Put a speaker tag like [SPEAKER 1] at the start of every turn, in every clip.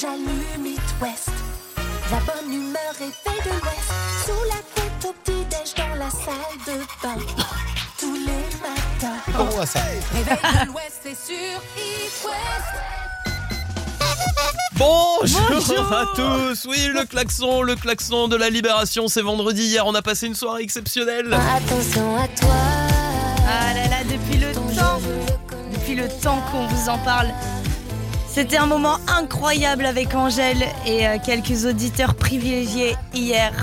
[SPEAKER 1] j'allume It West. La bonne humeur réveille de l'Ouest. Sous la couette au petit-déj dans la salle de bain. Tous les matins.
[SPEAKER 2] Comment ça
[SPEAKER 1] Réveil de l'Ouest, c'est sur It West.
[SPEAKER 3] Bonjour,
[SPEAKER 4] Bonjour.
[SPEAKER 3] à tous Oui, le klaxon, le klaxon de la libération, c'est vendredi, hier on a passé une soirée exceptionnelle
[SPEAKER 1] Ah, Attention à toi.
[SPEAKER 4] Ah là là, depuis le temps, depuis le temps qu'on vous en parle. C'était un moment incroyable avec Angèle et euh, quelques auditeurs privilégiés hier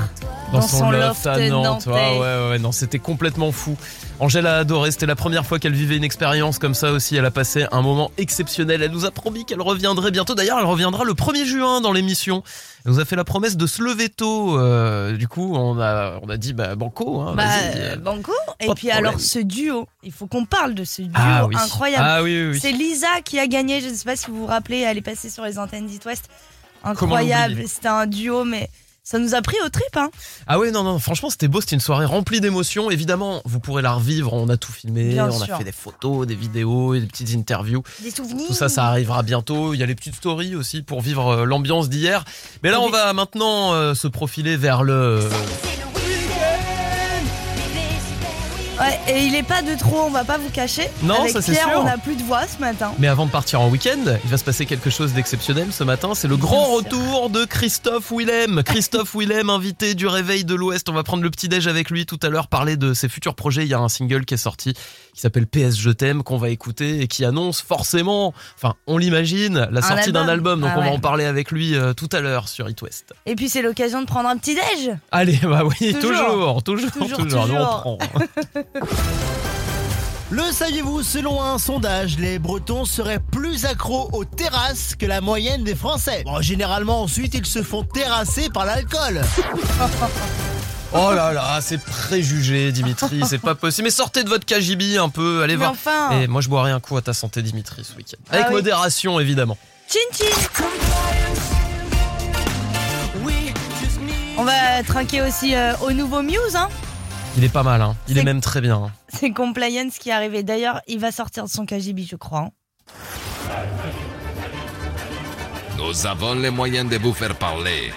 [SPEAKER 4] dans,
[SPEAKER 3] à Nantes, Ah
[SPEAKER 4] nantais.
[SPEAKER 3] ouais, ouais, ouais, non, c'était complètement fou. Angèle a adoré, c'était la première fois qu'elle vivait une expérience comme ça aussi, elle a passé un moment exceptionnel, elle nous a promis qu'elle reviendrait bientôt, d'ailleurs elle reviendra le 1er juin dans l'émission, elle nous a fait la promesse de se lever tôt, Euh, du coup on a, on a dit bah banco, hein,
[SPEAKER 4] Bah,
[SPEAKER 3] vas-y.
[SPEAKER 4] euh, banco. Et
[SPEAKER 3] de
[SPEAKER 4] puis
[SPEAKER 3] problème.
[SPEAKER 4] alors ce duo, il faut qu'on parle de ce duo
[SPEAKER 3] ah oui,
[SPEAKER 4] incroyable.
[SPEAKER 3] ah oui, oui, oui.
[SPEAKER 4] C'est Lisa qui a gagné, je ne sais pas si vous vous rappelez, elle est passée sur les antennes d'It West.
[SPEAKER 3] Comment
[SPEAKER 4] Incroyable,
[SPEAKER 3] l'oublier
[SPEAKER 4] c'était un duo, mais ça nous a pris au trip. Hein.
[SPEAKER 3] Ah ouais, non, non, franchement, c'était beau, c'était une soirée remplie d'émotions. Évidemment, vous pourrez la revivre, on a tout filmé,
[SPEAKER 4] Bien
[SPEAKER 3] on
[SPEAKER 4] sûr.
[SPEAKER 3] a fait des photos, des vidéos et des petites interviews.
[SPEAKER 4] Des souvenirs.
[SPEAKER 3] Tout ça, ça arrivera bientôt. Il y a les petites stories aussi pour vivre euh, l'ambiance d'hier. Mais là, on va maintenant euh, se profiler vers le...
[SPEAKER 4] Ouais, et il est pas de trop, on va pas vous cacher.
[SPEAKER 3] Non,
[SPEAKER 4] Avec
[SPEAKER 3] ça, c'est
[SPEAKER 4] Pierre,
[SPEAKER 3] sûr.
[SPEAKER 4] on a plus de voix ce matin.
[SPEAKER 3] Mais avant de partir en week-end, il va se passer quelque chose d'exceptionnel ce matin. C'est le grand
[SPEAKER 4] Bien
[SPEAKER 3] retour de Christophe Willem. Christophe Willem, invité du Réveil de l'Ouest. On va prendre le petit déj avec lui tout à l'heure, parler de ses futurs projets. Il y a un single qui est sorti qui s'appelle PS Je t'aime qu'on va écouter et qui annonce forcément, enfin on l'imagine, la
[SPEAKER 4] Un
[SPEAKER 3] sortie d'un album.
[SPEAKER 4] album.
[SPEAKER 3] Donc
[SPEAKER 4] Ah
[SPEAKER 3] on va
[SPEAKER 4] ouais.
[SPEAKER 3] en parler avec lui euh, tout à l'heure sur It West.
[SPEAKER 4] Et puis c'est l'occasion de prendre un petit déj.
[SPEAKER 3] Allez, bah oui,
[SPEAKER 4] Toujours.
[SPEAKER 3] toujours, toujours,
[SPEAKER 4] Toujours,
[SPEAKER 3] toujours. Nous, on
[SPEAKER 4] toujours.
[SPEAKER 3] prend.
[SPEAKER 2] Le saviez-vous, selon un sondage, les Bretons seraient plus accros aux terrasses que la moyenne des Français. Bon, généralement, ensuite, ils se font terrasser par l'alcool.
[SPEAKER 3] Oh là là, c'est préjugé, Dimitri, c'est pas possible. Mais sortez de votre KGB un peu, allez
[SPEAKER 4] Mais
[SPEAKER 3] voir.
[SPEAKER 4] enfin,
[SPEAKER 3] Et moi, je boirai un coup à ta santé, Dimitri, ce week-end.
[SPEAKER 4] Ah
[SPEAKER 3] Avec
[SPEAKER 4] oui.
[SPEAKER 3] modération, évidemment.
[SPEAKER 4] chin chin. On va trinquer aussi euh, au nouveau Muse. Hein.
[SPEAKER 3] Il est pas mal, hein. Il est,
[SPEAKER 4] C'est-
[SPEAKER 3] même très bien. hein.
[SPEAKER 4] C'est Compliance qui est arrivé. D'ailleurs, il va sortir de son KGB, je crois. hein.
[SPEAKER 5] Nous avons les moyens de vous faire parler.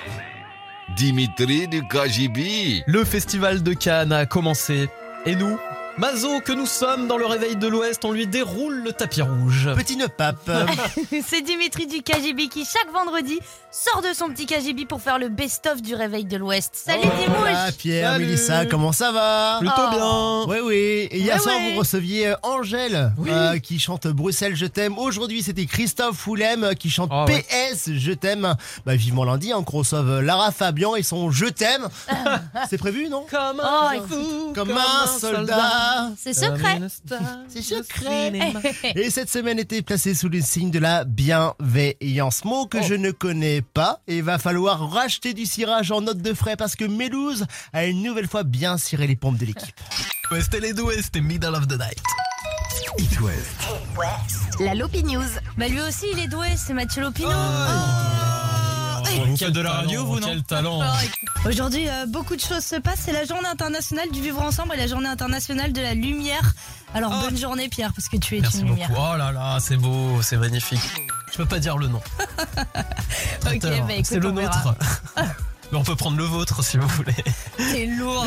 [SPEAKER 5] Dimitri du KGB.
[SPEAKER 3] Le festival de Cannes a commencé. Et nous Mazo, que nous sommes dans le réveil de l'Ouest, on lui déroule le tapis rouge.
[SPEAKER 2] Petit ne pape.
[SPEAKER 6] C'est Dimitri du KGB qui, chaque vendredi, sort de son petit KGB pour faire le best-of du réveil de l'Ouest. Salut
[SPEAKER 3] Oh,
[SPEAKER 2] Voilà,
[SPEAKER 6] Dimouche
[SPEAKER 2] Pierre,
[SPEAKER 3] Salut.
[SPEAKER 2] Mélissa, comment ça va
[SPEAKER 3] Plutôt bien.
[SPEAKER 2] Oui, oui. Et hier
[SPEAKER 4] Ouais,
[SPEAKER 2] soir,
[SPEAKER 4] ouais.
[SPEAKER 2] vous receviez euh, Angèle
[SPEAKER 3] Oui.
[SPEAKER 2] euh, qui chante Bruxelles, je t'aime. Aujourd'hui, c'était Christophe Willem euh, qui chante
[SPEAKER 3] Oh, ouais.
[SPEAKER 2] PS, je t'aime. Bah, vivement lundi, hein, qu'on reçoive euh, Lara Fabian et son Je t'aime. C'est prévu, non
[SPEAKER 3] Comme
[SPEAKER 6] un Oh,
[SPEAKER 3] fou,
[SPEAKER 2] Comme, un soldat.
[SPEAKER 6] C'est secret
[SPEAKER 2] C'est secret. Et cette semaine était placée sous le signe de la bienveillance. Mot que je ne connais pas. Et il va falloir racheter du cirage en note de frais parce que Mélouse a une nouvelle fois bien ciré les pompes de l'équipe.
[SPEAKER 3] Ouest et les d'Ouest et Middle of the Night.
[SPEAKER 1] La Lopi News.
[SPEAKER 6] Bah lui aussi, il est doué, c'est Mathieu Lopino.
[SPEAKER 3] Oh, Quel de la radio, vous, non Oh, Quel talent
[SPEAKER 4] Aujourd'hui, euh, beaucoup de choses se passent. C'est la journée internationale du vivre ensemble et la journée internationale de la lumière. Alors,
[SPEAKER 3] Ah.
[SPEAKER 4] bonne journée, Pierre, parce que tu es
[SPEAKER 3] Merci
[SPEAKER 4] une
[SPEAKER 3] beaucoup.
[SPEAKER 4] lumière.
[SPEAKER 3] Oh là là, c'est beau, c'est magnifique. Je peux pas dire le nom. Traiteur.
[SPEAKER 4] bah écoute,
[SPEAKER 3] c'est le
[SPEAKER 4] on verra.
[SPEAKER 3] nôtre. Mais on peut prendre le vôtre si vous voulez.
[SPEAKER 4] T'es lourd.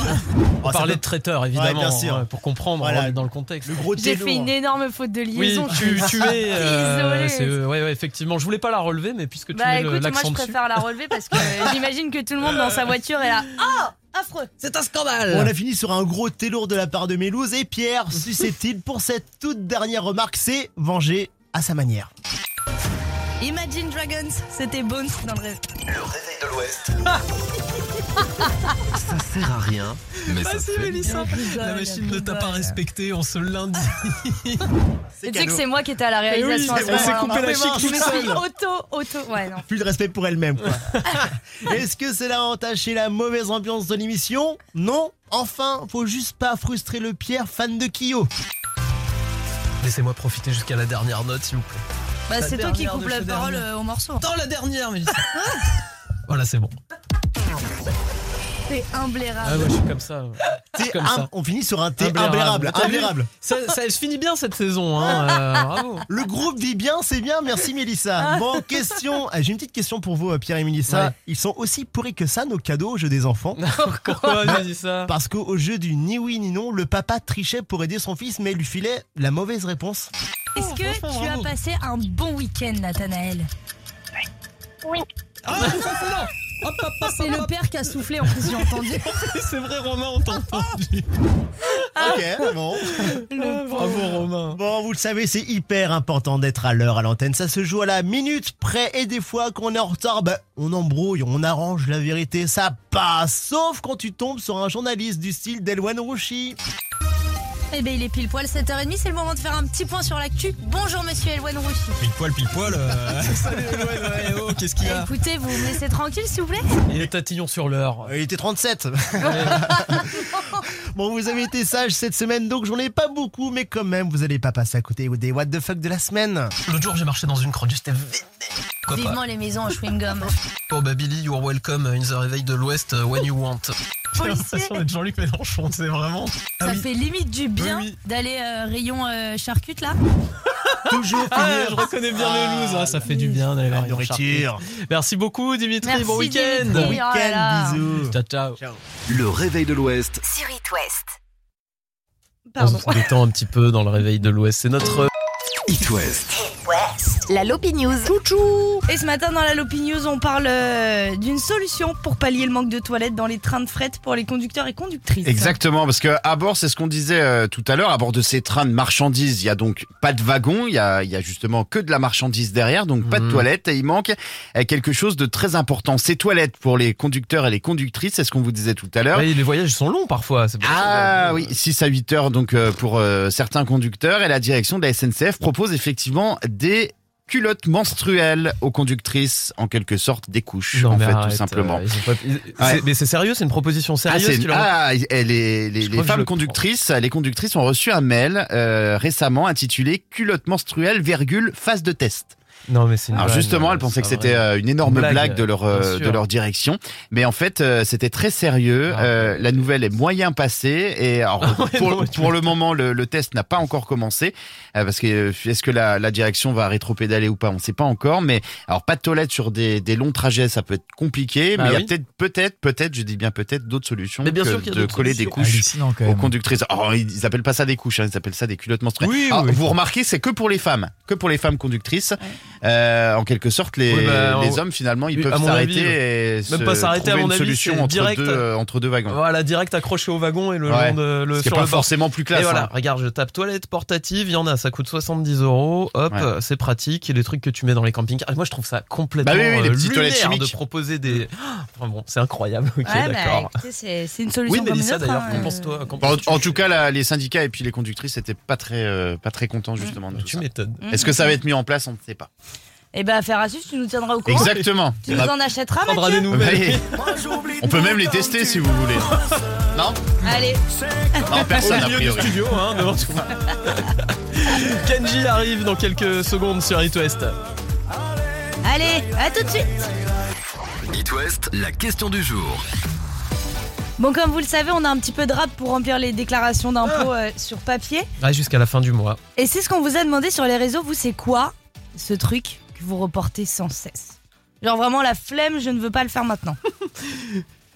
[SPEAKER 3] On
[SPEAKER 2] Oh, ça
[SPEAKER 3] parlait
[SPEAKER 2] peut-
[SPEAKER 3] de traiteur,
[SPEAKER 2] Ouais,
[SPEAKER 3] évidemment,
[SPEAKER 2] bien sûr.
[SPEAKER 3] Ah, ouais, pour comprendre
[SPEAKER 2] Voilà.
[SPEAKER 3] euh, dans le contexte.
[SPEAKER 2] Le gros
[SPEAKER 4] J'ai
[SPEAKER 2] télo,
[SPEAKER 4] fait une
[SPEAKER 2] hein.
[SPEAKER 4] énorme faute de
[SPEAKER 3] Oui,
[SPEAKER 4] liaison.
[SPEAKER 3] tu, tu es. euh,
[SPEAKER 6] Désolée.
[SPEAKER 3] c'est, euh, ouais, ouais, effectivement. Je voulais pas la relever, mais puisque tu
[SPEAKER 6] Bah
[SPEAKER 3] mets le-
[SPEAKER 6] écoute, moi
[SPEAKER 3] l'accent
[SPEAKER 6] je
[SPEAKER 3] dessus.
[SPEAKER 6] préfère la relever parce que euh, j'imagine que tout le monde dans sa voiture est là.
[SPEAKER 4] Oh, Affreux.
[SPEAKER 3] C'est un scandale.
[SPEAKER 2] On a fini sur un gros télo de la part de Mélouse et Pierre, susceptible pour cette toute dernière remarque, c'est venger à sa manière.
[SPEAKER 4] Imagine Dragons, c'était Bones dans le rêve.
[SPEAKER 5] Ça sert à rien, mais ça se fait bien.
[SPEAKER 3] La machine ne t'a pas respecté en ce lundi.
[SPEAKER 6] Et tu sais que c'est moi qui étais à la réalisation
[SPEAKER 2] Eh
[SPEAKER 6] à ce
[SPEAKER 2] oui, on s'est
[SPEAKER 6] moment-là.
[SPEAKER 2] coupé la chic
[SPEAKER 6] Je
[SPEAKER 2] toute
[SPEAKER 6] me suis
[SPEAKER 2] seule.
[SPEAKER 6] auto, auto. Ouais, non.
[SPEAKER 2] Plus de respect pour elle-même, quoi. Est-ce que cela a entaché la mauvaise ambiance de l'émission Non Enfin, faut juste pas frustrer le Pierre, fan de Kyo.
[SPEAKER 3] Laissez-moi profiter jusqu'à la dernière note, s'il vous plaît.
[SPEAKER 4] Bah,
[SPEAKER 3] La
[SPEAKER 4] c'est toi qui
[SPEAKER 3] dernière
[SPEAKER 4] coupe
[SPEAKER 3] de
[SPEAKER 4] la
[SPEAKER 3] chez
[SPEAKER 4] parole
[SPEAKER 3] dernier.
[SPEAKER 6] Ah.
[SPEAKER 4] euh, au morceau.
[SPEAKER 3] Dans la dernière, mais. voilà, c'est bon.
[SPEAKER 4] T'es
[SPEAKER 3] Ah
[SPEAKER 4] imbérable.
[SPEAKER 3] ouais, je suis comme ça.
[SPEAKER 2] T'es
[SPEAKER 3] Ah, Comme
[SPEAKER 2] im-
[SPEAKER 3] ça.
[SPEAKER 2] on finit sur un T imbérable.
[SPEAKER 3] Imbérable. T'as vu
[SPEAKER 2] imbérable.
[SPEAKER 3] Ça, ça se finit bien cette saison, hein. euh, bravo.
[SPEAKER 2] Le groupe vit bien, c'est bien,
[SPEAKER 3] Ah.
[SPEAKER 2] merci Mélissa. Bon, question. Ah, J'ai une petite question pour vous, euh, Pierre et Mélissa.
[SPEAKER 3] Ouais. Ah.
[SPEAKER 2] Ils sont aussi pourris que ça, nos cadeaux au jeu des enfants.
[SPEAKER 3] Pourquoi j'ai dit ça
[SPEAKER 2] Parce qu'au jeu du ni oui ni non, le papa trichait pour aider son fils, mais lui filait la mauvaise réponse.
[SPEAKER 4] Est-ce que
[SPEAKER 3] franchement,
[SPEAKER 4] tu as
[SPEAKER 3] bravo.
[SPEAKER 4] passé un bon week-end, Nathanaël
[SPEAKER 3] Ah, non, ça, c'est non. Hop, hop, hop,
[SPEAKER 4] C'est le père qui a soufflé en plus, j'ai entendu.
[SPEAKER 3] C'est vrai, Romain, on t'a entendu. Ah.
[SPEAKER 2] Ok, bon.
[SPEAKER 3] Bravo, Romain.
[SPEAKER 2] Bon, vous le savez, c'est hyper important d'être à l'heure à l'antenne. Ça se joue à la minute près et des fois qu'on est en retard, ben, on embrouille, on arrange la vérité, ça passe. Sauf quand tu tombes sur un journaliste du style d'Elwan Rouchy.
[SPEAKER 4] Eh ben il est pile poil 7h30, c'est le moment de faire un petit point sur l'actu. Bonjour monsieur Elwan Rouchy.
[SPEAKER 7] Pile poil, pile poil. euh,
[SPEAKER 3] Salut, ouais, oh, qu'est-ce qu'il
[SPEAKER 4] Bah, Écoutez, vous me laissez tranquille s'il vous plaît
[SPEAKER 3] Il est tatillon sur l'heure.
[SPEAKER 2] Euh, Il était 37. bon, vous avez été sage cette semaine, donc j'en ai pas beaucoup, mais quand même, vous allez pas passer à côté des what the fuck de la semaine.
[SPEAKER 7] L'autre jour, j'ai marché dans une crotte, j'étais vénère. Copain.
[SPEAKER 4] Vivement les maisons en chewing-gum.
[SPEAKER 7] Oh bah Billy, you're welcome in the réveil de l'Ouest uh, when you want.
[SPEAKER 3] J'ai l'impression d'être Jean-Luc Mélenchon, c'est vraiment.
[SPEAKER 4] Ça
[SPEAKER 7] oui.
[SPEAKER 4] fait limite du bien
[SPEAKER 3] Ah Oui,
[SPEAKER 4] d'aller euh, rayon euh, charcute là.
[SPEAKER 2] Toujours
[SPEAKER 3] Ah,
[SPEAKER 2] finir
[SPEAKER 3] je reconnais bien
[SPEAKER 2] Ah,
[SPEAKER 3] les looses. Ah, ça fait du bien d'aller
[SPEAKER 2] la
[SPEAKER 3] voir Yann
[SPEAKER 2] nourriture.
[SPEAKER 3] Charpie. Merci beaucoup, Dimitri.
[SPEAKER 6] Merci,
[SPEAKER 3] bon week-end.
[SPEAKER 6] Dimitri.
[SPEAKER 2] Bon
[SPEAKER 6] Oui, oh là
[SPEAKER 2] week-end,
[SPEAKER 6] là.
[SPEAKER 2] bisous.
[SPEAKER 3] Ciao, ciao.
[SPEAKER 5] Le réveil de l'Ouest.
[SPEAKER 1] Sur It West.
[SPEAKER 3] On se détend un petit peu dans le réveil de l'Ouest. C'est notre
[SPEAKER 5] It West.
[SPEAKER 1] La Lopi News.
[SPEAKER 4] Et ce matin dans la Lopi News, on parle euh, d'une solution pour pallier le manque de toilettes dans les trains de fret pour les conducteurs et conductrices.
[SPEAKER 8] Exactement, parce que à bord, c'est ce qu'on disait euh, tout à l'heure, à bord de ces trains de marchandises, il y a donc pas de wagon, il y a, il y a justement que de la marchandise derrière, donc pas
[SPEAKER 3] Mhm.
[SPEAKER 8] de toilettes, et il manque euh, quelque chose de très important. Ces toilettes pour les conducteurs et les conductrices, c'est ce qu'on vous disait tout à l'heure.
[SPEAKER 3] Ouais, les voyages sont longs parfois. c'est pour ça
[SPEAKER 8] Ah
[SPEAKER 3] que-
[SPEAKER 8] oui, 6 à 8 heures donc euh, pour euh, certains conducteurs et la direction de la SNCF propose effectivement des culottes menstruelles aux conductrices, en quelque sorte des couches
[SPEAKER 3] Non,
[SPEAKER 8] en
[SPEAKER 3] mais
[SPEAKER 8] fait
[SPEAKER 3] arrête,
[SPEAKER 8] tout simplement.
[SPEAKER 3] euh, ils ont pas- ils-
[SPEAKER 8] Ouais.
[SPEAKER 3] c'est- Mais c'est sérieux, c'est une proposition
[SPEAKER 8] Ah,
[SPEAKER 3] sérieuse.
[SPEAKER 8] c'est-
[SPEAKER 3] qui leur-
[SPEAKER 8] ah, et les, les-
[SPEAKER 3] Je crois
[SPEAKER 8] les
[SPEAKER 3] que je le
[SPEAKER 8] femmes
[SPEAKER 3] prends.
[SPEAKER 8] conductrices, les conductrices ont reçu un mail euh, récemment intitulé culotte menstruelle virgule phase de test.
[SPEAKER 3] Non, mais c'est une
[SPEAKER 8] ah. Alors
[SPEAKER 3] blague,
[SPEAKER 8] justement,
[SPEAKER 3] euh,
[SPEAKER 8] elles pensaient que
[SPEAKER 3] c'est pas
[SPEAKER 8] c'était
[SPEAKER 3] vrai.
[SPEAKER 8] euh, une énorme
[SPEAKER 3] Blague,
[SPEAKER 8] blague, de leur euh,
[SPEAKER 3] bien sûr.
[SPEAKER 8] de leur direction, mais en fait euh, c'était très sérieux.
[SPEAKER 3] Ah,
[SPEAKER 8] Euh,
[SPEAKER 3] ouais.
[SPEAKER 8] la nouvelle est moyen passée et alors,
[SPEAKER 3] ouais,
[SPEAKER 8] pour,
[SPEAKER 3] non, tu
[SPEAKER 8] pour le moment le, le test n'a pas encore commencé euh, parce que euh, est-ce que la, la direction va rétropédaler ou pas, on ne sait pas encore. Mais alors pas de toilette sur des, des longs trajets, ça peut être compliqué,
[SPEAKER 3] Bah
[SPEAKER 8] mais il
[SPEAKER 3] oui.
[SPEAKER 8] y a peut-être peut-être peut-être je dis bien peut-être d'autres solutions
[SPEAKER 3] Mais bien
[SPEAKER 8] que
[SPEAKER 3] sûr qu'il y a
[SPEAKER 8] de
[SPEAKER 3] d'autres
[SPEAKER 8] coller des
[SPEAKER 3] solutions.
[SPEAKER 8] couches
[SPEAKER 7] Hallucinant quand
[SPEAKER 8] aux
[SPEAKER 7] même.
[SPEAKER 8] conductrices. Alors, ils appellent pas ça des couches, hein, ils appellent ça des culottes menstruelles.
[SPEAKER 3] Oui,
[SPEAKER 8] Ah,
[SPEAKER 3] oui.
[SPEAKER 8] Vous remarquez, c'est que pour les femmes, que pour les femmes conductrices. Euh, en quelque sorte, les,
[SPEAKER 3] Oui, bah,
[SPEAKER 8] les
[SPEAKER 3] on-
[SPEAKER 8] hommes finalement, ils
[SPEAKER 3] Oui, à
[SPEAKER 8] peuvent
[SPEAKER 3] mon avis,
[SPEAKER 8] s'arrêter et
[SPEAKER 3] Même pas s'arrêter,
[SPEAKER 8] trouver
[SPEAKER 3] à mon
[SPEAKER 8] une
[SPEAKER 3] avis, c'est
[SPEAKER 8] solution entre
[SPEAKER 3] direct.
[SPEAKER 8] deux, euh, entre deux wagons.
[SPEAKER 3] Voilà, direct accroché au wagon et le
[SPEAKER 8] Ouais.
[SPEAKER 3] long de, le
[SPEAKER 8] Ce qui est
[SPEAKER 3] sur
[SPEAKER 8] pas
[SPEAKER 3] le bord.
[SPEAKER 8] forcément plus classe.
[SPEAKER 3] Et voilà,
[SPEAKER 8] hein.
[SPEAKER 3] regarde, je tape toilette portative, il y en a, ça coûte 70 euros, hop,
[SPEAKER 8] Ouais.
[SPEAKER 3] euh, c'est pratique, et les trucs que tu mets dans les camping-cars. Et Moi, je trouve ça complètement
[SPEAKER 8] Bah oui, oui, les
[SPEAKER 3] euh,
[SPEAKER 8] petites toilettes
[SPEAKER 3] lunaire de
[SPEAKER 8] chimiques. Mm.
[SPEAKER 3] proposer des. Ah, Enfin bon, c'est incroyable, ok,
[SPEAKER 4] Ouais, bah,
[SPEAKER 3] d'accord.
[SPEAKER 4] écoutez, c'est c'est une solution
[SPEAKER 3] Oui,
[SPEAKER 4] comme
[SPEAKER 3] Mélissa,
[SPEAKER 4] une autre,
[SPEAKER 3] d'ailleurs,
[SPEAKER 4] hein.
[SPEAKER 3] qu'en penses-toi qu'en
[SPEAKER 8] En,
[SPEAKER 3] penses-tu
[SPEAKER 8] en tout cas, la- les syndicats et puis les conductrices n'étaient pas très, euh, pas très contents justement. de tout
[SPEAKER 3] Bah, Tu
[SPEAKER 8] ça.
[SPEAKER 3] m'étonnes.
[SPEAKER 4] Mm.
[SPEAKER 8] Est-ce que ça va être mis en place On ne sait pas.
[SPEAKER 4] Eh ben affaire à suivre, tu nous tiendras au courant.
[SPEAKER 8] Exactement.
[SPEAKER 4] Tu nous en achèteras,
[SPEAKER 3] On prendra des
[SPEAKER 4] Mathieu
[SPEAKER 3] nouvelles.
[SPEAKER 8] Ouais. On peut même les tester si vous voulez. Non,
[SPEAKER 4] Allez,
[SPEAKER 8] non,
[SPEAKER 3] Au
[SPEAKER 8] personne a
[SPEAKER 3] milieu du
[SPEAKER 8] priori.
[SPEAKER 3] studio, hein, devant tout. Kenji arrive dans quelques secondes sur It West.
[SPEAKER 4] allez, à tout de suite
[SPEAKER 5] It West, la question du jour.
[SPEAKER 4] Bon, comme vous le savez, on a un petit peu de rap pour remplir les déclarations d'impôts
[SPEAKER 3] Ah.
[SPEAKER 4] euh, sur papier.
[SPEAKER 3] Ouais, jusqu'à la fin du mois.
[SPEAKER 4] Et c'est ce qu'on vous a demandé sur les réseaux. Vous, c'est quoi ce truc que vous reportez sans cesse Genre vraiment la flemme, je ne veux pas le faire maintenant.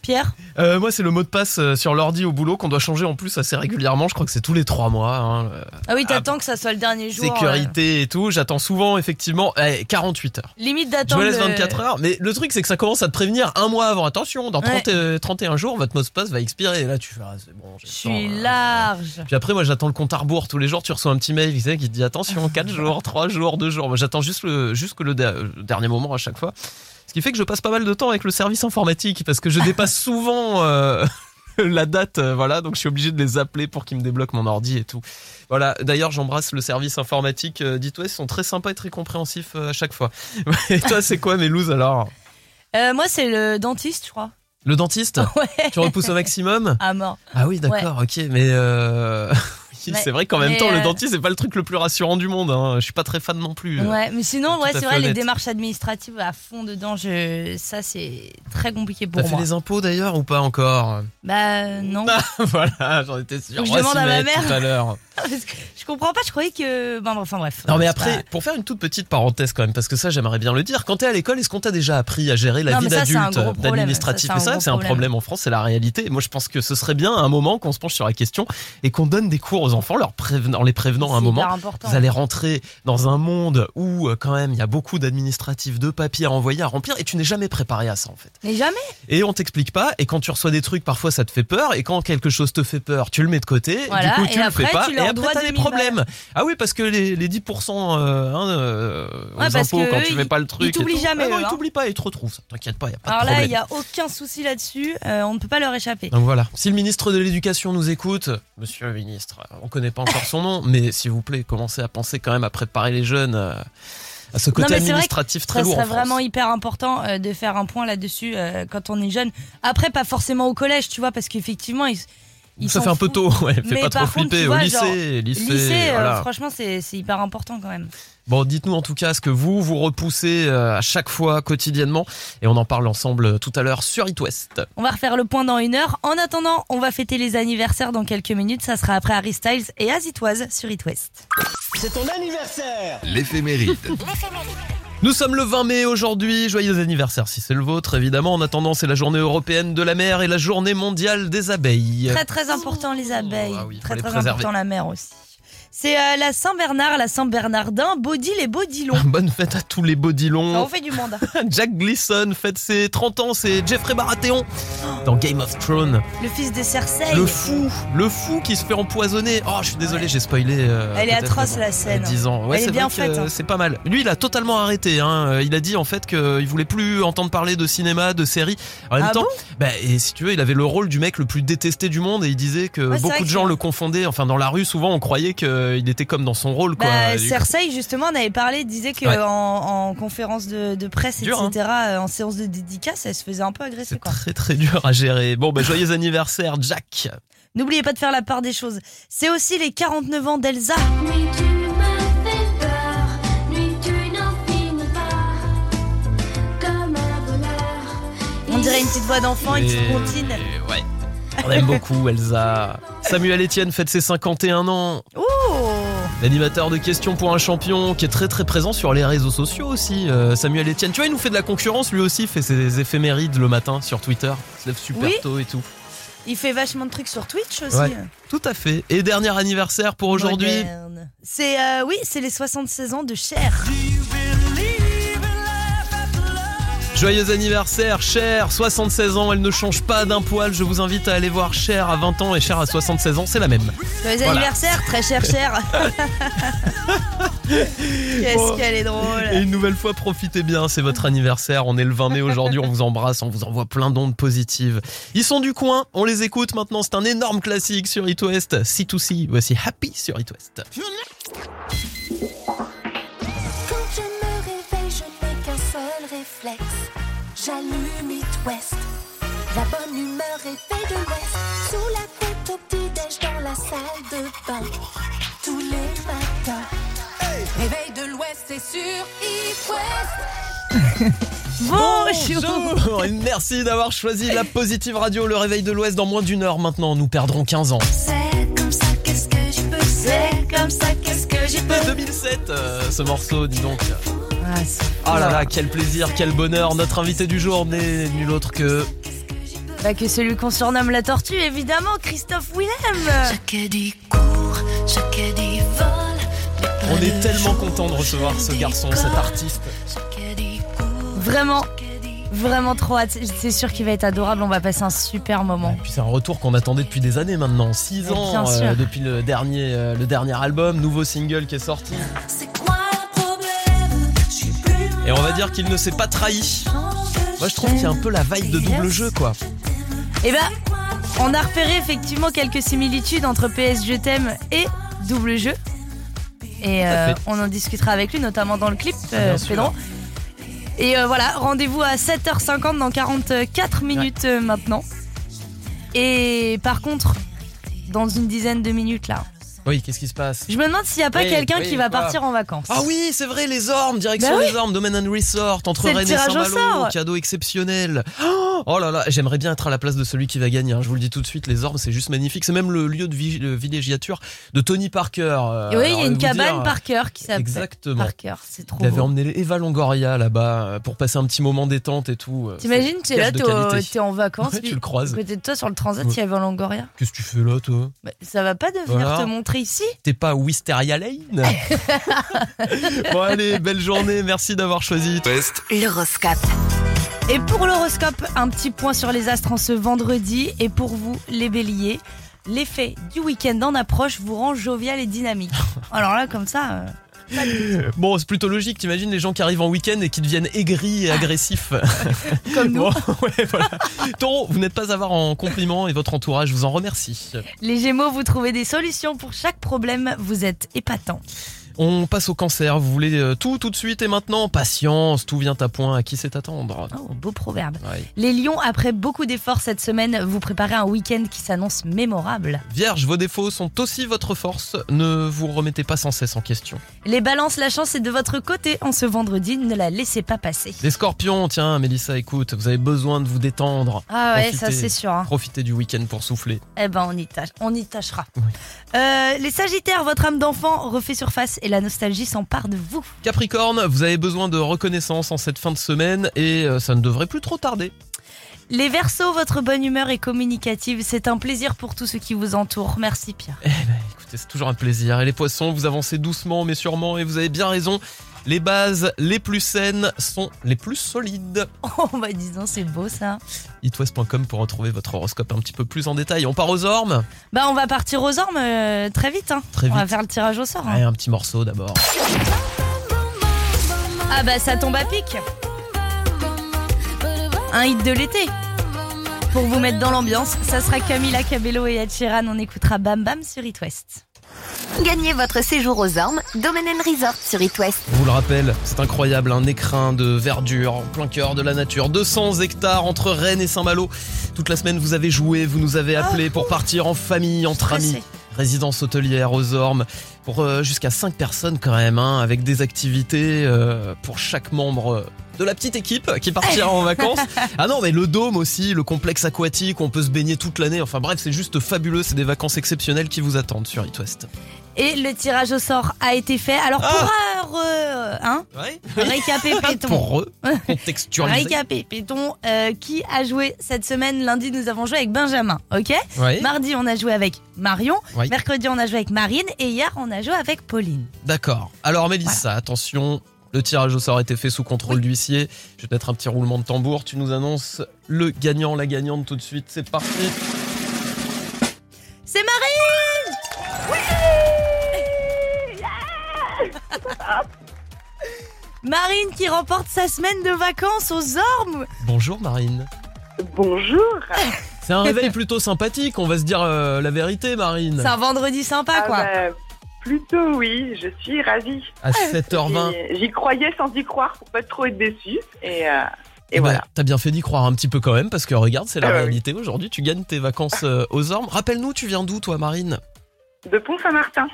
[SPEAKER 4] Pierre
[SPEAKER 3] Euh, moi, c'est le mot de passe euh, sur l'ordi au boulot qu'on doit changer en plus assez régulièrement. Je crois que c'est tous les trois mois. hein, euh,
[SPEAKER 4] Ah oui, t'attends que ça soit le dernier jour. euh,
[SPEAKER 3] sécurité et tout. J'attends souvent, effectivement, eh, 48 heures.
[SPEAKER 4] limite
[SPEAKER 3] Je
[SPEAKER 4] d'attendre.
[SPEAKER 3] me laisse
[SPEAKER 4] le-
[SPEAKER 3] 24 heures, mais le truc c'est que ça commence à te prévenir un mois avant. Attention, dans
[SPEAKER 4] Ouais.
[SPEAKER 3] 30, euh, 31 jours, votre mot de passe va expirer. Et là, tu fais, ah, c'est bon, j'ai
[SPEAKER 4] Je
[SPEAKER 3] le
[SPEAKER 4] suis
[SPEAKER 3] temps, euh.
[SPEAKER 4] large.
[SPEAKER 3] Puis après, moi, j'attends le compte à rebours. Tous les jours, tu reçois un petit mail tu sais, qui te dit attention, 4 jours, 3 jours, 2 jours. Moi, j'attends juste le, jusque le da- euh, dernier moment à chaque fois. Ce qui fait que je passe pas mal de temps avec le service informatique parce que je dépasse souvent euh, la date. euh, voilà, donc je suis obligé de les appeler pour qu'ils me débloquent mon ordi et tout. Voilà, d'ailleurs, j'embrasse le service informatique. euh, Dites-toi, ils sont très sympas et très compréhensifs euh, à chaque fois. Et toi, c'est quoi mes loos alors
[SPEAKER 4] Euh, moi, c'est le dentiste, je crois.
[SPEAKER 3] Le dentiste
[SPEAKER 4] Ouais.
[SPEAKER 3] Tu repousses au maximum
[SPEAKER 4] À mort.
[SPEAKER 3] Ah oui, d'accord, ok, mais. euh, dentiste.
[SPEAKER 4] Ouais.
[SPEAKER 3] C'est vrai qu'en même
[SPEAKER 4] Mais,
[SPEAKER 3] temps, le
[SPEAKER 4] euh,
[SPEAKER 3] dentiste, c'est pas le truc le plus rassurant du monde. hein. Je suis pas très fan non plus.
[SPEAKER 4] Ouais, mais sinon,
[SPEAKER 3] Euh, tout
[SPEAKER 4] ouais,
[SPEAKER 3] à
[SPEAKER 4] c'est
[SPEAKER 3] fait
[SPEAKER 4] vrai, les
[SPEAKER 3] honnête.
[SPEAKER 4] démarches administratives à fond dedans, je... ça c'est très compliqué
[SPEAKER 3] T'as
[SPEAKER 4] pour
[SPEAKER 3] fait
[SPEAKER 4] moi.
[SPEAKER 3] les impôts d'ailleurs ou pas encore
[SPEAKER 4] Bah euh, non.
[SPEAKER 3] Voilà, j'en étais sûr.
[SPEAKER 4] Faut que je
[SPEAKER 3] On va
[SPEAKER 4] demande
[SPEAKER 3] s'y
[SPEAKER 4] à ma
[SPEAKER 3] mettre
[SPEAKER 4] mère.
[SPEAKER 3] tout à l'heure.
[SPEAKER 4] Parce que je comprends pas, je croyais que. Bon, enfin bref.
[SPEAKER 3] Non mais
[SPEAKER 4] C'est
[SPEAKER 3] après,
[SPEAKER 4] pas-
[SPEAKER 3] pour faire une toute petite parenthèse quand même, parce que ça j'aimerais bien le dire, quand t'es à l'école, est-ce qu'on t'a déjà appris à gérer la
[SPEAKER 4] Non,
[SPEAKER 3] vie
[SPEAKER 4] mais ça, c'est un
[SPEAKER 3] d'adulte,
[SPEAKER 4] gros
[SPEAKER 3] euh,
[SPEAKER 4] problème.
[SPEAKER 3] d'administratif
[SPEAKER 4] Ça,
[SPEAKER 3] Mais
[SPEAKER 4] c'est
[SPEAKER 3] c'est
[SPEAKER 4] un
[SPEAKER 3] vrai que c'est un
[SPEAKER 4] gros problème.
[SPEAKER 3] problème en France, c'est la réalité. Moi je pense que ce serait bien à un moment qu'on se penche sur la question et qu'on donne des cours aux enfants, leur préven- en les prévenant à un
[SPEAKER 4] c'est
[SPEAKER 3] moment.
[SPEAKER 4] hyper important.
[SPEAKER 3] Vous allez rentrer dans un monde où euh, quand même il y a beaucoup d'administratifs, de papiers à envoyer, à remplir, et tu n'es jamais préparé à ça en fait.
[SPEAKER 4] Mais jamais.
[SPEAKER 3] Et on t'explique pas, et quand tu reçois des trucs, parfois ça te fait peur, et quand quelque chose te fait peur, tu le mets de côté,
[SPEAKER 4] Voilà,
[SPEAKER 3] du coup
[SPEAKER 4] et
[SPEAKER 3] tu le
[SPEAKER 4] après,
[SPEAKER 3] fais pas,
[SPEAKER 4] tu
[SPEAKER 3] et
[SPEAKER 4] leur
[SPEAKER 3] après
[SPEAKER 4] dois
[SPEAKER 3] t'as des
[SPEAKER 4] 2000 balles.
[SPEAKER 3] problèmes. Ah oui, parce que les, les 10% euh, hein, euh, aux
[SPEAKER 4] Ouais, parce
[SPEAKER 3] impôts,
[SPEAKER 4] que
[SPEAKER 3] quand
[SPEAKER 4] eux,
[SPEAKER 3] tu fais
[SPEAKER 4] ils-
[SPEAKER 3] pas le truc. et
[SPEAKER 4] t'oublient
[SPEAKER 3] tout.
[SPEAKER 4] jamais,
[SPEAKER 3] Ah non,
[SPEAKER 4] eux,
[SPEAKER 3] ils
[SPEAKER 4] hein.
[SPEAKER 3] t'oublient pas, ils te retrouvent, ça, t'inquiète pas, y a pas
[SPEAKER 4] Alors
[SPEAKER 3] de
[SPEAKER 4] là,
[SPEAKER 3] problème.
[SPEAKER 4] il y a aucun souci là-dessus, euh, on ne peut pas leur échapper.
[SPEAKER 3] Donc voilà, si le ministre de l'Éducation nous écoute, monsieur le ministre, euh, on connaît pas encore son nom, mais s'il vous plaît, commencez à penser quand même à préparer les jeunes euh, à ce côté
[SPEAKER 4] mais c'est vrai que
[SPEAKER 3] administratif très
[SPEAKER 4] ça
[SPEAKER 3] lourd.
[SPEAKER 4] serait
[SPEAKER 3] en France.
[SPEAKER 4] vraiment hyper important euh, de faire un point là-dessus euh, quand on est jeune. Après, pas forcément au collège, tu vois, parce qu'effectivement, ils, ils
[SPEAKER 3] ça
[SPEAKER 4] s'en
[SPEAKER 3] fait un peu
[SPEAKER 4] foutent.
[SPEAKER 3] tôt, ouais, fait
[SPEAKER 4] Mais
[SPEAKER 3] pas trop
[SPEAKER 4] par contre,
[SPEAKER 3] flipper.
[SPEAKER 4] tu
[SPEAKER 3] Au
[SPEAKER 4] vois, genre,
[SPEAKER 3] lycée, lycée,
[SPEAKER 4] Lycée, euh,
[SPEAKER 3] voilà.
[SPEAKER 4] franchement, c'est c'est hyper important quand même.
[SPEAKER 3] Bon, dites-nous en tout cas ce que vous vous repoussez euh, à chaque fois quotidiennement et on en parle ensemble euh, tout à l'heure sur It West.
[SPEAKER 4] On va refaire le point dans une heure. En attendant, on va fêter les anniversaires dans quelques minutes. Ça sera après Harry Styles et Azitoise sur It West.
[SPEAKER 5] l'éphéméride.
[SPEAKER 3] Nous sommes le 20 mai aujourd'hui, joyeux anniversaire si c'est le vôtre évidemment. En attendant, c'est la journée européenne de la mer et la journée mondiale des abeilles.
[SPEAKER 4] Très très important les abeilles.
[SPEAKER 3] Ah oui, faut
[SPEAKER 4] très
[SPEAKER 3] les
[SPEAKER 4] très
[SPEAKER 3] préserver.
[SPEAKER 4] important la mer aussi. C'est euh, la Saint-Bernard, la Saint-Bernardin, Bodil et Bodilon.
[SPEAKER 3] Bonne fête à tous les
[SPEAKER 4] Ça
[SPEAKER 3] bodylons.
[SPEAKER 4] en fait du monde. hein.
[SPEAKER 3] Jack Gleason fête ses 30 ans, c'est Jeffrey Baratheon dans Game of Thrones.
[SPEAKER 4] Le fils de Cersei.
[SPEAKER 3] Le fou, le fou qui se fait empoisonner. Oh, je suis désolé, j'ai spoilé. euh,
[SPEAKER 4] Elle est
[SPEAKER 3] peut-être,
[SPEAKER 4] atroce,
[SPEAKER 3] mais
[SPEAKER 4] la scène.
[SPEAKER 3] à 10 ans. Ouais,
[SPEAKER 4] Elle est
[SPEAKER 3] c'est
[SPEAKER 4] bien
[SPEAKER 3] vrai que,
[SPEAKER 4] faite, hein.
[SPEAKER 3] C'est pas mal. Lui, il a totalement arrêté. hein. Euh, Il a dit en fait qu'il voulait plus entendre parler de cinéma, de séries. En même
[SPEAKER 4] Ah
[SPEAKER 3] temps,
[SPEAKER 4] bon
[SPEAKER 3] bah, et si tu veux, il avait le rôle du mec le plus détesté du monde et il disait que
[SPEAKER 4] Ouais, c'est vrai
[SPEAKER 3] beaucoup de
[SPEAKER 4] que
[SPEAKER 3] gens
[SPEAKER 4] c'est-
[SPEAKER 3] le confondaient. Enfin, dans la rue, souvent, on croyait qu'il était comme dans son rôle. Quoi.
[SPEAKER 4] Bah,
[SPEAKER 3] Du-
[SPEAKER 4] Cersei justement on avait parlé disait que
[SPEAKER 3] Ouais.
[SPEAKER 4] en, en conférence de, de presse
[SPEAKER 3] Dur, hein.
[SPEAKER 4] etc euh, en séance de dédicace elle se faisait un peu agresser
[SPEAKER 3] c'est
[SPEAKER 4] quoi.
[SPEAKER 3] très très dur à gérer. Bon, bah, joyeux anniversaire, Jack.
[SPEAKER 4] N'oubliez pas de faire la part des choses. C'est aussi les 49 ans d'Elsa.
[SPEAKER 1] Nuit, tu me fais peur. Nuit, tu n'en finis pas. Comme un voleur.
[SPEAKER 4] On dirait une petite voix d'enfant, une petite
[SPEAKER 3] Et-
[SPEAKER 4] comptine.
[SPEAKER 3] Ouais. On aime beaucoup Elsa. Samuel Etienne fête ses 51 ans.
[SPEAKER 4] Ouh
[SPEAKER 3] L'animateur de questions pour un champion qui est très très présent sur les réseaux sociaux aussi, euh, Samuel Etienne. Tu vois, il nous fait de la concurrence, lui aussi il fait ses éphémérides le matin sur Twitter, il se lève super
[SPEAKER 4] Oui.
[SPEAKER 3] tôt et tout.
[SPEAKER 4] Il fait vachement de trucs sur Twitch aussi.
[SPEAKER 3] Ouais. Tout à fait. Et dernier anniversaire pour aujourd'hui.
[SPEAKER 4] Moderne. C'est euh, oui, c'est les 76 ans de Cher.
[SPEAKER 3] Joyeux anniversaire, Cher, 76 ans, elle ne change pas d'un poil. Je vous invite à aller voir Cher à 20 ans et Cher à 76 ans, c'est la même.
[SPEAKER 4] Joyeux anniversaire, très cher Cher. Qu'est-ce
[SPEAKER 3] Bon.
[SPEAKER 4] qu'elle est drôle.
[SPEAKER 3] Et une nouvelle fois, profitez bien, c'est votre anniversaire. On est le 20 mai aujourd'hui, on vous embrasse, on vous envoie plein d'ondes positives. Ils sont du coin, on les écoute maintenant, c'est un énorme classique sur It West. C2C, voici Happy sur It West.
[SPEAKER 1] Quand je me réveille, je n'ai qu'un seul réflexe. J'allume It West. La bonne humeur est faite de l'Ouest. Sous la couette au petit-déj dans la salle de bain. Tous les matins.
[SPEAKER 9] Réveil de l'Ouest, c'est sur It West.
[SPEAKER 4] Oh, Bonjour.
[SPEAKER 3] Et Merci d'avoir choisi la Positive Radio, le réveil de l'Ouest. Dans moins d'une heure maintenant, nous perdrons 15 ans.
[SPEAKER 9] C'est comme ça, qu'est-ce que je peux C'est comme ça, qu'est-ce que je peux
[SPEAKER 3] 2007, euh, ce morceau, dis donc.
[SPEAKER 4] Ah, c'est-
[SPEAKER 3] Oh là là, quel plaisir, quel bonheur. Notre invité du jour n'est nul autre que
[SPEAKER 4] Bah, que celui qu'on surnomme la tortue, évidemment, Christophe Willem.
[SPEAKER 9] Chacun dit court, chacun dit vol. mais pas
[SPEAKER 3] On est
[SPEAKER 9] le
[SPEAKER 3] tellement
[SPEAKER 9] jour
[SPEAKER 3] content de
[SPEAKER 9] du
[SPEAKER 3] recevoir
[SPEAKER 9] jour
[SPEAKER 3] ce
[SPEAKER 9] du
[SPEAKER 3] garçon,
[SPEAKER 9] corps.
[SPEAKER 3] cet artiste.
[SPEAKER 9] Chacun dit court,
[SPEAKER 4] Vraiment,
[SPEAKER 9] chacun dit
[SPEAKER 4] vraiment trop hâte. C'est sûr qu'il va être adorable. On va passer un super moment.
[SPEAKER 3] Et puis c'est un retour qu'on attendait depuis des années maintenant, 6
[SPEAKER 4] Mais
[SPEAKER 3] ans
[SPEAKER 4] bien
[SPEAKER 3] euh,
[SPEAKER 4] sûr.
[SPEAKER 3] depuis le dernier, euh, le dernier album, nouveau single qui est sorti.
[SPEAKER 9] C'est quoi le problème Je suis plus
[SPEAKER 3] Et on va dire qu'il ne s'est pas trahi. Moi je trouve qu'il y a un peu la vibe de double jeu quoi.
[SPEAKER 4] Et ben, on a repéré effectivement quelques similitudes entre PS Je t'aime et Double Jeu. Et euh,
[SPEAKER 3] fait.
[SPEAKER 4] on en discutera avec lui, notamment dans le clip, euh,
[SPEAKER 3] Bien sûr.
[SPEAKER 4] Pedro. Et euh, voilà, rendez-vous à 7h50 dans 44 minutes euh, maintenant. Et par contre, dans une dizaine de minutes là,
[SPEAKER 3] Oui, qu'est-ce qui se passe
[SPEAKER 4] Je me demande s'il n'y a pas
[SPEAKER 3] Oui,
[SPEAKER 4] quelqu'un
[SPEAKER 3] oui,
[SPEAKER 4] qui va
[SPEAKER 3] quoi.
[SPEAKER 4] partir en vacances.
[SPEAKER 3] Ah oui, c'est vrai, les ormes, direction
[SPEAKER 4] Bah
[SPEAKER 3] les ormes, Domaine and Resort, entre
[SPEAKER 4] C'est le
[SPEAKER 3] Rennes et
[SPEAKER 4] tirage au
[SPEAKER 3] Saint-Malo,
[SPEAKER 4] sort.
[SPEAKER 3] cadeau exceptionnel. Oh là là, j'aimerais bien être à la place de celui qui va gagner, hein, je vous le dis tout de suite, les ormes, c'est juste magnifique. C'est même le lieu de, vi- de villégiature de Tony Parker. euh,
[SPEAKER 4] Et oui, il
[SPEAKER 3] alors,
[SPEAKER 4] y a
[SPEAKER 3] vous
[SPEAKER 4] une cabane
[SPEAKER 3] dire,
[SPEAKER 4] Parker qui s'appelle.
[SPEAKER 3] Exactement.
[SPEAKER 4] Parker, c'est trop
[SPEAKER 3] Il avait
[SPEAKER 4] beau.
[SPEAKER 3] emmené Eva Longoria là-bas euh, pour passer un petit moment détente et tout. euh,
[SPEAKER 4] T'imagines, t'es là,
[SPEAKER 3] de
[SPEAKER 4] t'es au-
[SPEAKER 3] qualité.
[SPEAKER 4] t'es en vacances,
[SPEAKER 3] Ouais,
[SPEAKER 4] puis
[SPEAKER 3] tu le croises.
[SPEAKER 4] à côté de toi sur le transat,
[SPEAKER 3] Ouais.
[SPEAKER 4] il y avait Longoria.
[SPEAKER 3] Qu'est-ce que tu fais là, toi
[SPEAKER 4] Bah, ça va pas devenir
[SPEAKER 3] Voilà.
[SPEAKER 4] te montrer ici
[SPEAKER 3] T'es pas Wisteria Lane Bon, allez, belle journée, merci d'avoir choisi.
[SPEAKER 5] Test
[SPEAKER 9] L'horoscope.
[SPEAKER 4] Et pour l'horoscope, un petit point sur les astres en ce vendredi. Et pour vous, les béliers, l'effet du week-end en approche vous rend jovial et dynamique. Alors là, comme ça, euh,
[SPEAKER 3] Bon, c'est plutôt logique, t'imagines les gens qui arrivent en week-end et qui deviennent aigris et agressifs.
[SPEAKER 4] comme Ah, nous.
[SPEAKER 3] Bon, ouais, voilà. Taureau, vous n'êtes pas avare en compliments et votre entourage vous en remercie.
[SPEAKER 4] Les gémeaux, vous trouvez des solutions pour chaque problème, vous êtes épatants.
[SPEAKER 3] On passe au cancer, vous voulez euh, tout tout de suite et maintenant Patience, tout vient à point, à qui c'est attendre
[SPEAKER 4] Oh, beau proverbe.
[SPEAKER 3] Ouais.
[SPEAKER 4] Les lions, après beaucoup d'efforts cette semaine, vous préparez un week-end qui s'annonce mémorable.
[SPEAKER 3] Vierge, vos défauts sont aussi votre force, ne vous remettez pas sans cesse en question.
[SPEAKER 4] Les balances, la chance est de votre côté en ce vendredi, ne la laissez pas passer.
[SPEAKER 3] Les scorpions, tiens Mélissa, écoute, vous avez besoin de vous détendre.
[SPEAKER 4] Ah ouais,
[SPEAKER 3] Profitez.
[SPEAKER 4] ça c'est sûr. hein.
[SPEAKER 3] Profitez du week-end pour souffler.
[SPEAKER 4] Eh ben on y, tâche, on y tâchera.
[SPEAKER 3] Oui.
[SPEAKER 4] Euh, les sagittaires, votre âme d'enfant refait surface et la nostalgie s'empare de vous.
[SPEAKER 3] Capricorne, vous avez besoin de reconnaissance en cette fin de semaine et euh, ça ne devrait plus trop tarder.
[SPEAKER 4] Les versos, votre bonne humeur est communicative, c'est un plaisir pour tout ce qui vous entoure. Merci Pierre.
[SPEAKER 3] Eh. Écoutez, c'est toujours un plaisir. Et les poissons, vous avancez doucement mais sûrement et vous avez bien raison. Les bases les plus saines sont les plus solides.
[SPEAKER 4] Oh bah disons, c'est beau ça.
[SPEAKER 3] itwest.com pour retrouver votre horoscope un petit peu plus en détail. On part aux ormes
[SPEAKER 4] Bah on va partir aux ormes euh, très vite. hein.
[SPEAKER 3] Très
[SPEAKER 4] On va
[SPEAKER 3] vite.
[SPEAKER 4] faire le tirage au sort. hein.
[SPEAKER 3] Ouais, un petit morceau d'abord.
[SPEAKER 4] Ah bah ça tombe à pic. Un hit de l'été. Pour vous mettre dans l'ambiance, ça sera Camila Cabello et Ed Sheeran. On écoutera Bam Bam sur It West.
[SPEAKER 9] Gagnez votre séjour aux ormes, Domaine and Resort sur It West.
[SPEAKER 3] On vous le rappelle, c'est incroyable, un écrin de verdure en plein cœur de la nature, 200 hectares entre Rennes et Saint-Malo. Toute la semaine, vous avez joué, vous nous avez appelé pour partir en famille, entre
[SPEAKER 4] Stressé.
[SPEAKER 3] amis. Résidence hôtelière aux Ormes, pour euh, jusqu'à 5 personnes quand même, hein, avec des activités euh, pour chaque membre euh, de la petite équipe qui partira en vacances. Ah non, mais le dôme aussi, le complexe aquatique, on peut se baigner toute l'année. Enfin bref, c'est juste fabuleux, c'est des vacances exceptionnelles qui vous attendent sur It West.
[SPEAKER 4] Et le tirage au sort a été fait. Alors pour euh, hein,
[SPEAKER 3] Ouais.
[SPEAKER 4] récapé péton.
[SPEAKER 3] Ah. Pour eux, contextualiser.
[SPEAKER 4] Récapé péton. euh, qui a joué cette semaine Lundi, nous avons joué avec Benjamin. Ok.
[SPEAKER 3] Ouais.
[SPEAKER 4] Mardi, on a joué avec Marion.
[SPEAKER 3] Oui.
[SPEAKER 4] Mercredi, on a joué avec Marine. Et hier, on a joué avec Pauline.
[SPEAKER 3] D'accord. Alors Mélissa, attention, le tirage au sort a été fait sous contrôle d'huissier. Je vais te mettre un petit roulement de tambour. Tu nous annonces le gagnant, la gagnante tout de suite. C'est parti.
[SPEAKER 4] C'est Marine. Marine qui remporte sa semaine de vacances aux ormes.
[SPEAKER 3] Bonjour Marine.
[SPEAKER 10] Bonjour.
[SPEAKER 3] C'est un réveil plutôt sympathique, on va se dire euh, la vérité Marine.
[SPEAKER 4] C'est un vendredi sympa,
[SPEAKER 10] Ah
[SPEAKER 4] quoi.
[SPEAKER 10] bah, plutôt oui, je suis ravie.
[SPEAKER 3] À 7h20.
[SPEAKER 10] Et J'y croyais sans y croire pour pas trop être déçue. Et, euh, et
[SPEAKER 3] Eh ben,
[SPEAKER 10] voilà.
[SPEAKER 3] T'as bien fait d'y croire un petit peu quand même, parce que regarde, c'est la
[SPEAKER 4] Eh
[SPEAKER 10] Ah
[SPEAKER 4] ben
[SPEAKER 10] ouais.
[SPEAKER 3] réalité. Aujourd'hui, tu gagnes tes
[SPEAKER 4] Ah.
[SPEAKER 3] vacances euh, aux ormes. Rappelle-nous, tu viens d'où toi Marine
[SPEAKER 10] De Pont-Saint-Martin.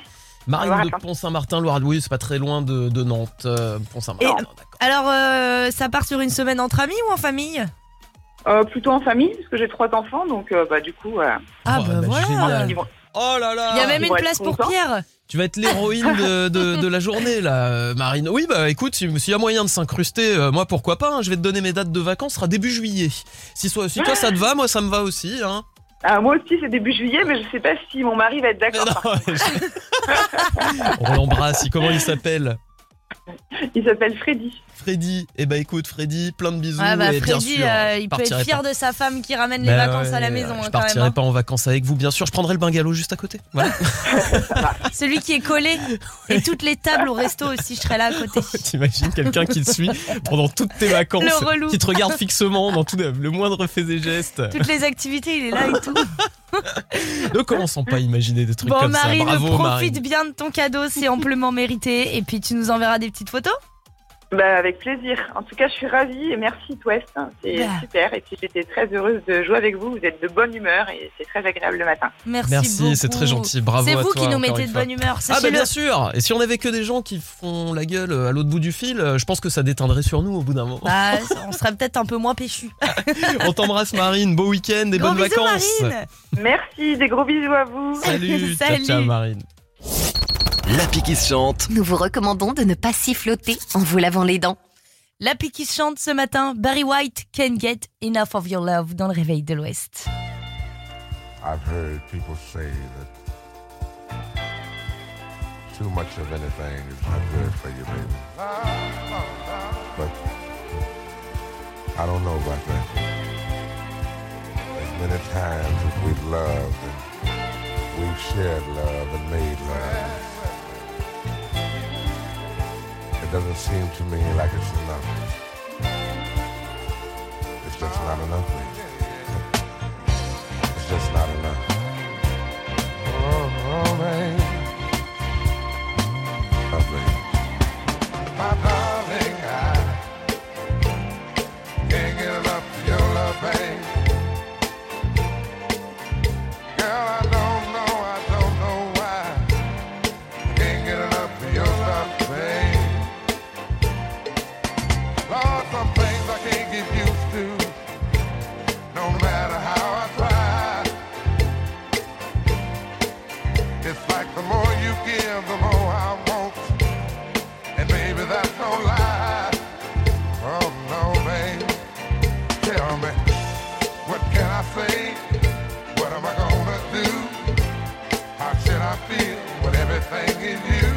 [SPEAKER 3] Marine de
[SPEAKER 10] Loire-Atlantique.
[SPEAKER 3] Pont-Saint-Martin, Loire. Oui, c'est pas très loin de, de Nantes. euh, Pont-Saint-Martin,
[SPEAKER 4] Et- ah,
[SPEAKER 3] d'accord.
[SPEAKER 4] Alors, euh, ça part sur une semaine entre amis ou en famille
[SPEAKER 10] Euh, plutôt en famille, parce que j'ai trois enfants, donc euh, bah, du coup, euh,
[SPEAKER 4] Ah
[SPEAKER 3] Oh,
[SPEAKER 4] bah,
[SPEAKER 3] bah,
[SPEAKER 4] voilà
[SPEAKER 3] génial.
[SPEAKER 10] ils vont-
[SPEAKER 3] Oh là là
[SPEAKER 4] Il y a même
[SPEAKER 10] Ils
[SPEAKER 4] une
[SPEAKER 10] vont être
[SPEAKER 4] place pour
[SPEAKER 10] contents.
[SPEAKER 4] Pierre.
[SPEAKER 3] Tu vas être l'héroïne de, de- de la journée, là, euh, Marine. Oui, bah écoute, si- s'il y a moyen de s'incruster, euh, moi pourquoi pas, hein, je vais te donner mes dates de vacances, ce sera début juillet. Si, so- si toi ça te va, moi ça me va aussi. Hein.
[SPEAKER 10] Ah, moi aussi, c'est début juillet, mais je sais pas si mon mari va être
[SPEAKER 3] Mais
[SPEAKER 10] d'accord. par
[SPEAKER 3] non, je- On l'embrasse, il- comment il s'appelle
[SPEAKER 10] contre. Il s'appelle Freddy.
[SPEAKER 3] Freddy. Eh bah écoute, Freddy, plein de bisous.
[SPEAKER 4] Ah bah
[SPEAKER 3] et bien
[SPEAKER 4] Freddy,
[SPEAKER 3] sûr,
[SPEAKER 4] euh,
[SPEAKER 3] je
[SPEAKER 4] il peut être
[SPEAKER 3] partirai
[SPEAKER 4] fier
[SPEAKER 3] pas.
[SPEAKER 4] de sa femme qui ramène les
[SPEAKER 3] Bah
[SPEAKER 4] vacances à la
[SPEAKER 3] ouais,
[SPEAKER 4] maison
[SPEAKER 3] Je
[SPEAKER 4] hein, quand
[SPEAKER 3] partirai
[SPEAKER 4] même. hein.
[SPEAKER 3] pas en vacances avec vous, bien sûr. Je prendrai le bungalow juste à côté. Voilà.
[SPEAKER 4] Celui qui est collé et toutes les tables au resto aussi, je serai là à côté.
[SPEAKER 3] T'imagines quelqu'un qui te suit pendant toutes tes vacances,
[SPEAKER 4] Le relou.
[SPEAKER 3] qui te regarde fixement dans tout le moindre fait et geste.
[SPEAKER 4] Toutes les activités, il est là et tout.
[SPEAKER 3] Ne commençons pas à imaginer des trucs
[SPEAKER 4] Bon
[SPEAKER 3] comme ça.
[SPEAKER 4] Marine,
[SPEAKER 3] Bravo,
[SPEAKER 4] profite
[SPEAKER 3] Marine.
[SPEAKER 4] bien de ton cadeau, c'est amplement mérité. Et puis tu nous enverras des petites photos
[SPEAKER 10] Bah, avec plaisir. En tout cas, je suis ravie et merci Twest. C'est
[SPEAKER 4] Bah.
[SPEAKER 10] super. Et puis j'étais très heureuse de jouer avec vous. Vous êtes de bonne humeur et c'est très agréable le matin.
[SPEAKER 4] Merci,
[SPEAKER 3] Merci, c'est
[SPEAKER 4] beaucoup.
[SPEAKER 3] très gentil. Bravo
[SPEAKER 4] C'est
[SPEAKER 3] à toi,
[SPEAKER 4] vous qui nous
[SPEAKER 3] encore
[SPEAKER 4] mettez
[SPEAKER 3] une
[SPEAKER 4] de
[SPEAKER 3] fois.
[SPEAKER 4] bonne humeur.
[SPEAKER 3] Ah bah
[SPEAKER 4] Sachez-le.
[SPEAKER 3] bien sûr Et si on avait que des gens qui font la gueule à l'autre bout du fil, euh, je pense que ça déteindrait sur nous au bout d'un moment.
[SPEAKER 4] Bah, on serait peut-être un peu moins péchu.
[SPEAKER 3] On t'embrasse Marine, beau week-end et
[SPEAKER 4] Gros
[SPEAKER 3] bonnes
[SPEAKER 4] bisous,
[SPEAKER 3] vacances
[SPEAKER 4] Marine.
[SPEAKER 10] Merci, des gros bisous à vous.
[SPEAKER 3] Salut, ciao,
[SPEAKER 4] Salut.
[SPEAKER 3] ciao Marine
[SPEAKER 5] L'appli qui chante.
[SPEAKER 11] Nous vous recommandons de ne pas siffloter en vous lavant les dents.
[SPEAKER 4] L'appli qui chante ce matin, Barry White, Can't Get Enough of Your Love dans le réveil de l'Ouest.
[SPEAKER 12] I've heard people say that too much of anything is not good for you, baby. But I don't know about that. As many times as we've loved and we've shared love and made love, it doesn't seem to me like it's enough. It's just not enough, baby. It's just not enough. Oh, oh, baby. Oh, baby. My darling, I can't get enough of your love, baby. Girl, I don't know, I don't know why. Can't get enough of your love, baby. Lord, some things I can't get used to. No matter how I try. It's like the more you give, the more I want. And baby, that's no lie. Oh no, babe. Tell me, what can I say? What am I gonna do? How should I feel when everything is you?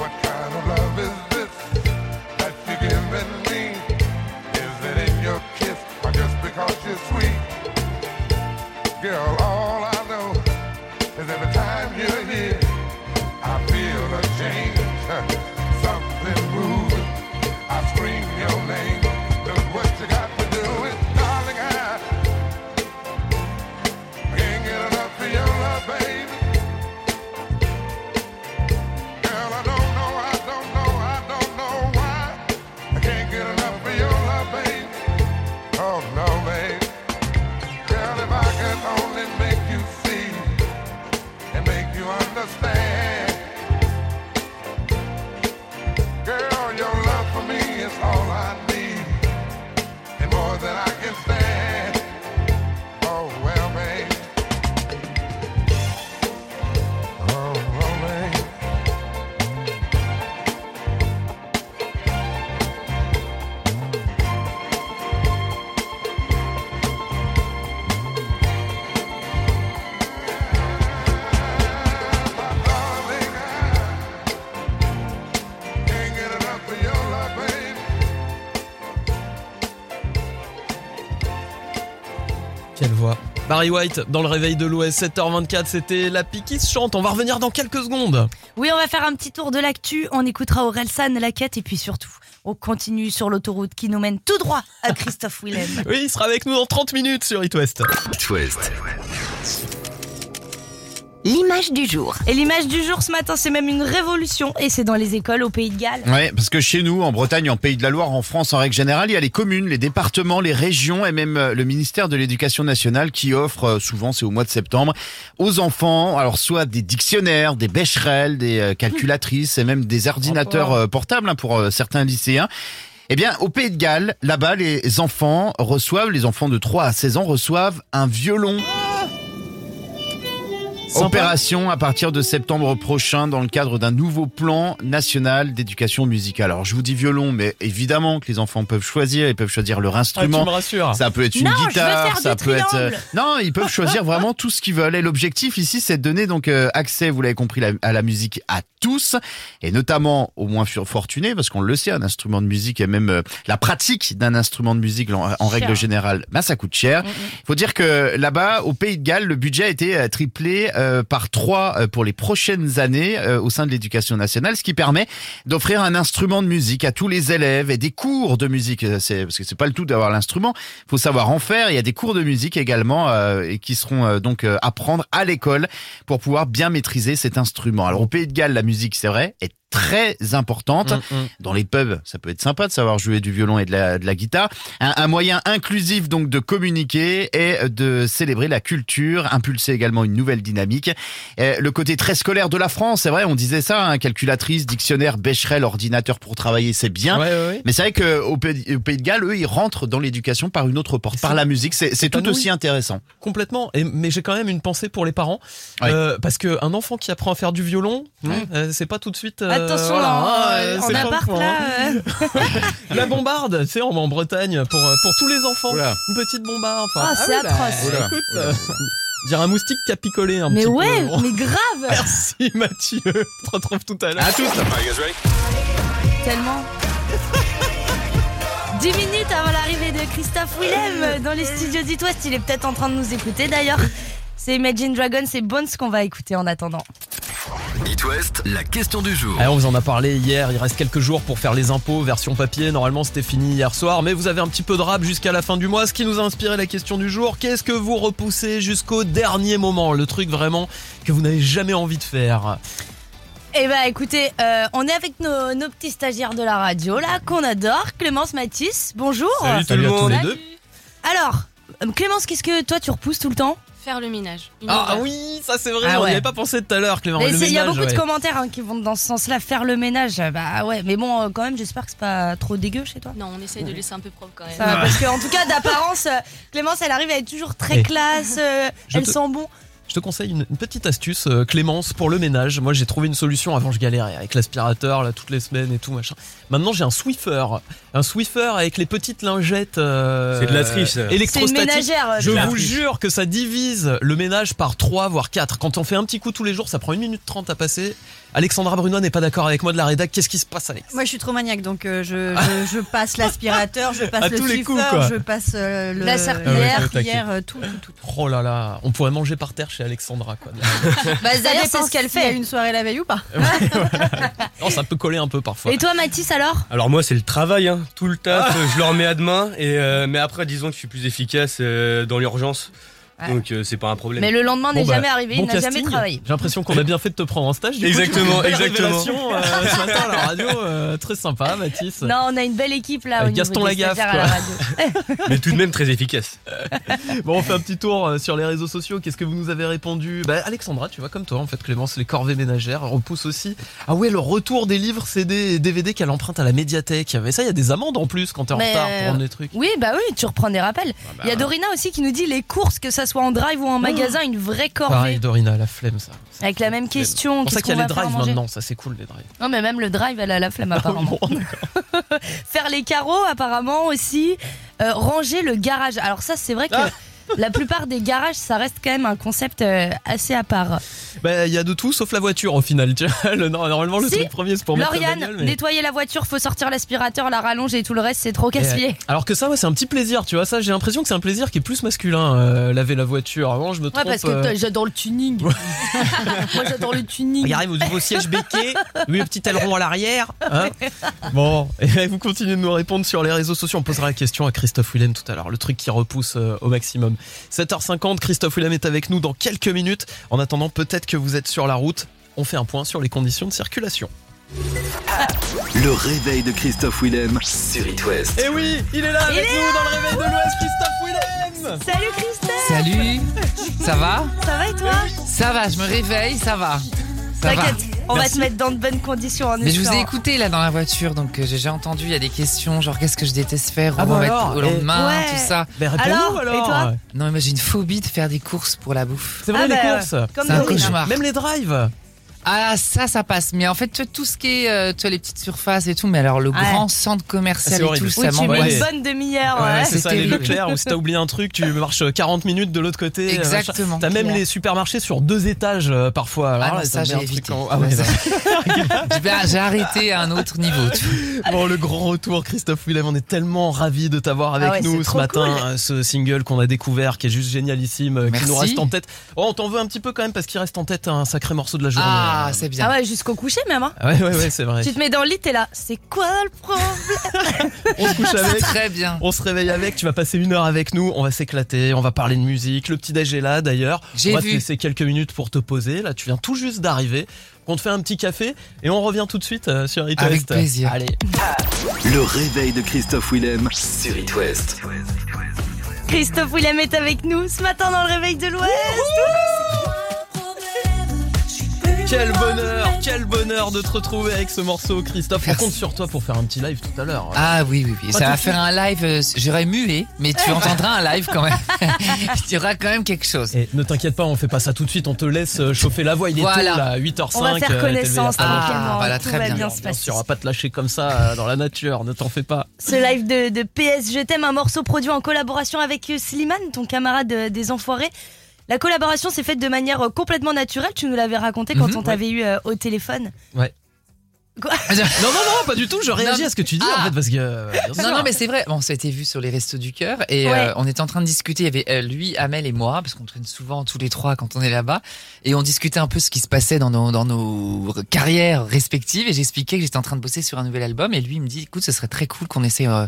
[SPEAKER 12] What kind of love is this that you're giving me? Is it in your kiss or just because you're sweet? Girl, all I know is every time you're here, I feel a change. Something moving. I scream your name. Look what you got to do it, darling. I can't get enough of your love, baby. Girl, I don't know, I don't know, I don't know why. I can't get enough of your love, baby. Oh no, baby. Girl, if I could only make you see and make you understand. Girl, your love for me is all I need and more than I can stand. Oh, well, babe. Oh, well, babe. Can't get enough of your love, babe.
[SPEAKER 3] Quelle voix Barry White dans le réveil de l'Ouest 7h24, c'était la pique qui se chante. On va revenir dans quelques secondes.
[SPEAKER 4] Oui, on va faire un petit tour de l'actu. On écoutera Orelsan, la quête, et puis surtout, on continue sur l'autoroute qui nous mène tout droit à Christophe Willem.
[SPEAKER 3] Oui, il sera avec nous dans 30 minutes sur It West. It West.
[SPEAKER 11] L'image du jour.
[SPEAKER 4] Et l'image du jour ce matin, c'est même une révolution, et c'est dans les écoles au Pays de Galles.
[SPEAKER 8] Ouais, parce que chez nous, en Bretagne, en Pays de la Loire, en France, en règle générale, il y a les communes, les départements, les régions et même euh, le ministère de l'Éducation nationale qui offre, euh, souvent c'est au mois de septembre, aux enfants, alors soit des dictionnaires, des bécherelles, des euh, calculatrices et même des ordinateurs euh, portables hein, pour euh, certains lycéens. Eh bien, au Pays de Galles, là-bas, les enfants reçoivent, les enfants de 3 à 16 ans reçoivent un violon. Opération à partir de septembre prochain dans le cadre d'un nouveau plan national d'éducation musicale. Alors je vous dis violon, mais évidemment que les enfants peuvent choisir, ils peuvent choisir leur instrument.
[SPEAKER 3] Ah, tu me rassures.
[SPEAKER 8] Ça peut être une
[SPEAKER 3] Non, je veux
[SPEAKER 8] guitare,
[SPEAKER 3] faire du
[SPEAKER 8] ça peut être. euh,
[SPEAKER 3] triangle.
[SPEAKER 8] Non, ils peuvent choisir vraiment tout ce qu'ils veulent. Et l'objectif ici, c'est de donner donc euh, accès, vous l'avez compris, la- à la musique à tous, et notamment aux moins fur- fortunés, parce qu'on le sait, un instrument de musique et même euh, la pratique d'un instrument de musique en, en règle
[SPEAKER 13] Cher.
[SPEAKER 8] générale, bah, ça coûte
[SPEAKER 3] Mm,
[SPEAKER 8] cher. Faut dire que là-bas, au Pays de Galles, le budget a été euh, triplé euh, par trois euh, pour les prochaines années euh, au sein de l'éducation nationale, ce qui permet d'offrir un instrument de musique à tous les élèves et des cours de musique. Euh, C'est parce que c'est pas le tout d'avoir l'instrument, faut savoir en faire. Il y a des cours de musique également euh, et qui seront euh, donc euh, à prendre à l'école pour pouvoir bien maîtriser cet instrument. Alors au Pays de Galles, la musique, c'est vrai, est très importante.
[SPEAKER 3] Mm,
[SPEAKER 8] Dans les pubs, ça peut être sympa de savoir jouer du violon et de la, de la guitare. Un, un moyen inclusif donc de communiquer et de célébrer la culture, impulser également une nouvelle dynamique. Euh, le côté très scolaire de la France, c'est vrai, on disait ça, hein, calculatrice, dictionnaire, bécherel, ordinateur pour travailler, c'est bien. Mais c'est vrai qu'au Pays, au Pays de Galles, eux, ils rentrent dans l'éducation par une autre porte, par la musique. C'est c'est tout
[SPEAKER 3] épanoui.
[SPEAKER 8] aussi intéressant.
[SPEAKER 3] Complètement. Et, mais j'ai quand même une pensée pour les parents. Euh, parce qu'un enfant qui apprend à faire du violon, euh, c'est pas tout de suite. euh,
[SPEAKER 4] Attention,
[SPEAKER 3] voilà, hein,
[SPEAKER 4] là,
[SPEAKER 3] euh,
[SPEAKER 4] en
[SPEAKER 3] c'est pas le
[SPEAKER 4] appart,
[SPEAKER 3] point,
[SPEAKER 4] là.
[SPEAKER 3] hein.
[SPEAKER 4] euh,
[SPEAKER 3] La bombarde, tu sais, on va en Bretagne pour, euh, pour tous les enfants. Une petite bombarde. enfin.
[SPEAKER 4] Ah, c'est
[SPEAKER 3] oui, bah,
[SPEAKER 4] atroce.
[SPEAKER 3] euh,
[SPEAKER 4] Oula.
[SPEAKER 3] écoute, euh, dire un moustique qui a picolé un
[SPEAKER 4] Mais
[SPEAKER 3] petit
[SPEAKER 4] ouais,
[SPEAKER 3] peu. Bon.
[SPEAKER 4] mais grave
[SPEAKER 3] Merci Mathieu. On te retrouve tout à l'heure.
[SPEAKER 8] À toutes.
[SPEAKER 4] Tellement. 10 minutes avant l'arrivée de Christophe Willem dans les studios d'It West. Il est peut-être en train de nous écouter d'ailleurs. C'est Imagine Dragon, c'est Bones qu'on va écouter en attendant.
[SPEAKER 3] It West, la question du jour. Eh, on vous en a parlé hier, il reste quelques jours pour faire les impôts version papier. Normalement, c'était fini hier soir, mais vous avez un petit peu de rap jusqu'à la fin du mois, ce qui nous a inspiré la question du jour. Qu'est-ce que vous repoussez jusqu'au dernier moment Le truc vraiment que vous n'avez jamais envie de faire.
[SPEAKER 4] Eh ben écoutez, euh, on est avec nos, nos petits stagiaires de la radio là, qu'on adore. Clémence, Mathis, bonjour.
[SPEAKER 13] Oh,
[SPEAKER 3] à tous les deux.
[SPEAKER 4] Alors, euh, Clémence, qu'est-ce que toi tu repousses tout le temps
[SPEAKER 6] Faire le ménage. Une
[SPEAKER 3] Ah,
[SPEAKER 6] heure.
[SPEAKER 3] oui, ça c'est vrai,
[SPEAKER 4] Ah
[SPEAKER 3] on n'y
[SPEAKER 4] ouais.
[SPEAKER 3] avait pas pensé tout à l'heure, Clément.
[SPEAKER 4] Mais
[SPEAKER 3] le
[SPEAKER 4] c'est- Il y a
[SPEAKER 3] ménage,
[SPEAKER 4] beaucoup de
[SPEAKER 3] ouais.
[SPEAKER 4] commentaires hein, qui vont dans ce sens-là, faire le ménage. euh, Bah ouais, mais bon, euh, quand même, j'espère que c'est pas trop dégueu chez toi.
[SPEAKER 6] Non, on essaye de laisser un peu propre quand même.
[SPEAKER 4] Ça va, Euh, parce que, en tout cas, d'apparence, euh, Clémence, elle arrive, elle est toujours très
[SPEAKER 3] Eh.
[SPEAKER 4] classe, euh,
[SPEAKER 3] Je
[SPEAKER 4] elle
[SPEAKER 3] te-
[SPEAKER 4] sent bon.
[SPEAKER 3] Je te conseille une, une petite astuce, euh, Clémence, pour le ménage. Moi, j'ai trouvé une solution. Avant, je galérais avec l'aspirateur, là, toutes les semaines et tout, machin. Maintenant, j'ai un Swiffer. Un Swiffer avec les petites lingettes. euh,
[SPEAKER 13] C'est de la triche, ça.
[SPEAKER 3] électrostatiques.
[SPEAKER 4] C'est une ménagère, euh,
[SPEAKER 3] Je
[SPEAKER 4] de la
[SPEAKER 3] vous
[SPEAKER 4] triche.
[SPEAKER 3] jure que ça divise le ménage par 3, voire 4. Quand on fait un petit coup tous les jours, ça prend 1 minute 30 à passer. Alexandra Bruno n'est pas d'accord avec moi de la rédac. Qu'est-ce qui se passe, Alex
[SPEAKER 14] Moi, je suis trop maniaque, donc euh, je, je, je passe l'aspirateur, je passe
[SPEAKER 3] À
[SPEAKER 14] le
[SPEAKER 3] tous les
[SPEAKER 14] suceur,
[SPEAKER 3] coups, quoi.
[SPEAKER 14] je passe euh, le,
[SPEAKER 4] La
[SPEAKER 3] serpillière, Ah ouais, t'es au taquet.
[SPEAKER 14] hier, euh, tout, tout,
[SPEAKER 3] Oh là là, on pourrait manger par terre chez Alexandra, quoi.
[SPEAKER 14] tout.
[SPEAKER 4] Bah,
[SPEAKER 14] D'ailleurs,
[SPEAKER 4] c'est ce qu'elle
[SPEAKER 14] fait. une soirée la veille ou pas
[SPEAKER 3] Non, ça peut coller un peu parfois.
[SPEAKER 4] Et toi, Mathis, alors
[SPEAKER 13] Alors moi c'est le travail, hein. tout le
[SPEAKER 6] Ah.
[SPEAKER 13] taf, euh, je le remets à demain. Et euh, mais après disons que je suis plus efficace euh, dans l'urgence,
[SPEAKER 4] Ouais.
[SPEAKER 13] donc euh, c'est pas un problème.
[SPEAKER 4] Mais le lendemain n'est
[SPEAKER 13] Bon, bah,
[SPEAKER 4] jamais arrivé,
[SPEAKER 13] bon
[SPEAKER 4] il n'a jamais
[SPEAKER 13] casting.
[SPEAKER 4] travaillé.
[SPEAKER 3] J'ai l'impression qu'on a bien fait de te prendre en stage. Du coup,
[SPEAKER 13] Exactement,
[SPEAKER 3] tu as une belle
[SPEAKER 13] exactement.
[SPEAKER 3] révélation, euh, ce matin à la radio, euh, très sympa, Mathis.
[SPEAKER 4] Non, on a une belle équipe là.
[SPEAKER 3] Avec
[SPEAKER 4] au niveau
[SPEAKER 3] Gaston
[SPEAKER 4] des
[SPEAKER 3] Lagaffe,
[SPEAKER 4] stagiaires à la
[SPEAKER 3] quoi.
[SPEAKER 4] radio.
[SPEAKER 13] Mais tout de même très efficace.
[SPEAKER 3] Bon, on fait un petit tour euh, sur les réseaux sociaux. Qu'est-ce que vous nous avez répondu Bah, Alexandra, tu vois, comme toi, en fait, Clémence, les corvées ménagères repoussent aussi. Ah ouais, le retour des livres CD et DVD qu'elle emprunte à la médiathèque. Mais ça, il y a des amendes en plus quand t'es en
[SPEAKER 4] Mais,
[SPEAKER 3] retard
[SPEAKER 4] euh,
[SPEAKER 3] pour rendre les trucs.
[SPEAKER 4] Oui, bah oui, tu reprends des rappels.
[SPEAKER 3] Ah
[SPEAKER 4] Il
[SPEAKER 3] bah
[SPEAKER 4] y a Dorina aussi qui nous dit les courses, que ça soit en drive ou en magasin, une vraie corvée.
[SPEAKER 3] Pareil, Dorina, la flemme, ça.
[SPEAKER 4] Avec la même
[SPEAKER 3] C'est
[SPEAKER 4] question.
[SPEAKER 3] pour ça
[SPEAKER 4] qu'est-ce
[SPEAKER 3] qu'il y
[SPEAKER 4] qu'on
[SPEAKER 3] a les
[SPEAKER 4] va faire à
[SPEAKER 3] drives
[SPEAKER 4] manger
[SPEAKER 3] maintenant, ça c'est cool, les drives.
[SPEAKER 4] Non, mais même le drive, elle a la flamme apparemment. Faire les carreaux, apparemment aussi. Euh, ranger le garage. Alors, ça, c'est vrai que. La plupart des garages, ça reste quand même un concept euh, assez à part.
[SPEAKER 3] Bah, il y a de tout sauf la voiture au final. Tu vois, le- non, normalement, le
[SPEAKER 4] Si,
[SPEAKER 3] truc premier, c'est pour mettre la
[SPEAKER 4] Lauriane,
[SPEAKER 3] bagnole, mais-
[SPEAKER 4] nettoyer la voiture, faut sortir l'aspirateur, la rallonge et tout le reste, c'est trop casse-pied.
[SPEAKER 3] Et, Eh, alors que ça, ouais, c'est un petit plaisir, tu vois. Ça, j'ai l'impression que c'est un plaisir qui est plus masculin, euh, laver la voiture. Avant, je me
[SPEAKER 4] Ouais,
[SPEAKER 3] trompe.
[SPEAKER 4] parce
[SPEAKER 3] euh,
[SPEAKER 4] que j'adore le tuning. Moi, j'adore le tuning.
[SPEAKER 3] Regardez, au nouveau siège béquet, oui, le petit aileron à l'arrière. hein. Bon, et vous continuez de nous répondre sur les réseaux sociaux. On posera la question à Christophe Willem tout à l'heure, le truc qui repousse euh, au maximum. 7h50, Christophe Willem est avec nous dans quelques minutes. En attendant, peut-être que vous êtes sur la route. On fait un point sur les conditions de circulation.
[SPEAKER 15] Le réveil de Christophe Willem sur It West.
[SPEAKER 3] Et Eh oui, il est là avec
[SPEAKER 4] est
[SPEAKER 3] nous
[SPEAKER 4] là
[SPEAKER 3] dans le réveil de l'Ouest, Christophe Willem
[SPEAKER 4] Salut Christophe
[SPEAKER 16] Salut, ça va
[SPEAKER 4] Ça va et toi
[SPEAKER 16] Ça va, je me réveille, ça va. Ça va.
[SPEAKER 4] T'inquiète, on
[SPEAKER 16] Merci.
[SPEAKER 4] va te mettre dans de bonnes conditions. hein, en
[SPEAKER 16] Mais je vous ai
[SPEAKER 4] espérant.
[SPEAKER 16] écouté là dans la voiture, donc euh, j'ai j'ai entendu, il y a des questions, genre qu'est-ce que je déteste faire
[SPEAKER 4] Ah
[SPEAKER 16] au
[SPEAKER 4] bah
[SPEAKER 16] moment-
[SPEAKER 4] alors,
[SPEAKER 16] au
[SPEAKER 4] et-
[SPEAKER 16] lendemain,
[SPEAKER 4] Ouais.
[SPEAKER 16] tout ça.
[SPEAKER 4] Ben, réponds-nous Alors, alors. et toi
[SPEAKER 16] Non, mais moi j'ai une phobie de faire des courses pour la bouffe.
[SPEAKER 3] C'est vrai, Ah les bah, courses. comme
[SPEAKER 16] C'est un
[SPEAKER 3] Dorine.
[SPEAKER 16] cauchemar.
[SPEAKER 3] Même les drives
[SPEAKER 16] ah ça ça passe mais en fait tu vois, tout ce qui est euh, tu vois, les petites surfaces et tout mais alors le grand centre
[SPEAKER 3] Ah,
[SPEAKER 16] commercial
[SPEAKER 3] c'est
[SPEAKER 16] et tout
[SPEAKER 3] horrible.
[SPEAKER 16] ça
[SPEAKER 3] Oui, tu mets
[SPEAKER 16] m'angoisse.
[SPEAKER 3] une
[SPEAKER 4] Bonne demi-heure.
[SPEAKER 3] Ouais,
[SPEAKER 4] ouais.
[SPEAKER 3] c'est ça, les
[SPEAKER 16] terrible.
[SPEAKER 3] Leclerc, hein. où si t'as oublié un truc, tu marches 40 minutes de l'autre côté. euh, machin.
[SPEAKER 16] Exactement.
[SPEAKER 3] T'as même
[SPEAKER 16] Claire.
[SPEAKER 3] les supermarchés sur deux étages euh, parfois. Alors
[SPEAKER 16] Ah non,
[SPEAKER 3] là,
[SPEAKER 16] ça,
[SPEAKER 3] devient
[SPEAKER 16] j'ai
[SPEAKER 3] un truc
[SPEAKER 16] évité.
[SPEAKER 3] en- Ah ouais,
[SPEAKER 16] Ça-
[SPEAKER 3] bah.
[SPEAKER 16] J'ai bien- j'ai arrêté à un autre niveau tu vois.
[SPEAKER 3] Bon, le grand retour, Christophe Willem, on est tellement ravis de t'avoir avec
[SPEAKER 16] Ah ouais,
[SPEAKER 3] nous
[SPEAKER 16] c'est
[SPEAKER 3] ce
[SPEAKER 16] trop
[SPEAKER 3] matin.
[SPEAKER 16] cool.
[SPEAKER 3] euh, Ce single qu'on a découvert, qui est juste génialissime, euh, qui
[SPEAKER 16] Merci.
[SPEAKER 3] nous reste en tête. Oh, on t'en veut un petit peu quand même parce qu'il reste en tête un sacré morceau de la journée.
[SPEAKER 16] Ah, c'est bien.
[SPEAKER 4] Ah ouais, jusqu'au coucher même. hein.
[SPEAKER 3] Ah ouais, ouais, ouais, c'est vrai.
[SPEAKER 4] Tu te mets dans le lit, t'es là. C'est quoi le problème
[SPEAKER 3] On se couche avec.
[SPEAKER 16] Très bien.
[SPEAKER 3] On se réveille avec. Tu vas passer une heure avec nous. On va s'éclater. On va parler de musique. Le petit déj est là d'ailleurs.
[SPEAKER 16] J'ai
[SPEAKER 3] on va
[SPEAKER 16] vu.
[SPEAKER 3] te laisser quelques minutes pour te poser. Là, tu viens tout juste d'arriver. On te fait un petit café et on revient tout de suite euh, sur It
[SPEAKER 15] Avec
[SPEAKER 3] West.
[SPEAKER 15] plaisir.
[SPEAKER 3] Allez.
[SPEAKER 15] Le réveil de Christophe Willem sur It West.
[SPEAKER 6] Christophe Willem est avec nous ce matin dans le réveil de l'Ouest.
[SPEAKER 3] Quel bonheur, quel bonheur de te retrouver avec ce morceau, Christophe. On compte sur toi pour faire un petit live tout à l'heure. hein.
[SPEAKER 16] Ah oui, oui, oui.
[SPEAKER 3] Pas
[SPEAKER 16] Ça
[SPEAKER 3] tout
[SPEAKER 16] va
[SPEAKER 3] de
[SPEAKER 16] faire
[SPEAKER 3] suite.
[SPEAKER 16] un live. euh, J'aurais mué, mais tu entendras un live quand même. tu auras quand même quelque chose.
[SPEAKER 3] Et ne t'inquiète pas, on fait pas ça tout de suite, on te laisse euh, chauffer la voix. Il est
[SPEAKER 16] Voilà.
[SPEAKER 3] tôt là, 8h05.
[SPEAKER 16] On va faire
[SPEAKER 3] euh, t'es levé
[SPEAKER 16] connaissance
[SPEAKER 3] à ta
[SPEAKER 16] tranquillement,
[SPEAKER 3] montre.
[SPEAKER 16] Ah, voilà, tout très va bien. bien se
[SPEAKER 3] Bien
[SPEAKER 6] passer.
[SPEAKER 3] sûr, on va pas te lâcher comme ça euh, dans la nature, ne t'en fais pas.
[SPEAKER 6] Ce live de, de PS Je t'aime, un morceau produit en collaboration avec euh, Slimane, ton camarade euh, des Enfoirés. La collaboration s'est faite de manière euh, complètement naturelle. Tu nous l'avais raconté quand
[SPEAKER 3] Mhm,
[SPEAKER 6] on t'avait eu euh, au téléphone.
[SPEAKER 3] Ouais.
[SPEAKER 6] Quoi
[SPEAKER 3] non, non, non, pas du tout, je réagis
[SPEAKER 16] Non.
[SPEAKER 3] à ce que tu dis en
[SPEAKER 16] Ah.
[SPEAKER 3] fait, parce que. euh, bien sûr.
[SPEAKER 16] Non, non, mais c'est vrai. Bon, ça a été vu sur les Restos du Cœur et
[SPEAKER 3] Ouais.
[SPEAKER 16] euh, on était en train de discuter. Il y avait euh, lui, Amel et moi, parce qu'on traîne souvent tous les trois quand on est là-bas. Et on discutait un peu ce qui se passait dans nos, dans nos carrières respectives. Et j'expliquais que j'étais en train de bosser sur un nouvel album. Et lui, il me dit écoute, ce serait très cool qu'on essaie euh,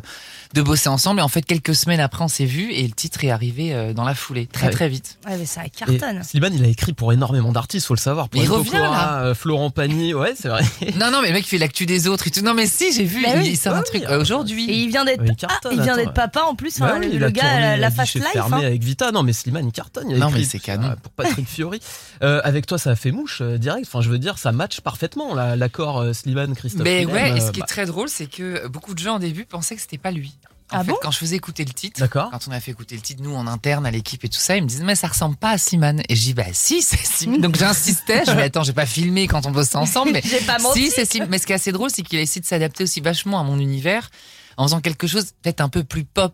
[SPEAKER 16] de bosser ensemble. Et en fait, quelques semaines après, on s'est vus et le titre est arrivé euh, dans la foulée, très,
[SPEAKER 6] Ah
[SPEAKER 3] Ouais.
[SPEAKER 16] très vite.
[SPEAKER 6] Ouais, mais ça
[SPEAKER 3] Et
[SPEAKER 6] cartonne.
[SPEAKER 3] Slimane, il a écrit pour énormément d'artistes, faut le savoir. Pour
[SPEAKER 16] Il
[SPEAKER 3] Enzo
[SPEAKER 16] revient,
[SPEAKER 3] Cora,
[SPEAKER 16] là.
[SPEAKER 3] euh, Florent Pagny, ouais, c'est vrai.
[SPEAKER 16] Non, non, mais le mec fait l'actu des autres et tout. Non, mais si, j'ai vu,
[SPEAKER 6] Bah
[SPEAKER 16] il,
[SPEAKER 6] oui.
[SPEAKER 16] il sort un truc euh, aujourd'hui.
[SPEAKER 6] Et il vient d'être
[SPEAKER 3] Ouais, il
[SPEAKER 6] ah,
[SPEAKER 3] cartonne,
[SPEAKER 6] il vient
[SPEAKER 3] attends,
[SPEAKER 6] d'être papa en plus.
[SPEAKER 3] Bah
[SPEAKER 6] hein,
[SPEAKER 3] oui,
[SPEAKER 6] le
[SPEAKER 3] il a
[SPEAKER 6] gars,
[SPEAKER 3] tourné
[SPEAKER 6] la, la
[SPEAKER 3] guichet
[SPEAKER 6] fast life.
[SPEAKER 3] fermé
[SPEAKER 6] hein.
[SPEAKER 3] avec Vita. Non, mais Slimane, il cartonne. Il a
[SPEAKER 16] Non,
[SPEAKER 3] écrit
[SPEAKER 16] mais c'est
[SPEAKER 3] ça
[SPEAKER 16] canon.
[SPEAKER 3] Pour Patrick Fiori. Euh, avec toi, ça a fait mouche euh, direct. Enfin, je veux dire, ça match parfaitement là, l'accord euh, Slimane, Christophe.
[SPEAKER 16] Mais
[SPEAKER 3] Willem,
[SPEAKER 16] ouais, et
[SPEAKER 3] euh,
[SPEAKER 16] ce qui est
[SPEAKER 3] bah,
[SPEAKER 16] très drôle, c'est que beaucoup de gens au début pensaient que c'était pas lui. En
[SPEAKER 3] Ah
[SPEAKER 16] fait,
[SPEAKER 3] bon
[SPEAKER 16] quand je faisais écouter le titre,
[SPEAKER 3] D'accord.
[SPEAKER 16] quand on a fait écouter le titre, nous en interne à l'équipe et tout ça, ils me disaient mais ça ressemble pas à Slimane. Et je dis bah si, c'est Slimane. Donc j'insistais, je dis attends, j'ai pas filmé quand on bossait ensemble, mais
[SPEAKER 6] J'ai pas menti.
[SPEAKER 16] si, c'est Slimane. Mais ce qui est assez drôle, c'est qu'il a essayé de s'adapter aussi vachement à mon univers en faisant quelque chose peut-être un peu plus pop.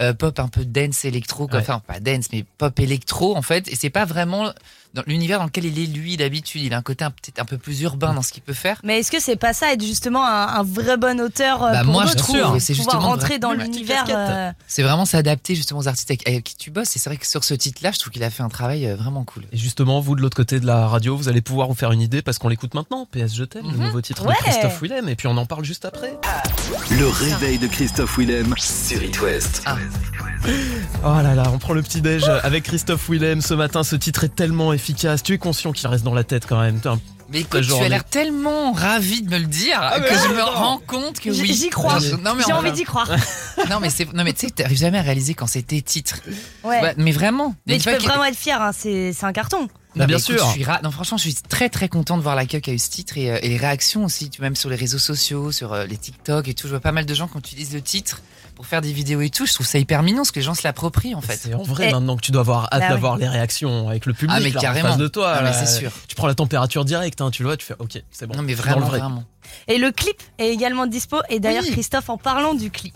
[SPEAKER 16] euh, pop un peu dance électro, quoi.
[SPEAKER 3] Ouais.
[SPEAKER 16] enfin pas dance mais pop électro en fait, et c'est pas vraiment dans l'univers dans lequel il est lui d'habitude, il a un côté un- peut-être un peu plus urbain dans ce qu'il peut faire.
[SPEAKER 6] Mais est-ce que c'est pas ça être justement un, un vrai bon auteur euh,
[SPEAKER 16] Bah,
[SPEAKER 6] pour
[SPEAKER 16] moi, je
[SPEAKER 6] d'autres
[SPEAKER 16] trouve,
[SPEAKER 6] pour
[SPEAKER 16] c'est
[SPEAKER 6] pouvoir
[SPEAKER 16] justement
[SPEAKER 6] rentrer dans
[SPEAKER 16] vrai. Ouais,
[SPEAKER 6] l'univers
[SPEAKER 16] petite casquette.
[SPEAKER 6] euh,
[SPEAKER 16] C'est vraiment s'adapter justement aux artistes avec, avec qui tu bosses. Et c'est vrai que sur ce titre-là, je trouve qu'il a fait un travail euh, vraiment cool.
[SPEAKER 3] Et justement, vous de l'autre côté de la radio, vous allez pouvoir vous faire une idée parce qu'on l'écoute maintenant. PS Je t'aime, le nouveau titre
[SPEAKER 6] Ouais.
[SPEAKER 3] de Christophe Willem. Et puis on en parle juste après.
[SPEAKER 15] Le réveil de Christophe Willem sur It West.
[SPEAKER 3] Oh là là, on prend le petit déj avec Christophe Willem ce matin. Ce titre est tellement efficace. Tu es conscient qu'il reste dans la tête quand même. T'as un- ta
[SPEAKER 16] Mais écoute, tu as
[SPEAKER 3] journée.
[SPEAKER 16] l'air tellement ravi de me le dire
[SPEAKER 3] Ah, mais
[SPEAKER 16] que
[SPEAKER 3] ouais,
[SPEAKER 16] je me
[SPEAKER 3] attends.
[SPEAKER 16] rends compte que
[SPEAKER 6] J-
[SPEAKER 16] oui.
[SPEAKER 6] J'y crois.
[SPEAKER 16] Je- non, mais
[SPEAKER 6] J'ai
[SPEAKER 16] on-
[SPEAKER 6] envie d'y croire.
[SPEAKER 16] Non mais c'est non mais tu sais, t'arrives jamais à réaliser quand c'est tes titres.
[SPEAKER 6] Ouais.
[SPEAKER 16] Bah, mais vraiment.
[SPEAKER 6] Mais
[SPEAKER 16] Une
[SPEAKER 6] tu
[SPEAKER 16] fois
[SPEAKER 6] peux
[SPEAKER 16] qu'il-
[SPEAKER 6] vraiment être fier, hein, c'est c'est un carton.
[SPEAKER 3] Bah,
[SPEAKER 16] Non,
[SPEAKER 3] bien
[SPEAKER 16] mais écoute,
[SPEAKER 3] sûr.
[SPEAKER 16] je suis ra- Non, franchement, je suis très très content de voir l'accueil qu'a eu ce titre et, euh, et les réactions aussi, tu- même sur les réseaux sociaux, sur euh, les TikTok et tout. Je vois pas mal de gens qui utilisent le titre pour faire des vidéos et tout. Je trouve ça hyper mignon parce que les gens se l'approprient en fait.
[SPEAKER 3] C'est en vrai
[SPEAKER 6] Et-
[SPEAKER 3] maintenant que tu dois avoir hâte
[SPEAKER 6] Bah ouais.
[SPEAKER 3] d'avoir les réactions avec le public
[SPEAKER 16] Eh. Ah, mais
[SPEAKER 3] là, en
[SPEAKER 16] carrément.
[SPEAKER 3] face de toi.
[SPEAKER 16] Ah, mais
[SPEAKER 3] là.
[SPEAKER 16] c'est sûr.
[SPEAKER 3] Tu prends la température directe, hein, tu le vois, tu fais OK, c'est bon.
[SPEAKER 16] Non mais
[SPEAKER 3] c'est dans le
[SPEAKER 16] vraiment,
[SPEAKER 3] vrai.
[SPEAKER 16] vraiment.
[SPEAKER 6] Et le clip est également dispo. Et d'ailleurs, Christophe, en parlant du clip,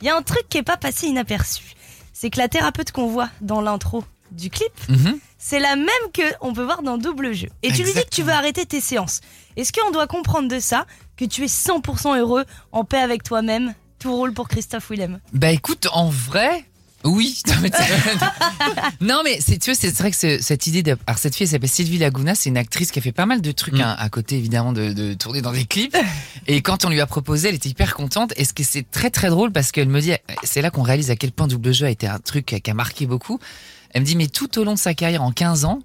[SPEAKER 6] il y a un truc qui est pas passé inaperçu. C'est que la thérapeute qu'on voit dans l'intro du clip,
[SPEAKER 16] Mhm.
[SPEAKER 6] c'est la même que on peut voir dans Double Jeu. Et tu lui dis que tu veux arrêter tes séances. Est-ce qu'on doit comprendre de ça que tu es 100% heureux, en paix avec toi-même Tout roule pour Christophe Willem.
[SPEAKER 16] Bah écoute, en vrai, oui. Non mais, c'est- non, mais c'est tu vois, c'est vrai que ce- cette idée de alors cette fille elle s'appelle Sylvie Laguna, c'est une actrice qui a fait pas mal de trucs hein, à côté évidemment de, de tourner dans des clips. Et quand on lui a proposé, elle était hyper contente. Et ce que c'est très très drôle parce qu'elle me dit, c'est là qu'on réalise à quel point Double Jeu a été un truc qui a marqué beaucoup. Elle me dit mais tout au long de sa carrière en 15 ans.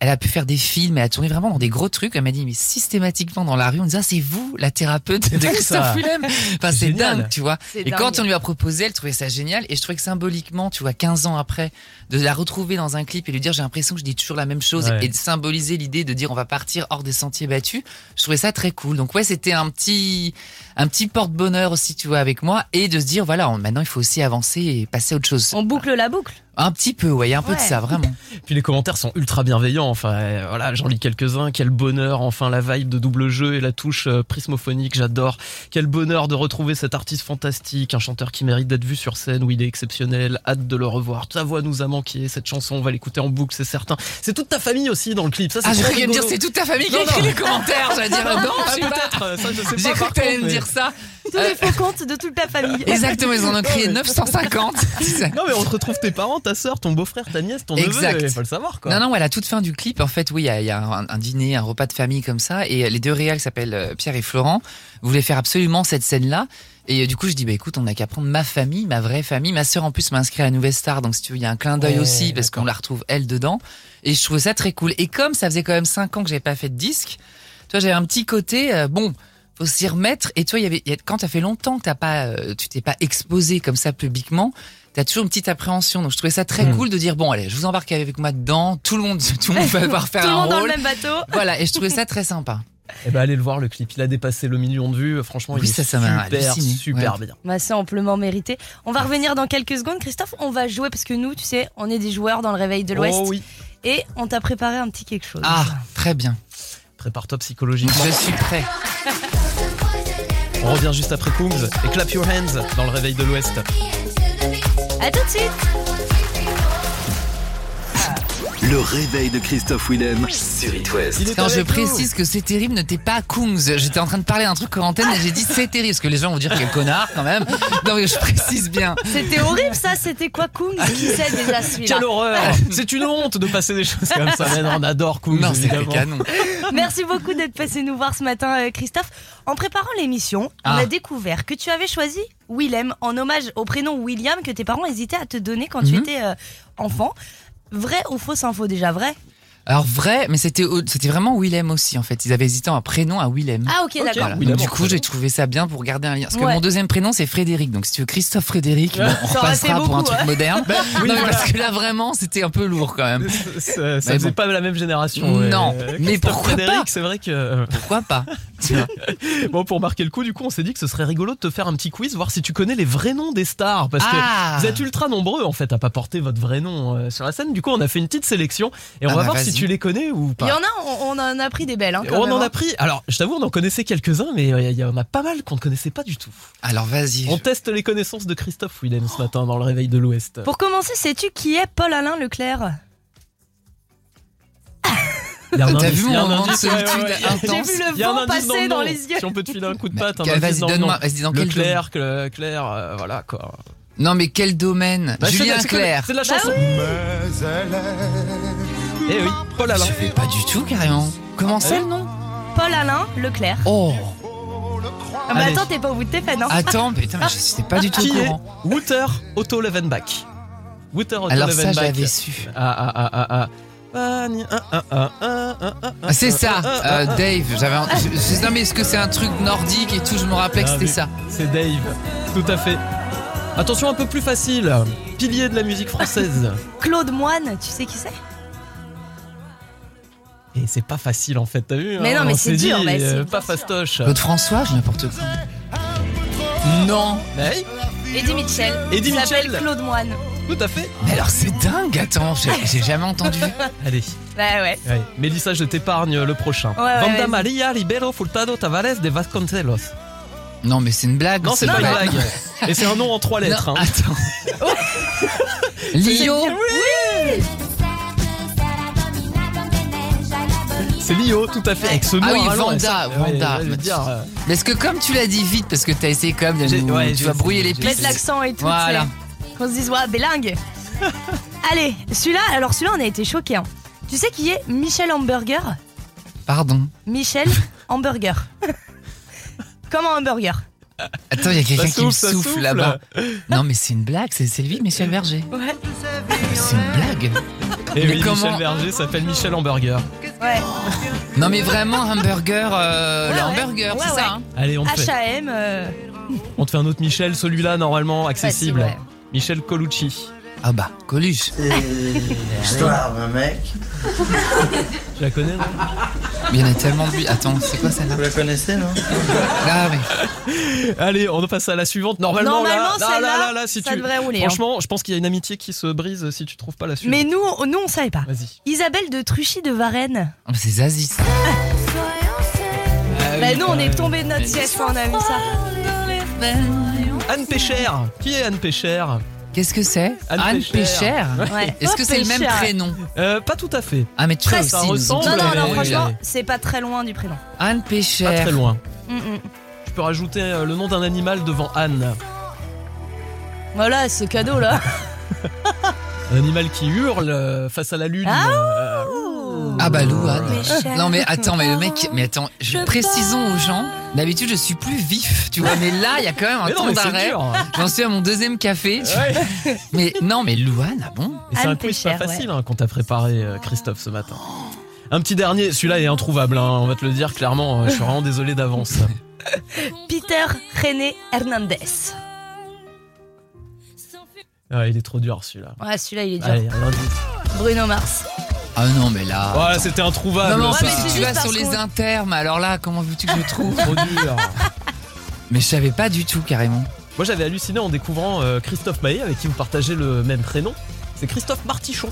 [SPEAKER 16] Elle a pu faire des films, elle a tourné vraiment dans des gros trucs. Elle m'a dit, mais systématiquement dans la rue, on disait, ah, c'est vous la thérapeute de
[SPEAKER 3] dingue, ça.
[SPEAKER 16] Christophe Willem.
[SPEAKER 3] C'est
[SPEAKER 16] Enfin, c'est
[SPEAKER 3] génial.
[SPEAKER 16] dingue, tu vois.
[SPEAKER 6] C'est
[SPEAKER 16] Et
[SPEAKER 6] dingue.
[SPEAKER 16] quand on lui a proposé, elle trouvait ça génial. Et je trouvais que symboliquement, tu vois, 15 ans après, de la retrouver dans un clip et lui dire j'ai l'impression que je dis toujours la même chose
[SPEAKER 3] Ouais.
[SPEAKER 16] et de symboliser l'idée de dire on va partir hors des sentiers battus, je trouvais ça très cool. Donc ouais, c'était un petit, un petit porte-bonheur aussi, tu vois, avec moi. Et de se dire voilà, on- maintenant il faut aussi avancer et passer à autre chose.
[SPEAKER 6] On boucle la boucle.
[SPEAKER 16] Un petit peu, ouais, il y a un peu de
[SPEAKER 6] Ouais.
[SPEAKER 16] ça, vraiment.
[SPEAKER 3] Puis les commentaires sont ultra bienveillants. Enfin, euh, voilà, j'en lis quelques-uns. Quel bonheur, enfin la vibe de double jeu et la touche euh, prismophonique, j'adore. Quel bonheur de retrouver cet artiste fantastique, un chanteur qui mérite d'être vu sur scène où il est exceptionnel. Hâte de le revoir. Sa voix nous a manqué. Cette chanson, on va l'écouter en boucle, c'est certain. C'est toute ta famille aussi dans le clip. Ça, c'est
[SPEAKER 16] Ah, je
[SPEAKER 3] trop
[SPEAKER 16] croyais me dire
[SPEAKER 3] rigolo.
[SPEAKER 16] c'est toute ta famille qui
[SPEAKER 3] Non,
[SPEAKER 16] a écrit
[SPEAKER 3] non.
[SPEAKER 16] les commentaires. J'allais dire non,
[SPEAKER 3] Ah,
[SPEAKER 16] je sais pas.
[SPEAKER 3] peut-être. Ça, je sais pas.
[SPEAKER 16] J'ai cru
[SPEAKER 3] par
[SPEAKER 16] que t'allais
[SPEAKER 3] contre,
[SPEAKER 16] me
[SPEAKER 3] mais-
[SPEAKER 16] dire ça.
[SPEAKER 4] tous les faux comptes de toute la famille.
[SPEAKER 16] Euh, Exactement, ils en ont créé 950.
[SPEAKER 3] non, mais on te retrouve tes parents, ta soeur, ton beau-frère, ta nièce, ton
[SPEAKER 16] Exact.
[SPEAKER 3] neveu. Il faut le savoir, quoi.
[SPEAKER 16] Non, non, ouais, à la toute fin du clip, en fait, oui, il y a, il y a un, un dîner, un repas de famille comme ça, et euh, les deux réals qui s'appellent euh, Pierre et Florent voulaient faire absolument cette scène-là. Et euh, du coup, je dis, bah écoute, on n'a qu'à prendre ma famille, ma vraie famille. Ma sœur, en plus, m'a inscrit à la Nouvelle Star, donc si tu veux, il y a un clin d'œil
[SPEAKER 3] Ouais,
[SPEAKER 16] aussi, parce qu'on la retrouve, elle, dedans. Et je trouvais ça très cool. Et comme ça faisait quand même 5 ans que j'avais pas fait de disque, tu vois, j'avais un petit côté, euh, bon, faut s'y remettre. Et tu vois, il y avait, il y a- quand t'as fait longtemps que t'as pas, euh, tu t'es pas exposé comme ça publiquement, t'as toujours une petite appréhension. Donc je trouvais ça très
[SPEAKER 4] Hmm.
[SPEAKER 3] Mm.
[SPEAKER 16] cool de dire, bon, allez, je vous embarque avec moi dedans. Tout le monde, tout le monde va devoir faire
[SPEAKER 4] Tout le
[SPEAKER 16] un
[SPEAKER 4] monde dans le
[SPEAKER 16] rôle.
[SPEAKER 4] même bateau.
[SPEAKER 16] Voilà. Et je trouvais ça très sympa.
[SPEAKER 3] Eh ben, allez le voir, le clip. Il a dépassé le million de vues. Franchement,
[SPEAKER 16] Oui,
[SPEAKER 3] il
[SPEAKER 16] ça,
[SPEAKER 3] est
[SPEAKER 16] ça m'a
[SPEAKER 3] super,
[SPEAKER 16] halluciné.
[SPEAKER 3] super
[SPEAKER 16] Ouais.
[SPEAKER 3] bien.
[SPEAKER 4] Bah, c'est amplement mérité. On va revenir dans quelques secondes. Christophe, on va jouer parce que nous, tu sais, on est des joueurs dans le réveil de l'Ouest.
[SPEAKER 3] Oh oui.
[SPEAKER 4] Et on t'a préparé un petit quelque chose.
[SPEAKER 16] Ah, très bien.
[SPEAKER 3] Prépare-toi psychologiquement.
[SPEAKER 16] Je suis prêt.
[SPEAKER 3] On revient juste après Kungs et Clap Your Hands dans le réveil de l'Ouest.
[SPEAKER 4] À tout de suite.
[SPEAKER 15] Le réveil de Christophe Willem sur It West.
[SPEAKER 16] Quand je précise que c'est terrible, ne t'es pas Kungs. J'étais en train de parler d'un truc en antenne et j'ai dit c'est terrible parce que les gens vont dire quel connard quand même. Donc je précise bien.
[SPEAKER 4] C'était horrible ça. C'était quoi, Kung Qui sait déjà celui-là
[SPEAKER 3] Quelle horreur C'est une honte de passer des choses comme ça. Mais non, on adore Kungs,
[SPEAKER 16] Non, c'était
[SPEAKER 3] évidemment.
[SPEAKER 16] canon.
[SPEAKER 4] Merci beaucoup d'être passé nous voir ce matin, euh, Christophe. En préparant l'émission, on
[SPEAKER 16] Ah.
[SPEAKER 4] a découvert que tu avais choisi Willem en hommage au prénom William que tes parents hésitaient à te donner quand tu
[SPEAKER 16] Mhm.
[SPEAKER 4] étais euh, enfant. Vrai ou fausse info déjà Vrai
[SPEAKER 16] Alors vrai, mais c'était au- c'était vraiment Willem aussi en fait. Ils avaient hésité un prénom à Willem.
[SPEAKER 4] Ah, ok, d'accord.
[SPEAKER 16] Voilà.
[SPEAKER 4] Willem
[SPEAKER 16] Donc, du
[SPEAKER 4] en
[SPEAKER 16] coup, j'ai trouvé ça bien pour garder un lien. Parce que
[SPEAKER 4] Ouais.
[SPEAKER 16] mon deuxième prénom c'est Frédéric. Donc si tu veux Christophe Frédéric, bon,
[SPEAKER 4] Ça
[SPEAKER 16] on
[SPEAKER 4] aurait
[SPEAKER 16] repassera
[SPEAKER 4] fait
[SPEAKER 16] pour un
[SPEAKER 4] beaucoup,
[SPEAKER 16] truc
[SPEAKER 4] ouais.
[SPEAKER 16] moderne.
[SPEAKER 3] Bah, oui,
[SPEAKER 16] Non, mais
[SPEAKER 3] voilà.
[SPEAKER 16] parce que là vraiment, c'était un peu lourd quand même.
[SPEAKER 3] Ça, ça
[SPEAKER 16] Mais
[SPEAKER 3] faisait
[SPEAKER 16] bon.
[SPEAKER 3] pas la même génération. ouais. Euh,
[SPEAKER 16] Non,
[SPEAKER 3] Christophe
[SPEAKER 16] mais pourquoi
[SPEAKER 3] Frédéric,
[SPEAKER 16] pas
[SPEAKER 3] C'est vrai que.
[SPEAKER 16] Pourquoi pas
[SPEAKER 3] Bon, pour marquer le coup, du coup, on s'est dit que ce serait rigolo de te faire un petit quiz, voir si tu connais les vrais noms des stars. Parce
[SPEAKER 16] Ah.
[SPEAKER 3] que vous êtes ultra nombreux, en fait, à pas porter votre vrai nom euh, sur la scène. Du coup, on a fait une petite sélection et on
[SPEAKER 16] Ah
[SPEAKER 3] va
[SPEAKER 16] bah,
[SPEAKER 3] voir si
[SPEAKER 16] vas-y.
[SPEAKER 3] tu les connais ou pas.
[SPEAKER 4] Il y en a, on, on en a pris des belles. hein, quand
[SPEAKER 3] on
[SPEAKER 4] même,
[SPEAKER 3] en
[SPEAKER 4] hein.
[SPEAKER 3] a pris. Alors, je t'avoue, on en connaissait quelques-uns, mais euh, il y en a pas mal qu'on ne connaissait pas du tout.
[SPEAKER 16] Alors vas-y.
[SPEAKER 3] On teste les connaissances de Christophe Willem ce matin dans le réveil de l'Ouest.
[SPEAKER 4] Pour commencer, sais-tu qui est Paul-Alain Leclerc
[SPEAKER 3] Il y a un
[SPEAKER 16] T'as
[SPEAKER 3] indice,
[SPEAKER 16] vu
[SPEAKER 3] il y a
[SPEAKER 16] mon
[SPEAKER 3] un
[SPEAKER 16] moment de
[SPEAKER 3] indice, ouais, ouais,
[SPEAKER 16] solitude
[SPEAKER 3] ouais, il y a-
[SPEAKER 16] intense
[SPEAKER 4] J'ai vu le
[SPEAKER 3] il y a un
[SPEAKER 4] vent
[SPEAKER 3] indice
[SPEAKER 4] passer
[SPEAKER 3] le
[SPEAKER 4] dans
[SPEAKER 3] nom.
[SPEAKER 4] les yeux.
[SPEAKER 3] Si on peut te filer un coup de patte, un
[SPEAKER 16] quel-
[SPEAKER 3] indice
[SPEAKER 16] vas-y,
[SPEAKER 3] dans le
[SPEAKER 16] donne-moi,
[SPEAKER 3] nom.
[SPEAKER 16] vas-y, dans quel
[SPEAKER 3] Leclerc, Cle- Claire, euh, voilà quoi.
[SPEAKER 16] Non mais quel domaine
[SPEAKER 3] Bah, c'est de-
[SPEAKER 16] Julien
[SPEAKER 3] c'est de-
[SPEAKER 16] Clerc.
[SPEAKER 3] C'est de la chanson. Eh oui, Paul Alain.
[SPEAKER 16] Je fais pas du tout carrément.
[SPEAKER 3] Ah,
[SPEAKER 16] Comment ça le nom
[SPEAKER 4] Paul-Alain Leclerc.
[SPEAKER 16] Oh
[SPEAKER 4] Ah, mais
[SPEAKER 3] Allez. Ah.
[SPEAKER 4] attends, t'es pas au bout de tes fans. hein.
[SPEAKER 16] Attends, putain, je sais pas du tout
[SPEAKER 3] Qui
[SPEAKER 16] au
[SPEAKER 3] est
[SPEAKER 16] courant.
[SPEAKER 3] Wouter Otto Levenbach Wouter Otto
[SPEAKER 16] Alors ça,
[SPEAKER 3] Levenbach.
[SPEAKER 16] je l'avais su.
[SPEAKER 3] Ah ah ah ah ah. Bagne, ah, ah, ah, ah, ah, ah, ah,
[SPEAKER 16] Ah, c'est ça,
[SPEAKER 3] ah, ah,
[SPEAKER 16] euh,
[SPEAKER 3] ah, ah.
[SPEAKER 16] Dave. J'avais. un- je- je- Non mais est-ce que c'est un truc nordique et tout Je me rappelais que
[SPEAKER 3] Bien
[SPEAKER 16] c'était
[SPEAKER 3] vu.
[SPEAKER 16] ça.
[SPEAKER 3] C'est Dave, tout à fait. Attention, un peu plus facile. Pilier de la musique française.
[SPEAKER 4] Claude Moine, tu sais qui c'est
[SPEAKER 3] Et c'est pas facile en fait, t'as vu hein,
[SPEAKER 4] Mais non, mais
[SPEAKER 3] on
[SPEAKER 4] c'est
[SPEAKER 3] s'est
[SPEAKER 4] dur,
[SPEAKER 3] dit,
[SPEAKER 4] mais
[SPEAKER 3] euh,
[SPEAKER 4] c'est-
[SPEAKER 3] Pas fastoche.
[SPEAKER 16] Claude François, je n'importe quoi. Non.
[SPEAKER 3] Hey,
[SPEAKER 4] Eddie Mitchell.
[SPEAKER 3] Eddie
[SPEAKER 4] Il s'appelle
[SPEAKER 3] Mitchell.
[SPEAKER 4] Claude Moine.
[SPEAKER 3] tout à fait.
[SPEAKER 16] Mais alors c'est dingue. Attends, j'ai j'ai jamais entendu.
[SPEAKER 3] Allez,
[SPEAKER 4] Bah ouais.
[SPEAKER 3] ouais. Mélissa, je t'épargne le prochain.
[SPEAKER 4] Ouais, ouais,
[SPEAKER 3] Vanda
[SPEAKER 4] vas-y.
[SPEAKER 3] Maria Ribeiro Furtado Tavares de Vasconcelos.
[SPEAKER 16] Non mais c'est une blague.
[SPEAKER 3] Non, c'est pas une
[SPEAKER 16] vrai.
[SPEAKER 3] blague. Et c'est un nom en trois lettres.
[SPEAKER 16] Non,
[SPEAKER 3] hein.
[SPEAKER 16] attends. Lio.
[SPEAKER 3] C'est Lio, tout à fait. Avec ce nom
[SPEAKER 16] Ah oui,
[SPEAKER 3] à rallonge,
[SPEAKER 16] Vanda,
[SPEAKER 3] ça-
[SPEAKER 16] Vanda.
[SPEAKER 3] ouais, ouais, je veux dire, euh,
[SPEAKER 16] Mais est-ce que comme tu l'as dit vite parce que t'as essayé quand même de
[SPEAKER 3] J'ai-
[SPEAKER 16] nous-
[SPEAKER 3] ouais,
[SPEAKER 16] tu
[SPEAKER 3] j'ai
[SPEAKER 16] vas
[SPEAKER 3] essayé,
[SPEAKER 16] brouiller les
[SPEAKER 3] j'ai
[SPEAKER 16] pistes.
[SPEAKER 4] Mettre l'accent et tout.
[SPEAKER 16] Voilà.
[SPEAKER 4] tu sais. Qu'on se dise, ouais, bélingue. Allez, celui-là, alors celui-là, on a été choqués. hein. Tu sais qui est Michel Hamburger
[SPEAKER 16] Pardon.
[SPEAKER 4] Michel Hamburger. Comment un hamburger
[SPEAKER 16] Attends, il y a quelqu'un
[SPEAKER 3] ça
[SPEAKER 16] qui me
[SPEAKER 3] souffle, ça
[SPEAKER 16] souffle
[SPEAKER 3] souffle.
[SPEAKER 16] là-bas. Non mais c'est une blague. C'est c'est lui, Michel Berger.
[SPEAKER 4] Ouais.
[SPEAKER 16] C'est une blague.
[SPEAKER 3] Et
[SPEAKER 16] Mais
[SPEAKER 3] oui,
[SPEAKER 16] comment-
[SPEAKER 3] Michel Berger s'appelle Michel Hamburger.
[SPEAKER 4] Ouais.
[SPEAKER 16] Non mais vraiment hamburger, euh, le
[SPEAKER 4] Ouais, ouais.
[SPEAKER 16] hamburger,
[SPEAKER 4] Ouais,
[SPEAKER 16] c'est
[SPEAKER 4] ouais.
[SPEAKER 16] ça. hein
[SPEAKER 3] Allez, on te fait.
[SPEAKER 4] H.A.M. euh,
[SPEAKER 3] On te fait un autre Michel, celui-là normalement accessible.
[SPEAKER 4] Facile, ouais.
[SPEAKER 3] Michel Colucci.
[SPEAKER 16] ah bah Coluche.
[SPEAKER 6] mec.
[SPEAKER 3] Tu la connais non
[SPEAKER 16] Mais il y en a tellement de. Attends, c'est quoi celle-là
[SPEAKER 6] Vous la connaissez, non
[SPEAKER 16] Ah oui.
[SPEAKER 3] Allez, on passe à la suivante. Normalement,
[SPEAKER 4] Normalement,
[SPEAKER 3] là, là, là,
[SPEAKER 4] celle-là,
[SPEAKER 3] là, là, si
[SPEAKER 4] ça
[SPEAKER 3] tu...
[SPEAKER 4] devrait rouler, hein.
[SPEAKER 3] Franchement, je pense qu'il y a une amitié qui se brise si tu trouves pas la suivante.
[SPEAKER 4] Mais nous, on- nous, on savait pas.
[SPEAKER 3] Vas-y.
[SPEAKER 4] Isabelle de Truchy de Varennes.
[SPEAKER 16] Ah, mais C'est Zazie. ça.
[SPEAKER 4] bah nous, on est tombé de notre siège quand on a vu ça.
[SPEAKER 3] Anne Pécher. Qui est Anne Pécher
[SPEAKER 16] Qu'est-ce que c'est
[SPEAKER 3] Anne
[SPEAKER 16] Anne
[SPEAKER 3] Pécher.
[SPEAKER 16] Pécher.
[SPEAKER 4] Ouais.
[SPEAKER 16] Est-ce que c'est le même
[SPEAKER 4] Pécher.
[SPEAKER 16] prénom
[SPEAKER 3] Euh, Pas tout à fait.
[SPEAKER 16] Ah mais tu vois
[SPEAKER 3] Presque.
[SPEAKER 16] aussi. ils nous ont
[SPEAKER 3] Ça ressemble,
[SPEAKER 4] Non, non,
[SPEAKER 16] trouvé.
[SPEAKER 4] non,
[SPEAKER 3] mais-
[SPEAKER 4] franchement, c'est pas très loin du prénom.
[SPEAKER 16] Anne Pécher.
[SPEAKER 3] Pas très loin.
[SPEAKER 4] Mm, mm.
[SPEAKER 3] Je peux rajouter euh, le nom d'un animal devant Anne.
[SPEAKER 4] Voilà, ce cadeau là.
[SPEAKER 3] Un animal qui hurle euh, face à la lune. euh,
[SPEAKER 16] Ah bah Lou, Anne.
[SPEAKER 3] Mes chers
[SPEAKER 16] Non mais attends, mais le mec, mais attends, je, précisons aux gens, d'habitude je suis plus vif, tu vois, mais là il y a quand même un
[SPEAKER 3] Mais non,
[SPEAKER 16] temps
[SPEAKER 3] mais c'est
[SPEAKER 16] d'arrêt.
[SPEAKER 3] dur.
[SPEAKER 16] J'en suis à mon deuxième café. tu- Mais non, mais Louane, ah bon
[SPEAKER 3] Et c'est un quiz pas facile hein, qu'on t'a préparé, euh, Christophe, ce matin. Un petit dernier, celui-là est introuvable, hein, on va te le dire clairement, euh, je suis vraiment désolé d'avance.
[SPEAKER 6] Peter René Hernandez.
[SPEAKER 3] Ouais, il est trop dur celui-là.
[SPEAKER 6] Ouais, celui-là, il est dur.
[SPEAKER 3] Allez, un indice.
[SPEAKER 6] Bruno Mars.
[SPEAKER 16] Ah non, mais là.
[SPEAKER 3] Voilà, c'était introuvable.
[SPEAKER 16] Non, mais enfin,
[SPEAKER 3] ça.
[SPEAKER 16] si tu vas sur les intermes, alors là, comment veux-tu que je trouve
[SPEAKER 3] Trop dur.
[SPEAKER 16] Mais je savais pas du tout, carrément.
[SPEAKER 3] Moi, j'avais halluciné en découvrant euh, Christophe Maé, avec qui vous partagez le même prénom. C'est Christophe Martichon.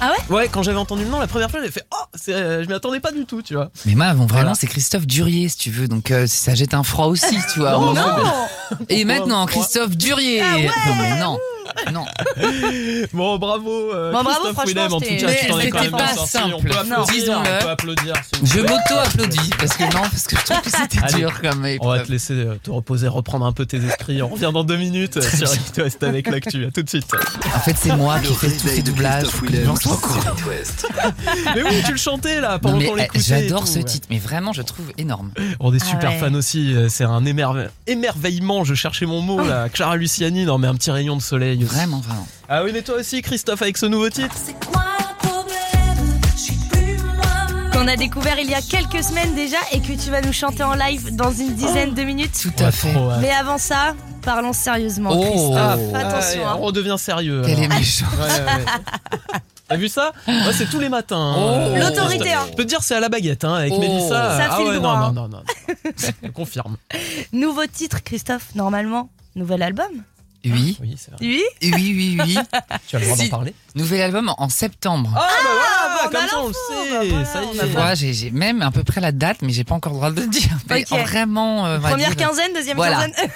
[SPEAKER 6] Ah
[SPEAKER 3] ouais Ouais, quand j'avais entendu le nom la première fois, j'ai fait Oh, c'est- euh, je m'y attendais pas du tout, tu vois.
[SPEAKER 16] Mais moi, avant, vraiment, c'est Christophe Durier, si tu veux. Donc, euh, ça jette un froid aussi, tu vois.
[SPEAKER 3] Non,
[SPEAKER 16] au moment
[SPEAKER 3] non.
[SPEAKER 16] de- Et maintenant, Christophe Durier.
[SPEAKER 3] Ah
[SPEAKER 16] non, mais non. Non.
[SPEAKER 3] Bon, bravo. euh,
[SPEAKER 16] Bon, bravo,
[SPEAKER 3] Christophe
[SPEAKER 16] franchement,
[SPEAKER 3] Willem, en tout
[SPEAKER 16] c'était-
[SPEAKER 3] cas, tu t'en es
[SPEAKER 16] Mais
[SPEAKER 3] quand même
[SPEAKER 16] c'était pas
[SPEAKER 3] bien sorti. On peut
[SPEAKER 16] simple.
[SPEAKER 3] applaudir,
[SPEAKER 16] Non.
[SPEAKER 3] on
[SPEAKER 16] Disons-le.
[SPEAKER 3] peut applaudir, s'il vous
[SPEAKER 16] Je
[SPEAKER 3] plaît.
[SPEAKER 16] m'auto-applaudis, parce que non, parce que je trouve que c'était
[SPEAKER 3] Allez,
[SPEAKER 16] dur comme
[SPEAKER 3] On va
[SPEAKER 16] épreuve.
[SPEAKER 3] te laisser euh, te reposer, reprendre un peu tes esprits. On revient dans deux minutes. euh, sur It West avec l'actu. À tout de suite.
[SPEAKER 16] En fait, c'est moi qui fais tous
[SPEAKER 15] réveil
[SPEAKER 16] ces
[SPEAKER 15] de
[SPEAKER 16] doublages.
[SPEAKER 15] Christophe
[SPEAKER 16] faut que les
[SPEAKER 15] Willem
[SPEAKER 16] gens soient au courant.
[SPEAKER 15] sur It West.
[SPEAKER 3] Mais oui, tu le chantais là
[SPEAKER 16] Non,
[SPEAKER 3] pendant
[SPEAKER 16] mais,
[SPEAKER 3] qu'on
[SPEAKER 16] euh,
[SPEAKER 3] l'écoutait. et
[SPEAKER 16] J'adore
[SPEAKER 3] tout,
[SPEAKER 16] ce
[SPEAKER 3] ouais.
[SPEAKER 16] titre, mais vraiment, je trouve énorme.
[SPEAKER 3] On est
[SPEAKER 16] Ah
[SPEAKER 3] super
[SPEAKER 16] ouais.
[SPEAKER 3] fan aussi. euh, C'est un émerve- émerveillement. Je cherchais mon mot là. Clara Luciani, non mais un petit rayon de soleil. aussi.
[SPEAKER 16] Vraiment, vraiment.
[SPEAKER 3] Ah oui, mais toi aussi, Christophe, avec ce nouveau titre.
[SPEAKER 6] Qu'on a découvert il y a quelques semaines déjà et que tu vas nous chanter en live dans une dizaine de minutes.
[SPEAKER 16] Tout à fait.
[SPEAKER 6] Mais avant ça, parlons sérieusement,
[SPEAKER 3] Oh.
[SPEAKER 6] Christophe.
[SPEAKER 3] Ah,
[SPEAKER 6] Attention.
[SPEAKER 3] ouais,
[SPEAKER 6] hein.
[SPEAKER 3] on redevient sérieux.
[SPEAKER 16] Quelle est
[SPEAKER 3] alors.
[SPEAKER 16] méchante.
[SPEAKER 3] Ouais, ouais, ouais. T'as vu ça Ouais, C'est tous les matins. hein.
[SPEAKER 16] Oh.
[SPEAKER 6] L'autorité, hein.
[SPEAKER 3] Je peux te dire, c'est à la baguette hein, avec
[SPEAKER 6] Oh.
[SPEAKER 3] Mélissa.
[SPEAKER 6] Ça
[SPEAKER 3] ah
[SPEAKER 6] file
[SPEAKER 3] ouais,
[SPEAKER 6] droit,
[SPEAKER 3] non,
[SPEAKER 6] hein.
[SPEAKER 3] non, non, non, non. Je confirme.
[SPEAKER 6] Nouveau titre, Christophe, normalement, nouvel album.
[SPEAKER 16] Oui.
[SPEAKER 3] Oui, c'est vrai.
[SPEAKER 6] Oui
[SPEAKER 16] Oui, oui, oui.
[SPEAKER 3] Tu as le droit d'en
[SPEAKER 16] Si.
[SPEAKER 3] parler.
[SPEAKER 16] Nouvel album en septembre.
[SPEAKER 3] Ah, bah
[SPEAKER 6] Ah,
[SPEAKER 3] voilà, bah,
[SPEAKER 6] on a
[SPEAKER 3] comme ça on le sait. ça y
[SPEAKER 16] Tu
[SPEAKER 3] est.
[SPEAKER 16] vois, j'ai j'ai même à peu près la date, mais j'ai pas encore le droit de le dire. Mais
[SPEAKER 6] Ok.
[SPEAKER 16] vraiment. euh, on va
[SPEAKER 6] Première
[SPEAKER 16] dire-
[SPEAKER 6] quinzaine, deuxième
[SPEAKER 16] Voilà.
[SPEAKER 6] quinzaine.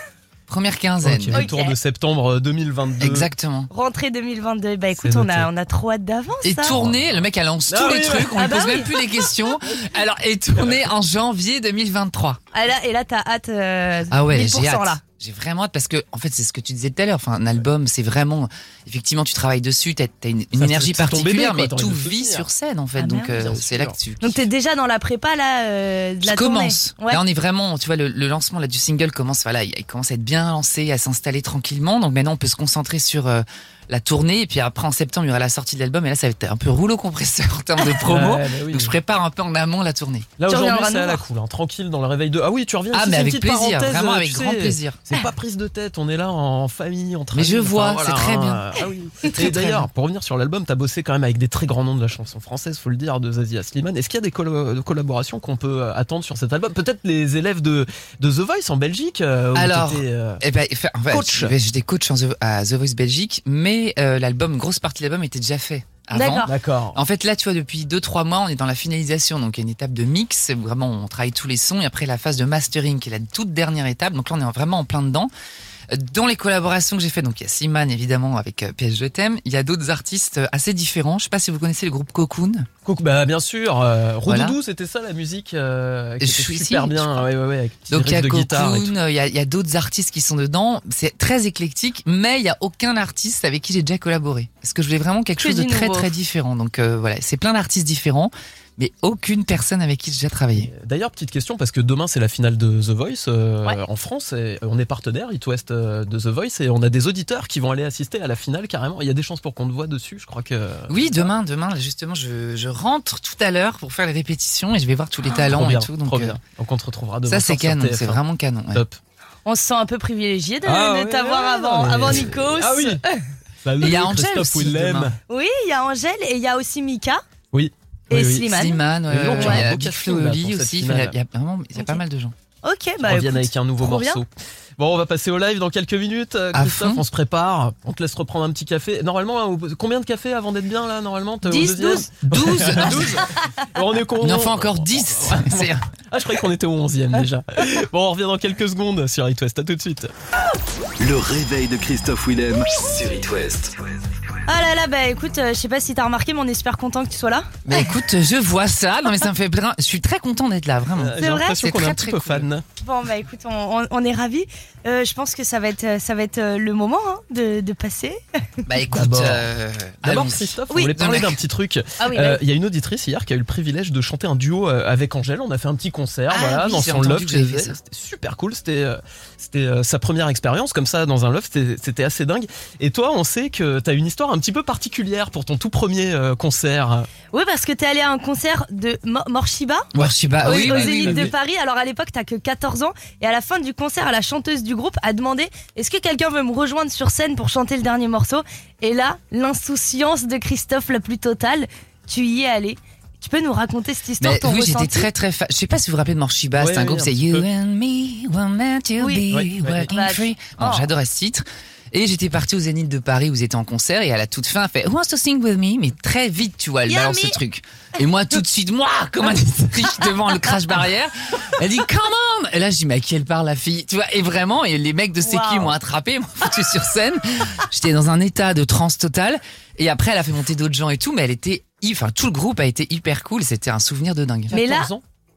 [SPEAKER 16] Première quinzaine.
[SPEAKER 3] Ok, Autour de septembre euh, 2022.
[SPEAKER 16] Exactement.
[SPEAKER 6] Rentrée 2022. Bah écoute,
[SPEAKER 3] C'est
[SPEAKER 6] on
[SPEAKER 3] noté.
[SPEAKER 6] a, on a trop hâte d'avance.
[SPEAKER 16] Et
[SPEAKER 6] hein.
[SPEAKER 16] tourner, le mec, elle lance
[SPEAKER 6] Ah
[SPEAKER 16] tous les
[SPEAKER 6] oui,
[SPEAKER 16] trucs, on
[SPEAKER 6] ah
[SPEAKER 16] ne
[SPEAKER 6] bah
[SPEAKER 16] pose
[SPEAKER 6] oui.
[SPEAKER 16] même plus les questions. Alors, et tourner en janvier 2023.
[SPEAKER 6] Ah là, et là, t'as hâte. euh,
[SPEAKER 16] Ah ouais,
[SPEAKER 6] 1000%,
[SPEAKER 16] j'ai hâte.
[SPEAKER 6] là.
[SPEAKER 16] J'ai vraiment hâte parce que, en fait, c'est ce que tu disais tout à l'heure. Enfin, un album, c'est vraiment. Effectivement, tu travailles dessus, t'as as une, une
[SPEAKER 3] Ça,
[SPEAKER 16] énergie
[SPEAKER 3] c'est ton bébé,
[SPEAKER 16] particulière,
[SPEAKER 3] quoi,
[SPEAKER 16] mais
[SPEAKER 3] t'as
[SPEAKER 16] tout
[SPEAKER 3] envie de
[SPEAKER 16] vit
[SPEAKER 3] soutenir.
[SPEAKER 16] sur scène, en fait.
[SPEAKER 6] Ah,
[SPEAKER 16] Donc,
[SPEAKER 6] merde.
[SPEAKER 16] euh,
[SPEAKER 3] Bien
[SPEAKER 16] c'est
[SPEAKER 3] sûr.
[SPEAKER 16] là que tu.
[SPEAKER 6] Donc t'es déjà dans la prépa là euh, de la
[SPEAKER 16] qui commence.
[SPEAKER 6] tournée. Ouais.
[SPEAKER 16] Là, on est vraiment, tu vois, le, le lancement là, du single commence, voilà, il, il commence à être bien lancé, à s'installer tranquillement. Donc maintenant, on peut se concentrer sur euh, la tournée. Et puis après, en septembre, il y aura la sortie de l'album. Et là, ça va être un peu rouleau compresseur en termes de promo.
[SPEAKER 3] Ouais, bah oui.
[SPEAKER 16] Donc je prépare un peu en amont la tournée.
[SPEAKER 3] Là
[SPEAKER 6] Tu
[SPEAKER 3] aujourd'hui,
[SPEAKER 6] reviendras
[SPEAKER 3] c'est
[SPEAKER 6] nous
[SPEAKER 3] à la
[SPEAKER 6] voir.
[SPEAKER 3] cool, hein, tranquille dans le réveil de. Ah oui, tu reviens.
[SPEAKER 16] Ah,
[SPEAKER 3] ici,
[SPEAKER 16] mais
[SPEAKER 3] c'est une
[SPEAKER 16] avec
[SPEAKER 3] petite
[SPEAKER 16] plaisir,
[SPEAKER 3] parenthèse,
[SPEAKER 16] vraiment
[SPEAKER 3] tu
[SPEAKER 16] avec grand
[SPEAKER 3] sais.
[SPEAKER 16] plaisir.
[SPEAKER 3] C'est pas prise de tête, on est là en famille, entre
[SPEAKER 16] Mais je
[SPEAKER 3] amis,
[SPEAKER 16] vois, c'est très
[SPEAKER 3] hein,
[SPEAKER 16] bien.
[SPEAKER 3] euh, ah oui.
[SPEAKER 16] C'est très,
[SPEAKER 3] Et
[SPEAKER 16] très
[SPEAKER 3] d'ailleurs, pour revenir sur l'album, t'as bossé quand même avec des très grands noms de la chanson française, faut le dire, de Zazie Slimane. Est-ce qu'il y a des collo- de collaborations qu'on peut euh, attendre sur cet album Peut-être les élèves de, de The Voice en Belgique euh, où
[SPEAKER 16] Alors,
[SPEAKER 3] t'étais, euh,
[SPEAKER 16] Eh ben, enfin, en fait,
[SPEAKER 3] Coach.
[SPEAKER 16] je- J'étais coach en The- à The Voice Belgique, mais euh, l'album, une grosse partie de l'album était déjà fait. Avant.
[SPEAKER 6] D'accord.
[SPEAKER 3] D'accord.
[SPEAKER 16] En fait, là, tu vois, depuis 2-3 mois, on est dans la finalisation. Donc, il y a une étape de mix. où Vraiment, on travaille tous les sons. Et après, la phase de mastering, qui est la toute dernière étape. Donc, là, on est vraiment en plein dedans. Euh, Dans les collaborations que j'ai fait, donc il y a Simon évidemment avec euh, PS Je t'aime, il y a d'autres artistes euh, assez différents. Je sais pas si vous connaissez le groupe Cocoon.
[SPEAKER 3] Coucou, bah bien sûr. euh,
[SPEAKER 16] Voilà.
[SPEAKER 3] Roudoudou, c'était ça la musique euh, qui
[SPEAKER 16] Je
[SPEAKER 3] était
[SPEAKER 16] suis
[SPEAKER 3] super
[SPEAKER 16] ici, je
[SPEAKER 3] bien.
[SPEAKER 16] crois.
[SPEAKER 3] Ouais, ouais, ouais, avec des
[SPEAKER 16] Donc il y a
[SPEAKER 3] riffs de guitare et tout.
[SPEAKER 16] Cocoon, euh, il y a, il y a d'autres artistes qui sont dedans. C'est très éclectique, mais il y a aucun artiste avec qui j'ai déjà collaboré. Parce que je voulais vraiment quelque
[SPEAKER 6] Que
[SPEAKER 16] chose de
[SPEAKER 6] du
[SPEAKER 16] très
[SPEAKER 6] nouveau.
[SPEAKER 16] très différent. Donc euh, voilà, c'est plein d'artistes différents, mais aucune personne avec qui j'ai déjà travaillé.
[SPEAKER 3] D'ailleurs, petite question, parce que demain c'est la finale de The Voice euh,
[SPEAKER 6] Ouais.
[SPEAKER 3] en France. Et on est partenaire, It West euh, de The Voice, et on a des auditeurs qui vont aller assister à la finale carrément. Il y a des chances pour qu'on te voit dessus, je crois que.
[SPEAKER 16] Oui, demain, demain, là, justement, je, je rentre tout à l'heure pour faire les répétitions et je vais voir tous les talents
[SPEAKER 3] Ah, Trop bien,
[SPEAKER 16] et tout. Donc,
[SPEAKER 3] trop
[SPEAKER 16] euh,
[SPEAKER 3] bien. Donc on te retrouvera demain.
[SPEAKER 16] ça, c'est
[SPEAKER 3] soir sur
[SPEAKER 16] canon,
[SPEAKER 3] TF1.
[SPEAKER 16] c'est vraiment canon. ouais.
[SPEAKER 3] Top.
[SPEAKER 6] On se sent un peu privilégié de,
[SPEAKER 3] Ah
[SPEAKER 6] de
[SPEAKER 3] ouais,
[SPEAKER 6] t'avoir
[SPEAKER 3] ouais,
[SPEAKER 6] Eh, avant,
[SPEAKER 3] mais-
[SPEAKER 6] avant Nikos.
[SPEAKER 3] Ah oui Salut,
[SPEAKER 16] Et il y a Angèle
[SPEAKER 3] Christophe
[SPEAKER 16] aussi,
[SPEAKER 3] Willem.
[SPEAKER 16] demain.
[SPEAKER 6] Oui, il y a Angèle et il y a aussi Mika
[SPEAKER 3] Oui.
[SPEAKER 6] et
[SPEAKER 3] oui, oui.
[SPEAKER 6] Slimane.
[SPEAKER 16] Slimane, ouais,
[SPEAKER 3] Et donc,
[SPEAKER 16] Euh, ouais,
[SPEAKER 3] il y a
[SPEAKER 16] il y
[SPEAKER 3] un
[SPEAKER 16] a
[SPEAKER 3] beau
[SPEAKER 16] Big
[SPEAKER 3] casting,
[SPEAKER 16] Flo
[SPEAKER 3] là,
[SPEAKER 16] et
[SPEAKER 3] pour
[SPEAKER 16] Oli
[SPEAKER 3] cette
[SPEAKER 16] aussi.
[SPEAKER 3] finale.
[SPEAKER 16] Enfin, Il y a, il y a vraiment- il y a pas mal de gens.
[SPEAKER 6] Ok,
[SPEAKER 3] On
[SPEAKER 6] bah
[SPEAKER 3] revient
[SPEAKER 6] écoute,
[SPEAKER 3] avec un nouveau
[SPEAKER 6] trop bien.
[SPEAKER 3] morceau. Bon, on va passer au live dans quelques minutes. euh,
[SPEAKER 16] À
[SPEAKER 3] Christophe,
[SPEAKER 16] fond.
[SPEAKER 3] on se prépare. On te laisse reprendre un petit café. Normalement, hein, au- combien de cafés avant d'être bien là Normalement, t'es au
[SPEAKER 6] 10,
[SPEAKER 3] deuxième
[SPEAKER 6] 12.
[SPEAKER 16] 12 non,
[SPEAKER 3] On est con.
[SPEAKER 16] Il en faut encore 10. C'est-
[SPEAKER 3] Ah, je croyais qu'on était au 11e déjà. Bon, on revient dans quelques secondes sur It West. À tout de suite.
[SPEAKER 15] Le réveil de Christophe Willem sur It West.
[SPEAKER 6] Ah là là, bah écoute, euh, je sais pas si t'as remarqué, mais on est super content que tu sois là.
[SPEAKER 16] Mais écoute, je vois ça. Non, mais ça me fait plein. Je suis très content d'être là, vraiment.
[SPEAKER 6] C'est vrai
[SPEAKER 3] Euh, l'impression qu'on est un petit peu fan.
[SPEAKER 6] Bon bah écoute, on, on- on est ravis. Euh, je pense que ça va être, euh, ça va être euh, le moment hein, de, de passer.
[SPEAKER 16] Bah écoute,
[SPEAKER 3] D'abord,
[SPEAKER 16] euh,
[SPEAKER 3] D'abord,
[SPEAKER 16] allons-y.
[SPEAKER 3] Christophe, on voulait parler d'un petit truc.
[SPEAKER 6] Ah oui,
[SPEAKER 16] bah,
[SPEAKER 3] Euh,
[SPEAKER 6] vas-y.
[SPEAKER 3] Il y a une auditrice hier qui a eu le privilège de chanter un duo euh, avec Angèle. On a fait un petit concert,
[SPEAKER 16] Ah
[SPEAKER 3] voilà,
[SPEAKER 16] oui,
[SPEAKER 3] dans
[SPEAKER 16] j'ai
[SPEAKER 3] son
[SPEAKER 16] entendu
[SPEAKER 3] loft.
[SPEAKER 16] que j'avais fait
[SPEAKER 3] C'était
[SPEAKER 16] ça.
[SPEAKER 3] super cool. C'était, euh, c'était euh, sa première expérience comme ça dans un loft. C'était- C'était assez dingue. Et toi, on sait que t'as une histoire un petit peu particulière pour ton tout premier euh, concert.
[SPEAKER 6] Oui, parce que t'es allé à un concert de Mo- Morshiba.
[SPEAKER 16] Morshiba, oui, bah
[SPEAKER 6] aux
[SPEAKER 16] oui,
[SPEAKER 6] aux
[SPEAKER 16] oui,
[SPEAKER 6] Zénith
[SPEAKER 16] oui,
[SPEAKER 6] de
[SPEAKER 16] oui.
[SPEAKER 6] Paris. Alors à l'époque, t'as que 14 ans. Et à la fin du concert, la chanteuse du groupe a demandé Est-ce que quelqu'un veut me rejoindre sur scène pour chanter le dernier morceau Et là, l'insouciance de Christophe la plus totale, tu y es allé. Tu peux nous raconter cette histoire
[SPEAKER 16] Mais
[SPEAKER 6] ton
[SPEAKER 16] oui, j'étais
[SPEAKER 6] ressenti
[SPEAKER 16] très très fan. Je sais pas si vous vous rappelez de Morshiba,
[SPEAKER 6] Ouais,
[SPEAKER 16] c'est un
[SPEAKER 6] oui,
[SPEAKER 16] groupe,
[SPEAKER 6] un
[SPEAKER 16] c'est
[SPEAKER 6] petit
[SPEAKER 16] You
[SPEAKER 6] peu.
[SPEAKER 16] and Me, will not you
[SPEAKER 6] Oui. Oui,
[SPEAKER 16] be
[SPEAKER 6] oui, oui.
[SPEAKER 16] working
[SPEAKER 6] Vache.
[SPEAKER 16] free. Bon,
[SPEAKER 6] Oh.
[SPEAKER 16] J'adorais ce titre. Et j'étais partie au Zénith de Paris où vous étiez en concert et à la toute fin, elle fait Who wants to sing with me Mais très vite, tu vois, elle
[SPEAKER 6] Yeah,
[SPEAKER 16] balance
[SPEAKER 6] me.
[SPEAKER 16] ce truc. Et moi, tout de suite, moi, comme un détriche devant le crash barrière, elle dit Come on Et là, je dis Mais à qui elle parle, la fille Tu vois, et vraiment, et les mecs de C'est qui
[SPEAKER 6] Wow.
[SPEAKER 16] m'ont attrapé, m'ont foutu sur scène. J'étais dans un état de transe totale. Et après, elle a fait monter d'autres gens et tout, mais elle était. hy- Enfin, tout le groupe a été hyper cool. C'était un souvenir de dingue.
[SPEAKER 6] Mais là,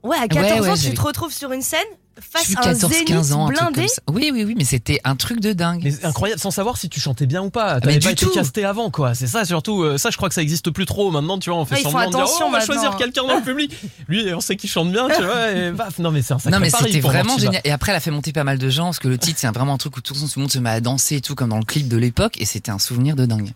[SPEAKER 6] ouais, à 14
[SPEAKER 16] Ouais, ouais,
[SPEAKER 6] ans, tu
[SPEAKER 16] j'avais-
[SPEAKER 6] te retrouves sur une scène face
[SPEAKER 16] Plus
[SPEAKER 6] à un
[SPEAKER 16] 14, 15
[SPEAKER 6] Zénith
[SPEAKER 16] ans, un truc
[SPEAKER 6] blindé.
[SPEAKER 16] comme ça. Oui, oui, oui, mais c'était un truc de dingue.
[SPEAKER 3] Mais incroyable, sans savoir si tu chantais bien ou pas.
[SPEAKER 16] Ah, mais
[SPEAKER 3] T'avais
[SPEAKER 16] du
[SPEAKER 3] pas été
[SPEAKER 16] tout.
[SPEAKER 3] casté avant, quoi. C'est ça, surtout. euh, Ça, je crois que ça existe plus trop maintenant. Tu vois, on fait
[SPEAKER 16] Ouais, ils font
[SPEAKER 3] semblant de dire,
[SPEAKER 16] attention
[SPEAKER 3] oh, on va
[SPEAKER 16] maintenant.
[SPEAKER 3] choisir quelqu'un dans le public. Lui, on sait qu'il chante bien, tu vois. Et paf, non, mais c'est un sacré
[SPEAKER 16] Non, mais
[SPEAKER 3] pari
[SPEAKER 16] c'était
[SPEAKER 3] pour
[SPEAKER 16] vraiment
[SPEAKER 3] Martiba.
[SPEAKER 16] génial. Et après, elle a fait monter pas mal de gens parce que le titre, c'est un- vraiment un truc où tout le monde- tout le monde se met à danser et tout, comme dans le clip de l'époque. Et c'était un souvenir de dingue.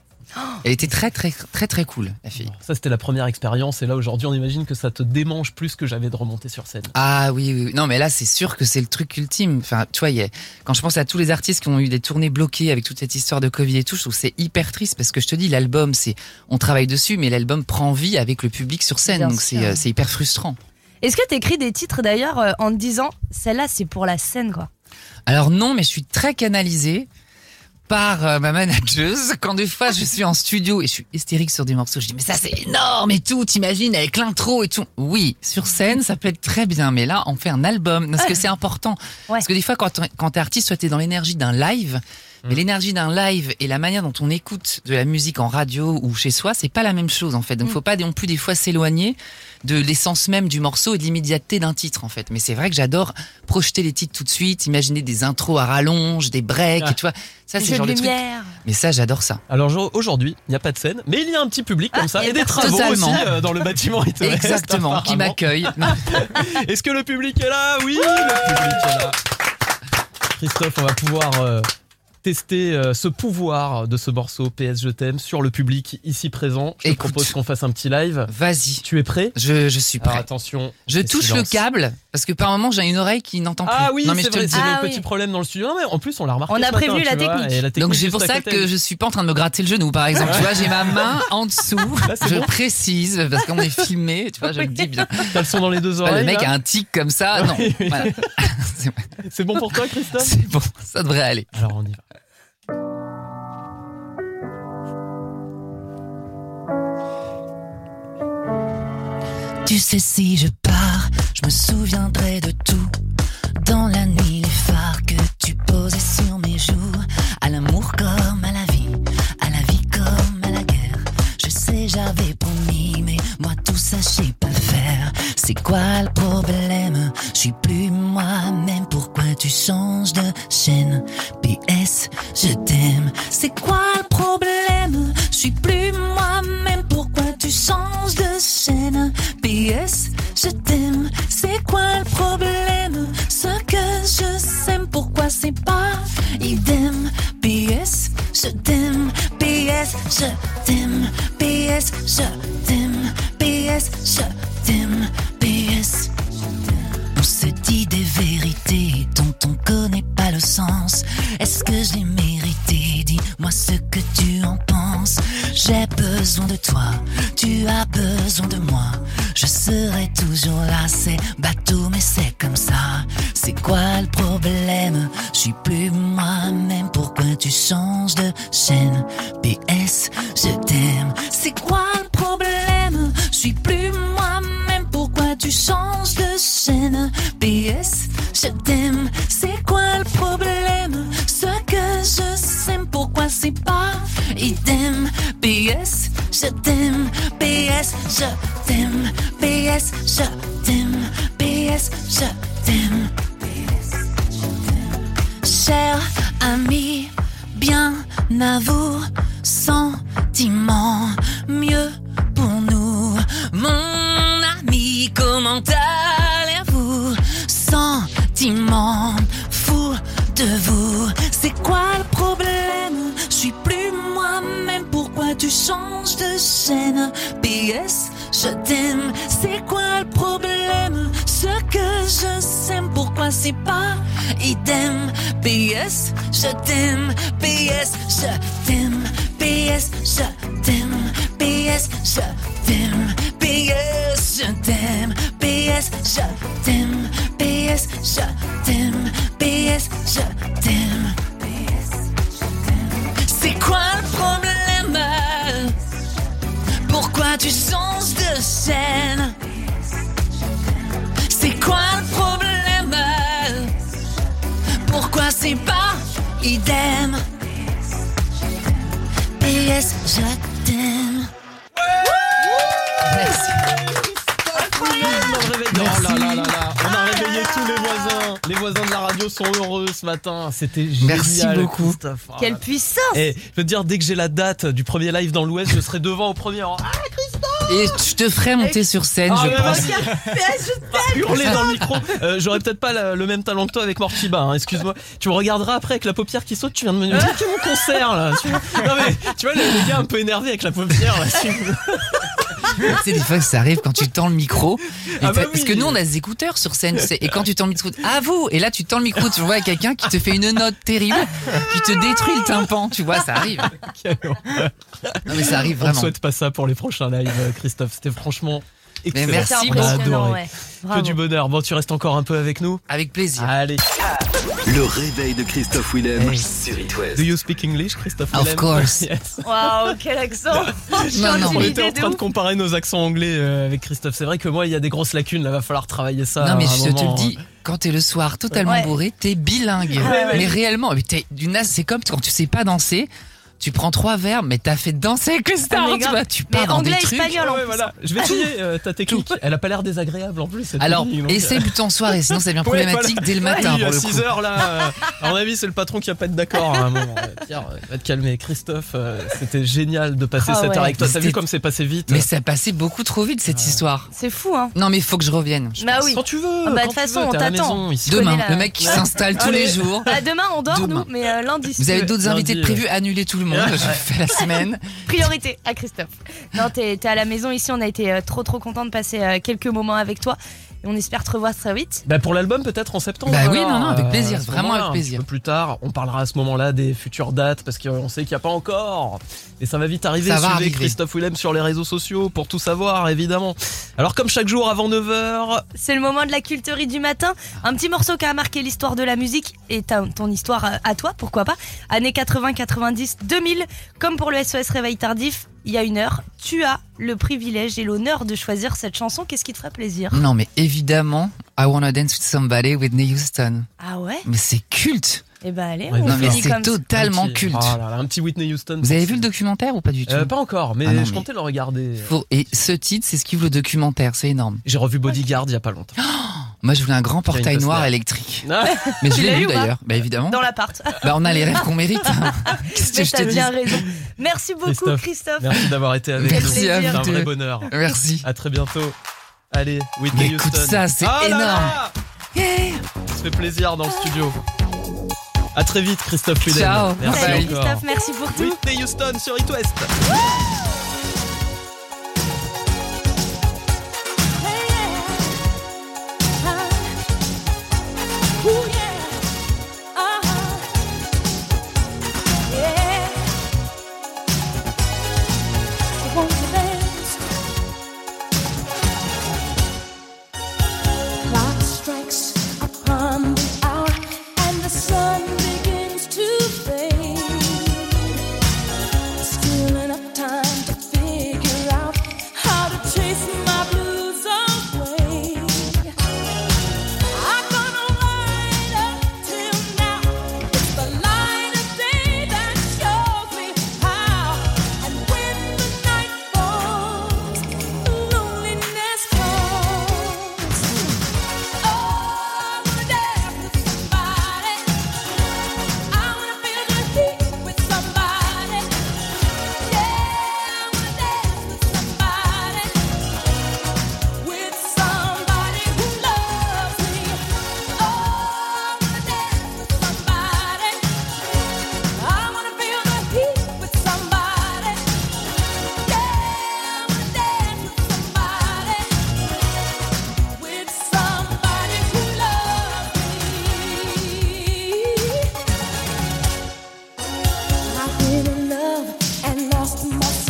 [SPEAKER 16] Elle était très, très, très, très cool, la fille.
[SPEAKER 3] Ça, c'était la première expérience. Et là, aujourd'hui, on imagine que ça te démange plus que j'avais de remonter sur scène.
[SPEAKER 16] Ah oui, oui, oui. non mais là c'est sûr que c'est le truc ultime. Enfin, tu vois, il y a- quand je pense à tous les artistes qui ont eu des tournées bloquées avec toute cette histoire de Covid et tout, je trouve que c'est hyper triste parce que je te dis l'album, c'est on travaille dessus, mais l'album prend vie avec le public sur scène,
[SPEAKER 6] Bien
[SPEAKER 16] donc
[SPEAKER 6] sûr.
[SPEAKER 16] c'est euh, c'est hyper frustrant.
[SPEAKER 6] Est-ce que t'écris des titres d'ailleurs euh, en te disant Celle-là, c'est pour la scène, quoi
[SPEAKER 16] Alors non, mais je suis très canalisée par euh, ma manageuse quand des fois je suis en studio et je suis hystérique sur des morceaux, je dis mais ça c'est énorme et tout, t'imagines avec l'intro et tout. Oui, sur scène ça peut être très bien, mais là on fait un album parce que c'est important. Parce que des fois quand t'es- quand t'es artiste, soit t'es dans l'énergie d'un live, mais l'énergie d'un live et la manière dont on écoute de la musique en radio ou chez soi, c'est pas la même chose en fait.
[SPEAKER 3] Mm.
[SPEAKER 16] Donc faut pas non plus des fois s'éloigner de l'essence même du morceau et de l'immédiateté d'un titre en fait. Mais c'est vrai que j'adore projeter les titres tout de suite, imaginer des intros à rallonge, des breaks, et tu vois. Ça
[SPEAKER 6] Des
[SPEAKER 16] c'est
[SPEAKER 6] jeux
[SPEAKER 16] le genre
[SPEAKER 6] de
[SPEAKER 16] de truc. Oh
[SPEAKER 6] lumière.
[SPEAKER 16] Mais ça j'adore ça.
[SPEAKER 3] Alors genre, aujourd'hui, il n'y a pas de scène, mais il y a un petit public comme
[SPEAKER 16] Ah,
[SPEAKER 3] ça
[SPEAKER 16] il y
[SPEAKER 3] et
[SPEAKER 16] a
[SPEAKER 3] des travaux
[SPEAKER 16] totalement.
[SPEAKER 3] aussi euh, dans le bâtiment. il te reste,
[SPEAKER 16] Exactement, qui
[SPEAKER 3] apparemment.
[SPEAKER 16] m'accueille.
[SPEAKER 3] Est-ce que le public est là Oui, le public est là. Christophe, on va pouvoir euh, tester euh, ce pouvoir de ce morceau PS Je t'aime sur le public ici présent. Je te propose qu'on fasse un petit live.
[SPEAKER 16] Vas-y.
[SPEAKER 3] Tu es prêt
[SPEAKER 16] je, je suis
[SPEAKER 3] prêt. attention.
[SPEAKER 16] Je
[SPEAKER 3] Ah, c'est
[SPEAKER 16] touche le
[SPEAKER 3] silence.
[SPEAKER 16] câble parce que par moment j'ai une oreille qui n'entend plus.
[SPEAKER 3] Ah oui,
[SPEAKER 16] Non, mais je
[SPEAKER 3] c'est
[SPEAKER 16] te le
[SPEAKER 3] vrai,
[SPEAKER 16] dis.
[SPEAKER 3] c'est le petit problème dans le studio. Non, mais en plus, on l'a remarqué.
[SPEAKER 16] On
[SPEAKER 3] ce
[SPEAKER 16] a
[SPEAKER 3] matin,
[SPEAKER 16] prévenu
[SPEAKER 3] tu
[SPEAKER 16] la
[SPEAKER 3] vois, et la technique
[SPEAKER 16] Donc c'est
[SPEAKER 3] juste
[SPEAKER 16] pour
[SPEAKER 3] à
[SPEAKER 16] ça
[SPEAKER 3] côté.
[SPEAKER 16] que je suis pas en train de me gratter le genou, par exemple. tu vois, j'ai ma main en dessous. je précise parce qu'on est filmé. Tu vois, je le dis bien.
[SPEAKER 3] T'as le son dans les deux
[SPEAKER 16] Ouais,
[SPEAKER 3] oreilles.
[SPEAKER 16] le mec hein.
[SPEAKER 3] là
[SPEAKER 16] a un tic comme ça. Non.
[SPEAKER 3] Oui, oui.
[SPEAKER 16] Voilà.
[SPEAKER 3] C'est bon pour toi, Christophe
[SPEAKER 16] C'est bon, ça devrait aller.
[SPEAKER 3] Alors on y va.
[SPEAKER 9] Tu sais si je pars, je me souviendrai de tout. Dans la nuit, les phares que tu posais sur mes joues. À l'amour comme à la vie, à la vie comme à la guerre. Je sais, j'avais promis, mais moi tout ça, je sais pas faire. C'est quoi le problème Je suis plus moi-même. Pourquoi tu changes de chaîne PS, je t'aime. C'est quoi le problème Je suis plus moi-même. Pourquoi tu changes de chaîne PS, je t'aime. C'est quoi le problème Ce que je sème, pourquoi c'est pas idem PS, je t'aime. PS, je t'aime. PS, je t'aime. PS, je t'aime. PS. On se dit des vérités dont on connaît pas le sens. Est-ce que je l'ai mérité Dis-moi ce que tu en penses. J'ai besoin de toi, tu as besoin de moi. Je serai toujours là, c'est bateau, mais c'est comme ça. C'est quoi le problème Je suis plus moi-même. Pourquoi tu changes de chaîne PS, je t'aime. C'est quoi le problème Je suis plus moi-même. Pourquoi tu changes de chaîne PS, je t'aime. C'est quoi le problème Ce que je sème, pourquoi c'est pas idem PS, je t'aime. PS, je t'aime. PS, je t'aime. PS, je t'aime. Cher ami, bien à vous, sentiment mieux pour nous. Mon ami, comment allez-vous? Sentiment fou de vous. C'est quoi le problème? Je suis plus moi-même. Pourquoi tu changes de chaîne? PS, je t'aime. C'est quoi le problème? Ce que je sème, pourquoi c'est pas idem? PS, je t'aime. PS, je t'aime. PS, je t'aime. PS, je t'aime. PS, je t'aime. PS, je t'aime. PS, je t'aime. PS, je t'aime. C'est quoi le problème Pourquoi tu changes de chaîne C'est quoi le problème Pourquoi c'est pas idem PS, je t'aime.
[SPEAKER 16] Merci.
[SPEAKER 3] Oh là là là là, on a réveillé tous les voisins. Les voisins de la radio sont heureux ce matin. C'était génial.
[SPEAKER 16] Merci beaucoup.
[SPEAKER 3] Christophe. Oh là
[SPEAKER 4] Quelle
[SPEAKER 3] là.
[SPEAKER 4] puissance
[SPEAKER 3] Eh, je veux te dire, dès que j'ai la date du premier live dans l'Ouest, je serai devant au premier rang. Ah,
[SPEAKER 16] Et je te ferai monter sur scène,
[SPEAKER 3] Ah,
[SPEAKER 16] je
[SPEAKER 3] mais
[SPEAKER 16] pense.
[SPEAKER 3] vas-y. hurler dans le micro. Euh, J'aurais peut-être pas la- le même talent que toi avec Mortiba, hein, excuse-moi. Tu me regarderas après avec la paupière qui saute, tu viens de me dire c'est mon concert là. Tu vois, non, mais, tu vois le, le gars un peu énervé avec la paupière là. tu- Ah,
[SPEAKER 16] tu sais, des fois, ça arrive quand tu tends le micro. Et
[SPEAKER 3] Ah bah
[SPEAKER 16] t'as-
[SPEAKER 3] oui.
[SPEAKER 16] Parce que nous, on a des écouteurs sur scène, tu sais, Et quand tu tends le micro, à vous Et là, tu tends le micro, tu vois quelqu'un qui te fait une note terrible, qui te détruit le tympan, tu vois, ça arrive. Non, mais ça arrive
[SPEAKER 3] On ne
[SPEAKER 16] vraiment.
[SPEAKER 3] souhaite pas ça pour les prochains lives, euh, Christophe. C'était franchement excellent.
[SPEAKER 16] merci
[SPEAKER 3] on a
[SPEAKER 16] beaucoup.
[SPEAKER 3] adoré.
[SPEAKER 4] ouais.
[SPEAKER 3] Que
[SPEAKER 4] Bravo.
[SPEAKER 3] du bonheur. Bon, tu restes encore un peu avec nous
[SPEAKER 16] Avec plaisir.
[SPEAKER 3] Allez.
[SPEAKER 15] Le réveil de Christophe Willem
[SPEAKER 16] Eh.
[SPEAKER 3] Hey.
[SPEAKER 15] sur It West.
[SPEAKER 3] Do you speak English, Christophe
[SPEAKER 16] Of
[SPEAKER 3] Willem
[SPEAKER 16] course.
[SPEAKER 3] Yes.
[SPEAKER 4] Waouh, quel accent Je suis
[SPEAKER 16] Non, non,
[SPEAKER 3] On
[SPEAKER 16] mais-
[SPEAKER 3] était en
[SPEAKER 4] intimidée de
[SPEAKER 3] train de
[SPEAKER 4] ouf.
[SPEAKER 3] comparer nos accents anglais euh, avec Christophe. C'est vrai que moi, il y a des grosses lacunes. Là, va falloir travailler ça. à
[SPEAKER 16] Non, mais
[SPEAKER 3] un
[SPEAKER 16] je te
[SPEAKER 3] moment.
[SPEAKER 16] le dis, quand t'es le soir totalement
[SPEAKER 4] Ouais.
[SPEAKER 16] bourré, t'es bilingue. Mais réellement, mais t'es d'une as- c'est comme quand tu sais pas danser. Tu prends trois verbes, mais t'as fait danser que
[SPEAKER 4] Ah,
[SPEAKER 16] ça.
[SPEAKER 4] mais
[SPEAKER 16] tu
[SPEAKER 4] grave.
[SPEAKER 16] vois, tu
[SPEAKER 4] Mais
[SPEAKER 16] pars dans des
[SPEAKER 4] anglais,
[SPEAKER 16] trucs.
[SPEAKER 4] espagnol, en
[SPEAKER 3] Ouais,
[SPEAKER 4] plus.
[SPEAKER 3] voilà. Je vais essayer euh, ta technique. Elle a pas l'air désagréable en plus. cette
[SPEAKER 16] Alors,
[SPEAKER 3] technique, donc, euh,
[SPEAKER 16] essaie plutôt en soirée, sinon ça devient
[SPEAKER 3] Ouais, voilà.
[SPEAKER 16] problématique dès le matin.
[SPEAKER 3] Oui,
[SPEAKER 16] pour
[SPEAKER 3] à
[SPEAKER 16] le
[SPEAKER 3] 6
[SPEAKER 16] coup.
[SPEAKER 3] heures là. euh, à mon avis, c'est le patron qui va pas être d'accord à un moment. Euh, Pierre, euh, va te calmer. Christophe, euh, c'était génial de passer
[SPEAKER 4] Ah
[SPEAKER 3] cette
[SPEAKER 4] ouais.
[SPEAKER 3] heure avec toi. T'as vu
[SPEAKER 16] C'était-
[SPEAKER 3] comme c'est passé vite euh,
[SPEAKER 16] Mais ça passait beaucoup trop vite cette histoire.
[SPEAKER 4] C'est fou, hein
[SPEAKER 16] Non, mais faut que je revienne. Je-
[SPEAKER 4] Bah oui.
[SPEAKER 3] Quand tu veux.
[SPEAKER 4] Ah bah, de
[SPEAKER 3] quand
[SPEAKER 4] toute
[SPEAKER 3] tu
[SPEAKER 4] façon,
[SPEAKER 3] veux,
[SPEAKER 4] on
[SPEAKER 3] t'es à la
[SPEAKER 4] t'attend.
[SPEAKER 3] maison, ici.
[SPEAKER 16] Demain,
[SPEAKER 4] connais la-
[SPEAKER 16] le mec qui s'installe tous les jours.
[SPEAKER 4] Bah, demain, on dort,
[SPEAKER 16] Demain.
[SPEAKER 4] nous, mais euh, lundi. si
[SPEAKER 16] Vous
[SPEAKER 4] tu
[SPEAKER 16] avez
[SPEAKER 4] veux.
[SPEAKER 16] d'autres invités de
[SPEAKER 3] Lundi,
[SPEAKER 16] prévu, annulez tout le monde. Je fais la semaine.
[SPEAKER 4] Priorité à Christophe. Non, t'es t'es à la maison ici, on a été euh, trop trop content de passer euh, quelques moments avec toi. Et on espère te revoir très vite.
[SPEAKER 3] Bah pour l'album peut-être en septembre.
[SPEAKER 16] Bah oui,
[SPEAKER 3] alors,
[SPEAKER 16] non, non, avec
[SPEAKER 3] euh,
[SPEAKER 16] plaisir,
[SPEAKER 3] à ce
[SPEAKER 16] vraiment
[SPEAKER 3] moment-là,
[SPEAKER 16] avec
[SPEAKER 3] un
[SPEAKER 16] plaisir.
[SPEAKER 3] petit peu plus tard, on parlera à ce moment-là des futures dates parce qu'on sait qu'il n'y a pas encore. Et ça va vite arriver.
[SPEAKER 16] Ça va
[SPEAKER 3] Suivez
[SPEAKER 16] arriver.
[SPEAKER 3] Christophe Willem sur les réseaux sociaux pour tout savoir, évidemment. Alors comme chaque jour avant 9h,
[SPEAKER 4] C'est le moment de la culterie du matin. Un petit morceau qui a marqué l'histoire de la musique et ta- ton histoire euh, à toi, pourquoi pas. Années 80, 90, 2000, comme pour le SOS Réveil Tardif, il y a une heure, tu as le privilège et l'honneur de choisir cette chanson. Qu'est-ce qui te ferait plaisir
[SPEAKER 16] Non, mais évidemment, I Wanna Dance with Somebody, Whitney Houston.
[SPEAKER 4] Ah ouais
[SPEAKER 16] Mais c'est culte.
[SPEAKER 4] Eh bah allez,
[SPEAKER 3] Ouais,
[SPEAKER 4] on
[SPEAKER 16] Non, mais
[SPEAKER 4] finit
[SPEAKER 16] c'est
[SPEAKER 4] comme ça.
[SPEAKER 16] totalement
[SPEAKER 3] un petit-
[SPEAKER 16] culte.
[SPEAKER 3] oh là là, un petit Whitney Houston.
[SPEAKER 16] Vous avez vu le documentaire ou pas du tout
[SPEAKER 3] Euh, Pas encore, mais
[SPEAKER 16] Ah non,
[SPEAKER 3] je
[SPEAKER 16] mais-
[SPEAKER 3] comptais le regarder.
[SPEAKER 16] Faut- Et ce titre, c'est ce qu'ouvre le documentaire, c'est énorme.
[SPEAKER 3] J'ai revu Bodyguard il y a pas longtemps.
[SPEAKER 16] Moi, je voulais un grand portail
[SPEAKER 3] Costner.
[SPEAKER 16] noir électrique.
[SPEAKER 3] Ah,
[SPEAKER 16] Mais je
[SPEAKER 4] Tu l'as
[SPEAKER 16] l'ai
[SPEAKER 4] eu
[SPEAKER 16] vu
[SPEAKER 4] ou pas
[SPEAKER 16] d'ailleurs, bah évidemment.
[SPEAKER 4] Dans l'appart.
[SPEAKER 16] Bah, on a les rêves qu'on mérite. Qu'est-ce que
[SPEAKER 4] Mais
[SPEAKER 16] je te
[SPEAKER 4] t'as
[SPEAKER 16] dis
[SPEAKER 4] bien raison. Merci beaucoup,
[SPEAKER 3] Christophe.
[SPEAKER 4] Christophe.
[SPEAKER 3] merci d'avoir été avec
[SPEAKER 16] Merci
[SPEAKER 3] nous.
[SPEAKER 16] à
[SPEAKER 3] C'est
[SPEAKER 16] vous
[SPEAKER 3] un vrai
[SPEAKER 16] deux.
[SPEAKER 3] bonheur.
[SPEAKER 16] Merci.
[SPEAKER 3] À très bientôt. Allez, Whitney
[SPEAKER 16] Mais
[SPEAKER 3] Houston.
[SPEAKER 16] écoute ça, c'est
[SPEAKER 3] Ah là
[SPEAKER 16] énorme.
[SPEAKER 3] là
[SPEAKER 16] Yeah.
[SPEAKER 3] Ça fait plaisir dans le studio. À très vite, Christophe Ludem.
[SPEAKER 16] Ciao.
[SPEAKER 3] Merci
[SPEAKER 4] Salut,
[SPEAKER 16] Bye.
[SPEAKER 3] encore.
[SPEAKER 4] Christophe, merci pour tout.
[SPEAKER 3] Whitney Houston sur It West.
[SPEAKER 6] Clock strikes upon the hour, and the sun begins to fade. Stealing up time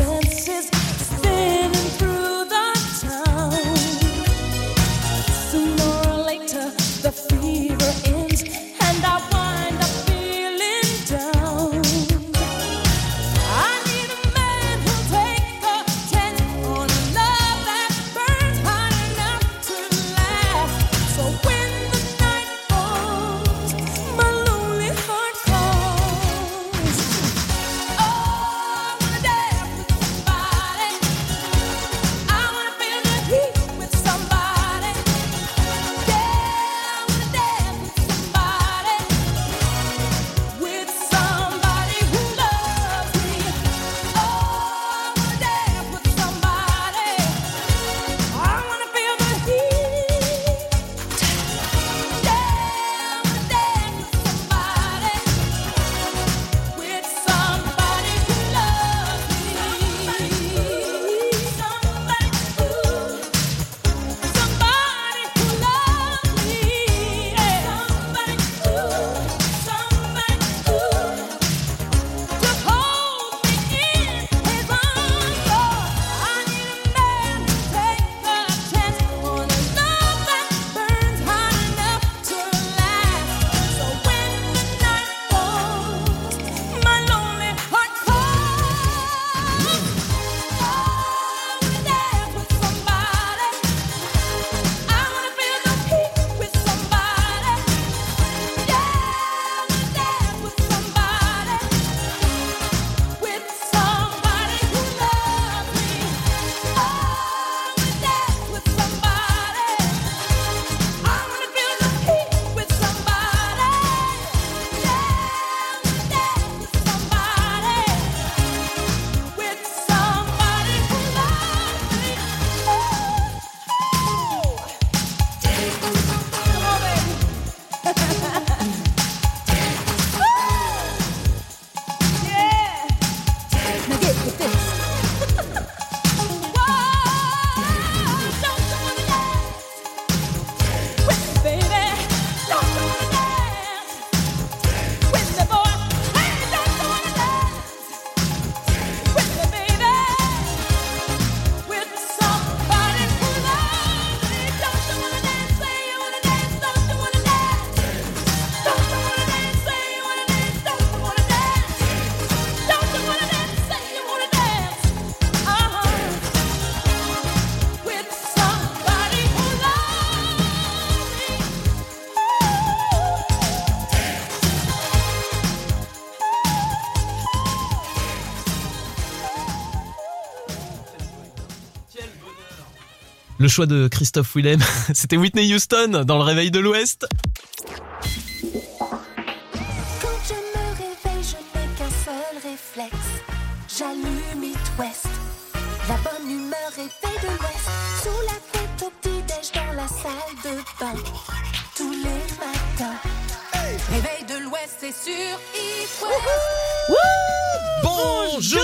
[SPEAKER 4] Ah.
[SPEAKER 16] Oh, Oh,
[SPEAKER 3] Le choix de Christophe Willem, c'était Whitney Houston dans le réveil de l'Ouest.
[SPEAKER 1] Quand je me réveille, je n'ai qu'un seul réflexe. J'allume It West. La bonne humeur éveille de l'Ouest. Sous la tête au petit-déj dans la salle de bain. Tous les matins. Réveil de l'Ouest, c'est sur It West.
[SPEAKER 3] Bonjour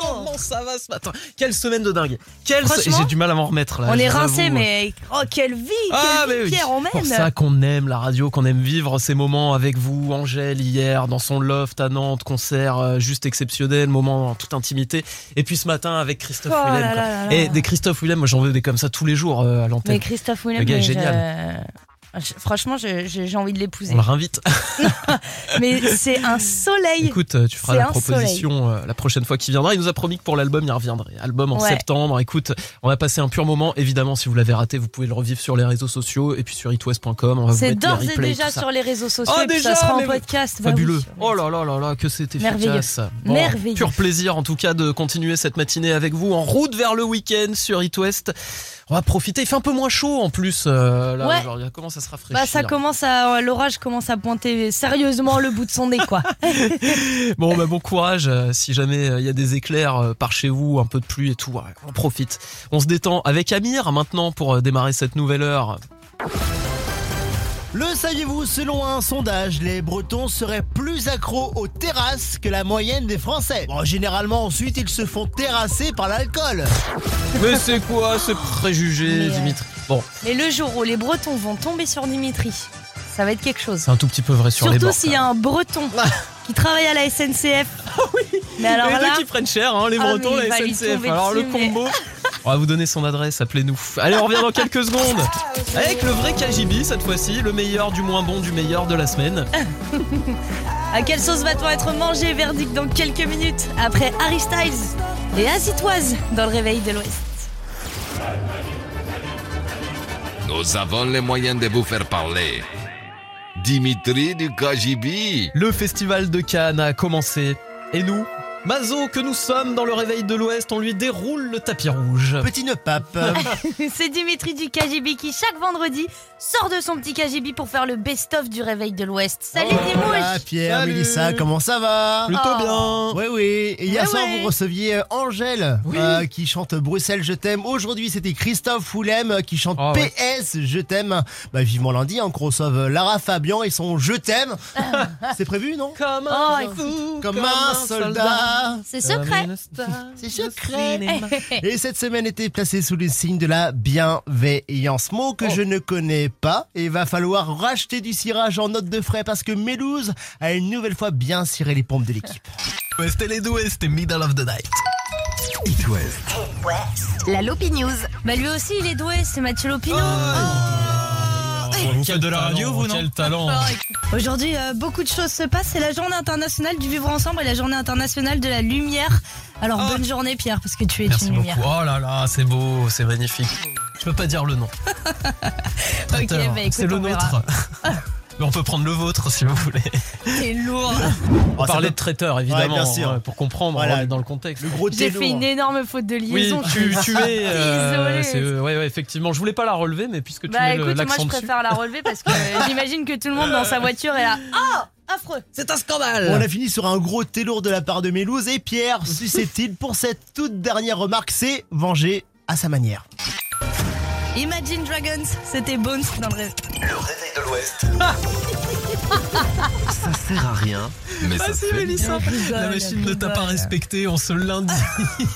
[SPEAKER 3] Comment ça va ce matin Quelle semaine de dingue Quelle se-
[SPEAKER 4] Franchement,
[SPEAKER 3] J'ai du mal à m'en remettre là.
[SPEAKER 4] on
[SPEAKER 3] je
[SPEAKER 4] est
[SPEAKER 3] vous
[SPEAKER 4] rincé,
[SPEAKER 3] avoue.
[SPEAKER 4] mais oh, quelle vie,
[SPEAKER 3] Bah, Ah,
[SPEAKER 4] quelle
[SPEAKER 3] mais
[SPEAKER 4] vie
[SPEAKER 3] oui.
[SPEAKER 4] Pierre, on
[SPEAKER 3] pour
[SPEAKER 4] mène.
[SPEAKER 3] ça qu'on aime la radio, qu'on aime vivre ces moments avec vous. Angèle, hier, dans son loft à Nantes, concert euh, juste exceptionnel, moment en toute intimité. Et puis ce matin avec Christophe
[SPEAKER 4] Oh là
[SPEAKER 3] Willem. quoi.
[SPEAKER 4] là là là.
[SPEAKER 3] Et des Christophe Willem, moi j'en veux des comme ça tous les jours euh, à l'antenne.
[SPEAKER 4] Mais Christophe Willem,
[SPEAKER 3] Le gars est
[SPEAKER 4] mais je-
[SPEAKER 3] génial.
[SPEAKER 4] je- Franchement, je- je- j'ai envie de l'épouser.
[SPEAKER 3] On le réinvite.
[SPEAKER 4] Mais c'est un soleil.
[SPEAKER 3] Écoute, euh, tu feras
[SPEAKER 4] C'est
[SPEAKER 3] la
[SPEAKER 4] un
[SPEAKER 3] proposition euh, la prochaine fois qu'il viendra. Il nous a promis que pour l'album, il reviendrait. Album en
[SPEAKER 4] Ouais.
[SPEAKER 3] septembre. Écoute, on a passé un pur moment. Évidemment, si vous l'avez raté, vous pouvez le revivre sur les réseaux sociaux et puis sur itwest.com. On va vous
[SPEAKER 4] C'est
[SPEAKER 3] mettre les
[SPEAKER 4] d'ores et
[SPEAKER 3] replays,
[SPEAKER 4] déjà
[SPEAKER 3] tout ça.
[SPEAKER 4] sur les réseaux sociaux.
[SPEAKER 3] Ah,
[SPEAKER 4] et puis
[SPEAKER 3] déjà,
[SPEAKER 4] ça sera en
[SPEAKER 3] mais-
[SPEAKER 4] podcast. Bah oui.
[SPEAKER 3] Fabuleux. Oh là là là là, que c'était
[SPEAKER 4] Merveilleux.
[SPEAKER 3] efficace.
[SPEAKER 4] Merveilleux.
[SPEAKER 3] Pur plaisir en tout cas de continuer cette matinée avec vous en route vers le week-end sur It West. On va profiter. Il fait un peu moins chaud en plus. euh, là,
[SPEAKER 4] Ouais.
[SPEAKER 3] aujourd'hui. Comment ça se rafraîchit
[SPEAKER 4] Bah, ça commence à l'orage commence à pointer sérieusement le bout de son nez quoi.
[SPEAKER 3] Bon, bah, bon courage. euh, si jamais euh, il y a des éclairs euh, par chez vous, un peu de pluie et tout, ouais, on profite. On se détend avec Amir maintenant pour euh, démarrer cette nouvelle heure.
[SPEAKER 2] Le saviez-vous, selon un sondage, les Bretons seraient plus accros aux terrasses que la moyenne des Français. Bon, généralement, ensuite, ils se font terrasser par l'alcool.
[SPEAKER 3] Mais c'est quoi ce préjugé,
[SPEAKER 4] Mais, euh,
[SPEAKER 3] Dimitri Bon,
[SPEAKER 4] Mais le jour où les Bretons vont tomber sur Dimitri, ça va être quelque chose.
[SPEAKER 3] c'est un tout petit peu vrai sur les
[SPEAKER 4] Surtout
[SPEAKER 3] bords. Ah.
[SPEAKER 4] s'il y a un Breton qui travaille à la SNCF. Mais alors
[SPEAKER 3] les
[SPEAKER 4] là,
[SPEAKER 3] deux qui prennent cher, hein, les
[SPEAKER 4] Ah,
[SPEAKER 3] Bretons,
[SPEAKER 4] mais
[SPEAKER 3] la
[SPEAKER 4] il va lui
[SPEAKER 3] SNCF.
[SPEAKER 4] tomber
[SPEAKER 3] Alors le
[SPEAKER 4] dessus, mais-
[SPEAKER 3] combo. On va vous donner son adresse, appelez-nous. Allez, on revient dans quelques secondes. Avec le vrai KGB cette fois-ci, le meilleur du moins bon du meilleur de la semaine.
[SPEAKER 4] à quelle sauce va-t-on être mangé Verdict dans quelques minutes après Harry Styles et Azitoise dans le réveil de l'Ouest.
[SPEAKER 5] Nous avons les moyens de vous faire parler. Dimitri du KGB.
[SPEAKER 3] Le festival de Cannes a commencé. Et nous Mazo, que nous sommes dans le réveil de l'Ouest, on lui déroule le tapis rouge.
[SPEAKER 2] Petit nœud pape.
[SPEAKER 4] C'est Dimitri du KGB qui, chaque vendredi, sort de son petit KGB pour faire le best-of du réveil de l'Ouest. Salut Oh,
[SPEAKER 2] Ah,
[SPEAKER 4] Dimouche
[SPEAKER 2] Pierre,
[SPEAKER 3] Salut.
[SPEAKER 2] Mélissa, comment ça va
[SPEAKER 3] Plutôt bien.
[SPEAKER 2] Oui, oui. Et hier
[SPEAKER 4] Ouais,
[SPEAKER 2] soir,
[SPEAKER 4] ouais.
[SPEAKER 2] vous receviez euh, Angèle
[SPEAKER 3] Oui.
[SPEAKER 2] euh, qui chante Bruxelles, je t'aime. Aujourd'hui, c'était Christophe Foulem euh, qui chante
[SPEAKER 3] Oh, ouais.
[SPEAKER 2] PS, je t'aime. Bah, vivement lundi, hein, qu'on reçoive euh, Lara Fabian et son Je t'aime. C'est prévu, non
[SPEAKER 3] Comme
[SPEAKER 4] un Oh,
[SPEAKER 3] fou,
[SPEAKER 2] Comme un soldat.
[SPEAKER 4] C'est secret
[SPEAKER 2] C'est secret. Et cette semaine était placée sous le signe de la bienveillance. Mot que je ne connais pas et va falloir racheter du cirage en note de frais parce que Mélouse a une nouvelle fois bien ciré les pompes de l'équipe.
[SPEAKER 3] Ouest et les d'Ouest et Middle of the Night.
[SPEAKER 15] It West.
[SPEAKER 11] La Lopi News.
[SPEAKER 4] Bah lui aussi, il est doué, c'est Mathieu Lopino.
[SPEAKER 3] Vous faites de la radio, vous, non Oh, Quel talent
[SPEAKER 4] Oh, Aujourd'hui, euh, beaucoup de choses se passent. C'est la journée internationale du vivre ensemble et la journée internationale de la lumière. Alors, bonne journée, Pierre, parce que tu es
[SPEAKER 3] Merci
[SPEAKER 4] une
[SPEAKER 3] beaucoup.
[SPEAKER 4] lumière.
[SPEAKER 3] Oh là là, c'est beau, c'est magnifique. Je peux pas dire le nom. Traiteur.
[SPEAKER 4] bah écoute,
[SPEAKER 3] c'est le
[SPEAKER 4] on verra.
[SPEAKER 3] nôtre. Mais on peut prendre le vôtre si vous voulez.
[SPEAKER 4] T'es lourd.
[SPEAKER 3] On
[SPEAKER 2] Oh, ça
[SPEAKER 3] parlait
[SPEAKER 2] peut-
[SPEAKER 3] de traiteur évidemment
[SPEAKER 2] bien sûr.
[SPEAKER 3] hein, pour comprendre
[SPEAKER 2] Voilà.
[SPEAKER 3] hein, dans le contexte.
[SPEAKER 2] Le gros
[SPEAKER 4] J'ai
[SPEAKER 2] télo,
[SPEAKER 4] fait une
[SPEAKER 2] hein.
[SPEAKER 4] énorme faute de
[SPEAKER 3] Oui,
[SPEAKER 4] liaison.
[SPEAKER 3] tu, tu es. euh,
[SPEAKER 4] Désolée.
[SPEAKER 3] c'est- euh, ouais, ouais, effectivement. Je voulais pas la relever, mais puisque tu
[SPEAKER 4] Bah
[SPEAKER 3] mets le-
[SPEAKER 4] écoute, moi
[SPEAKER 3] l'accent
[SPEAKER 4] je
[SPEAKER 3] dessus.
[SPEAKER 4] préfère la relever parce que euh, j'imagine que tout le monde dans sa voiture est là. Oh, affreux.
[SPEAKER 3] C'est un scandale.
[SPEAKER 2] On a fini sur un gros télour de la part de Mélouse et Pierre, susceptible pour cette toute dernière remarque, c'est venger à sa manière.
[SPEAKER 4] Imagine Dragons, c'était Bones dans le rêve.
[SPEAKER 15] Le réveil de l'Ouest. ça sert à rien, mais ça se fait.
[SPEAKER 3] Mélissa, la machine ne t'a pas respecté en ce lundi.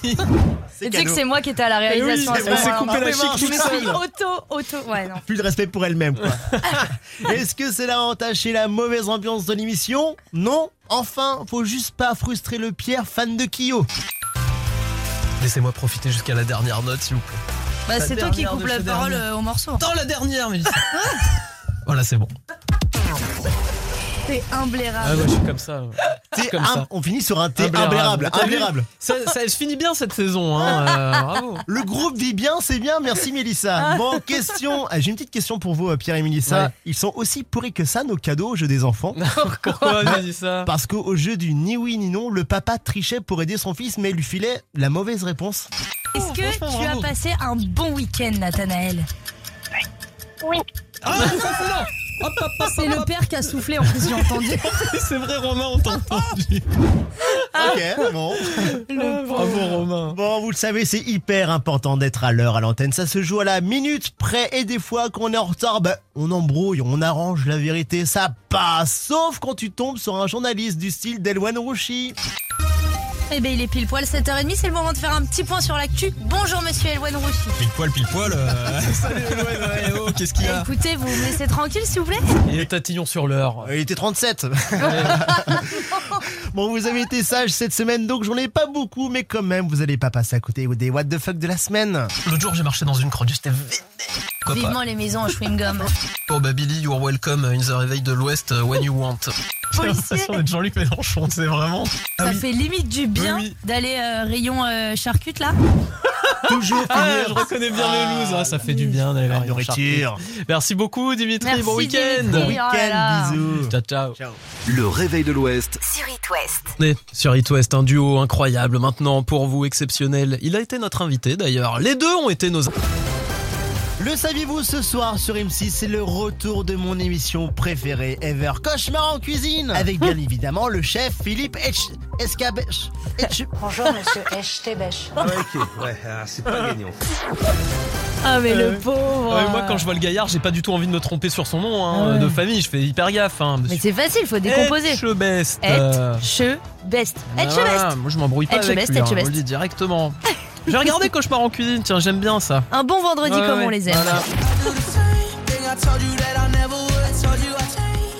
[SPEAKER 4] Et Tu sais que c'est moi qui étais à la
[SPEAKER 3] Eh oui,
[SPEAKER 4] réalisation. à ce
[SPEAKER 3] on s'est
[SPEAKER 4] moment-là.
[SPEAKER 3] coupé la chic
[SPEAKER 4] Je me
[SPEAKER 3] toute
[SPEAKER 4] suis
[SPEAKER 3] seule.
[SPEAKER 4] auto, auto. Ouais, non.
[SPEAKER 2] Plus de respect pour elle-même, quoi. Est-ce que cela a entaché la mauvaise ambiance de l'émission Non Enfin, faut juste pas frustrer le Pierre, fan de Kyo.
[SPEAKER 3] Laissez-moi profiter jusqu'à la dernière note, s'il vous plaît.
[SPEAKER 4] Bah,
[SPEAKER 3] La
[SPEAKER 4] c'est toi qui
[SPEAKER 3] dernière
[SPEAKER 4] coupe
[SPEAKER 3] de
[SPEAKER 4] la
[SPEAKER 3] ce
[SPEAKER 4] parole
[SPEAKER 3] dernier.
[SPEAKER 4] euh, au morceau.
[SPEAKER 3] Dans la dernière, Mélissa. voilà, c'est bon.
[SPEAKER 4] T'es
[SPEAKER 3] Ah,
[SPEAKER 4] imblairable.
[SPEAKER 3] ouais, je suis comme ça.
[SPEAKER 2] T'es
[SPEAKER 3] Comme
[SPEAKER 2] im-
[SPEAKER 3] ça.
[SPEAKER 2] On finit sur un T imbérable.
[SPEAKER 3] Imbérable. T'as vu
[SPEAKER 2] imbérable.
[SPEAKER 3] Ça, ça se finit bien cette saison, hein. euh, bravo.
[SPEAKER 2] Le groupe vit bien, c'est bien, merci Mélissa. Bon, question. Ah, J'ai une petite question pour vous, euh, Pierre et Mélissa.
[SPEAKER 3] Ouais. Ah.
[SPEAKER 2] Ils sont aussi pourris que ça, nos cadeaux au jeu des enfants
[SPEAKER 3] Pourquoi j'ai dit ça
[SPEAKER 2] Parce qu'au jeu du ni oui ni non, le papa trichait pour aider son fils, mais lui filait la mauvaise réponse.
[SPEAKER 4] Est-ce que tu as passé un bon week-end, Nathanaël
[SPEAKER 10] Oui.
[SPEAKER 3] Ah, ça c'est là Hop, hop, hop,
[SPEAKER 4] C'est
[SPEAKER 3] hop,
[SPEAKER 4] le
[SPEAKER 3] hop.
[SPEAKER 4] père qui a soufflé en plus, j'ai
[SPEAKER 3] Ah,
[SPEAKER 4] entendu.
[SPEAKER 3] C'est vrai, Romain, on t'a entendu.
[SPEAKER 2] Ok, bon.
[SPEAKER 3] Bravo, Romain.
[SPEAKER 2] Bon, vous le savez, c'est hyper important d'être à l'heure à l'antenne. Ça se joue à la minute près et des fois qu'on est en retard, bah, on embrouille, on arrange la vérité, ça passe. Sauf quand tu tombes sur un journaliste du style d'Elwan Rouchy.
[SPEAKER 6] Eh
[SPEAKER 4] ben,
[SPEAKER 6] bien, il est pile poil 7h30, c'est le moment de faire un petit point sur l'actu. Bonjour, monsieur Elwan Rouchy.
[SPEAKER 7] Pile poil, pile poil. euh,
[SPEAKER 3] Salut, Eloane, ouais, oh, qu'est-ce qu'il y a
[SPEAKER 6] Écoutez, vous me laissez tranquille, s'il vous plaît
[SPEAKER 3] Il est tatillon sur l'heure.
[SPEAKER 2] Euh, Il était 37. bon, vous avez été sage cette semaine, donc j'en ai pas beaucoup, mais quand même, vous allez pas passer à côté des what the fuck de la semaine.
[SPEAKER 7] L'autre jour, j'ai marché dans une crotte, j'étais vénère. Quoi pas
[SPEAKER 6] Vivement les maisons en chewing-gum.
[SPEAKER 7] Oh bah Billy, you're welcome in the réveil de l'Ouest uh, when you want.
[SPEAKER 3] J'ai l'impression d'être Jean-Luc Mélenchon, c'est vraiment. Ah
[SPEAKER 6] Ça fait limite du bien
[SPEAKER 3] Oui, oui.
[SPEAKER 6] d'aller euh, rayon euh, charcute, là.
[SPEAKER 2] Toujours
[SPEAKER 3] Ah,
[SPEAKER 2] finir
[SPEAKER 3] je reconnais bien
[SPEAKER 2] Ah,
[SPEAKER 3] le loose, ah, ça fait du bien d'aller
[SPEAKER 2] la
[SPEAKER 3] voir Yvan
[SPEAKER 2] nourriture.
[SPEAKER 3] Charpie. Merci beaucoup, Dimitri,
[SPEAKER 6] Merci,
[SPEAKER 3] bon
[SPEAKER 6] Dimitri.
[SPEAKER 3] week-end.
[SPEAKER 6] Oui, oh là là.
[SPEAKER 2] Week-end, bisous.
[SPEAKER 3] Ciao, ciao.
[SPEAKER 15] Le réveil de l'Ouest
[SPEAKER 11] Sur It West.
[SPEAKER 3] On est Sur It West, un duo incroyable maintenant pour vous, exceptionnel. Il a été notre invité d'ailleurs. Les deux ont été nos.
[SPEAKER 2] Le saviez-vous ce soir sur M6, c'est le retour de mon émission préférée ever, Cauchemar en cuisine, avec bien évidemment le chef Philippe H. Escabèche.
[SPEAKER 17] Bonjour monsieur Echtebèche.
[SPEAKER 18] Oh,
[SPEAKER 4] Ah, mais
[SPEAKER 3] le
[SPEAKER 4] le pauvre.
[SPEAKER 3] Ouais, moi, quand je vois le gaillard, j'ai pas du tout envie de me tromper sur son nom hein,
[SPEAKER 4] Ah ouais.
[SPEAKER 3] de famille. Je fais hyper gaffe. Hein,
[SPEAKER 4] Mais c'est facile, faut décomposer.
[SPEAKER 3] Etchebest. Euh,
[SPEAKER 4] Et che best. Et che
[SPEAKER 3] voilà,
[SPEAKER 4] best.
[SPEAKER 3] moi, je m'embrouille pas avec
[SPEAKER 4] Etchebest,
[SPEAKER 3] lui. hein,
[SPEAKER 4] Etchebest.
[SPEAKER 3] on le dit directement. J'ai regardé Cauchemar en cuisine. Tiens, j'aime bien ça.
[SPEAKER 4] Un bon vendredi
[SPEAKER 3] Ouais,
[SPEAKER 4] comme on
[SPEAKER 3] ouais,
[SPEAKER 4] les aime.
[SPEAKER 3] voilà.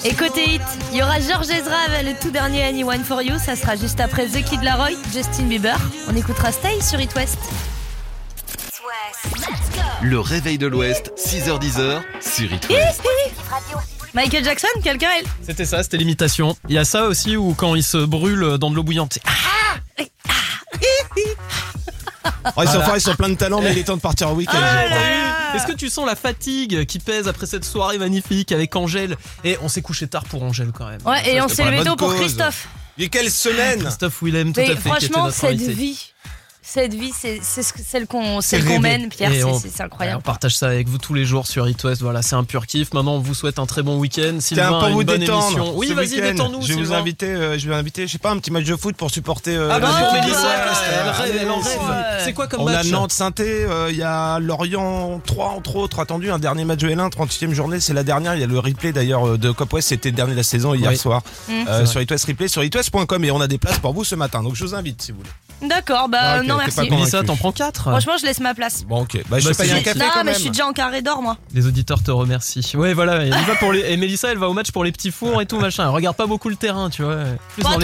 [SPEAKER 6] Et côté hit, il y aura George Ezra avec le tout dernier Anyone For You. Ça sera juste après The Kid Laroi, Justin Bieber. On écoutera Stay sur It West.
[SPEAKER 15] Le réveil de l'Ouest, 6h10h sur It
[SPEAKER 6] Hi,
[SPEAKER 15] West.
[SPEAKER 6] hi. Michael Jackson, quelqu'un est...
[SPEAKER 3] C'était ça, c'était l'imitation. Il y a ça aussi où quand il se brûle dans de l'eau bouillante. c'est- Ah,
[SPEAKER 18] ils, sont forts, ils sont plein de talent, mais il est temps de partir au week-end.
[SPEAKER 3] t'as vu Est-ce que tu sens la fatigue qui pèse après cette soirée magnifique avec Angèle Et on s'est couché tard pour Angèle quand même.
[SPEAKER 6] Ouais, et on s'est
[SPEAKER 18] pour la
[SPEAKER 6] levé
[SPEAKER 18] bonne
[SPEAKER 6] tôt pour
[SPEAKER 18] cause.
[SPEAKER 6] Christophe.
[SPEAKER 18] Et quelle semaine
[SPEAKER 3] Christophe Willem, tout à
[SPEAKER 6] Mais
[SPEAKER 3] fait. qui était
[SPEAKER 6] franchement,
[SPEAKER 3] notre
[SPEAKER 6] cette
[SPEAKER 3] invité.
[SPEAKER 6] vie, cette vie, c'est c'est ce que- celle qu'on celle
[SPEAKER 3] rêvé.
[SPEAKER 6] qu'on mène, Pierre.
[SPEAKER 3] Et
[SPEAKER 6] c'est-
[SPEAKER 3] on-
[SPEAKER 6] c'est- C'est
[SPEAKER 3] Ouais, on
[SPEAKER 6] incroyable.
[SPEAKER 3] partage ça avec vous tous les jours sur It West. Voilà, c'est un pur kiff. Maintenant, on vous souhaite un très bon week-end.
[SPEAKER 18] Tiens,
[SPEAKER 3] Sylvain,
[SPEAKER 18] pour
[SPEAKER 3] une
[SPEAKER 18] vous
[SPEAKER 3] bonne
[SPEAKER 18] détendre.
[SPEAKER 3] émission. Oui,
[SPEAKER 18] ce
[SPEAKER 3] vas-y,
[SPEAKER 18] week-end,
[SPEAKER 3] détends-nous.
[SPEAKER 18] Je vais vous
[SPEAKER 3] Sylvain.
[SPEAKER 18] inviter, euh, je vais inviter, je sais pas, un petit match de foot pour supporter. euh,
[SPEAKER 3] Ah bah,
[SPEAKER 18] les
[SPEAKER 3] c'est
[SPEAKER 18] équipes.
[SPEAKER 3] Mélissa, elle
[SPEAKER 18] Ouais.
[SPEAKER 3] rêve, elle en rêve. C'est quoi comme
[SPEAKER 18] On a
[SPEAKER 3] Ah, match
[SPEAKER 18] Nantes Sainté, il y a Lorient 3 entre autres attendu, un dernier match de L1, 38e journée, c'est la dernière, il y a le replay d'ailleurs euh, de Cop West, c'était le dernier de la saison hier
[SPEAKER 3] Oui.
[SPEAKER 18] soir euh,
[SPEAKER 3] C'est
[SPEAKER 18] sur itwest replay sur itwest.com et on a des places pour vous ce matin. Donc je vous invite si vous voulez.
[SPEAKER 6] D'accord, bah
[SPEAKER 18] Ah, ok,
[SPEAKER 6] non
[SPEAKER 18] t'es pas
[SPEAKER 6] merci.
[SPEAKER 18] con.
[SPEAKER 3] Mélissa, t'en prends 4
[SPEAKER 6] Franchement, je laisse ma place.
[SPEAKER 18] Bon OK, bah je
[SPEAKER 3] Bah,
[SPEAKER 18] vais payer
[SPEAKER 3] c'est-
[SPEAKER 18] un café
[SPEAKER 6] non,
[SPEAKER 18] quand
[SPEAKER 6] mais
[SPEAKER 18] même.
[SPEAKER 6] je suis déjà en carré d'or, moi.
[SPEAKER 3] Les auditeurs te remercient. Ouais, voilà. elle y va pour les... Et Mélissa, elle va au match pour les petits fours et tout machin. Elle regarde pas beaucoup le terrain, tu vois. Plus
[SPEAKER 6] Pas
[SPEAKER 3] dans les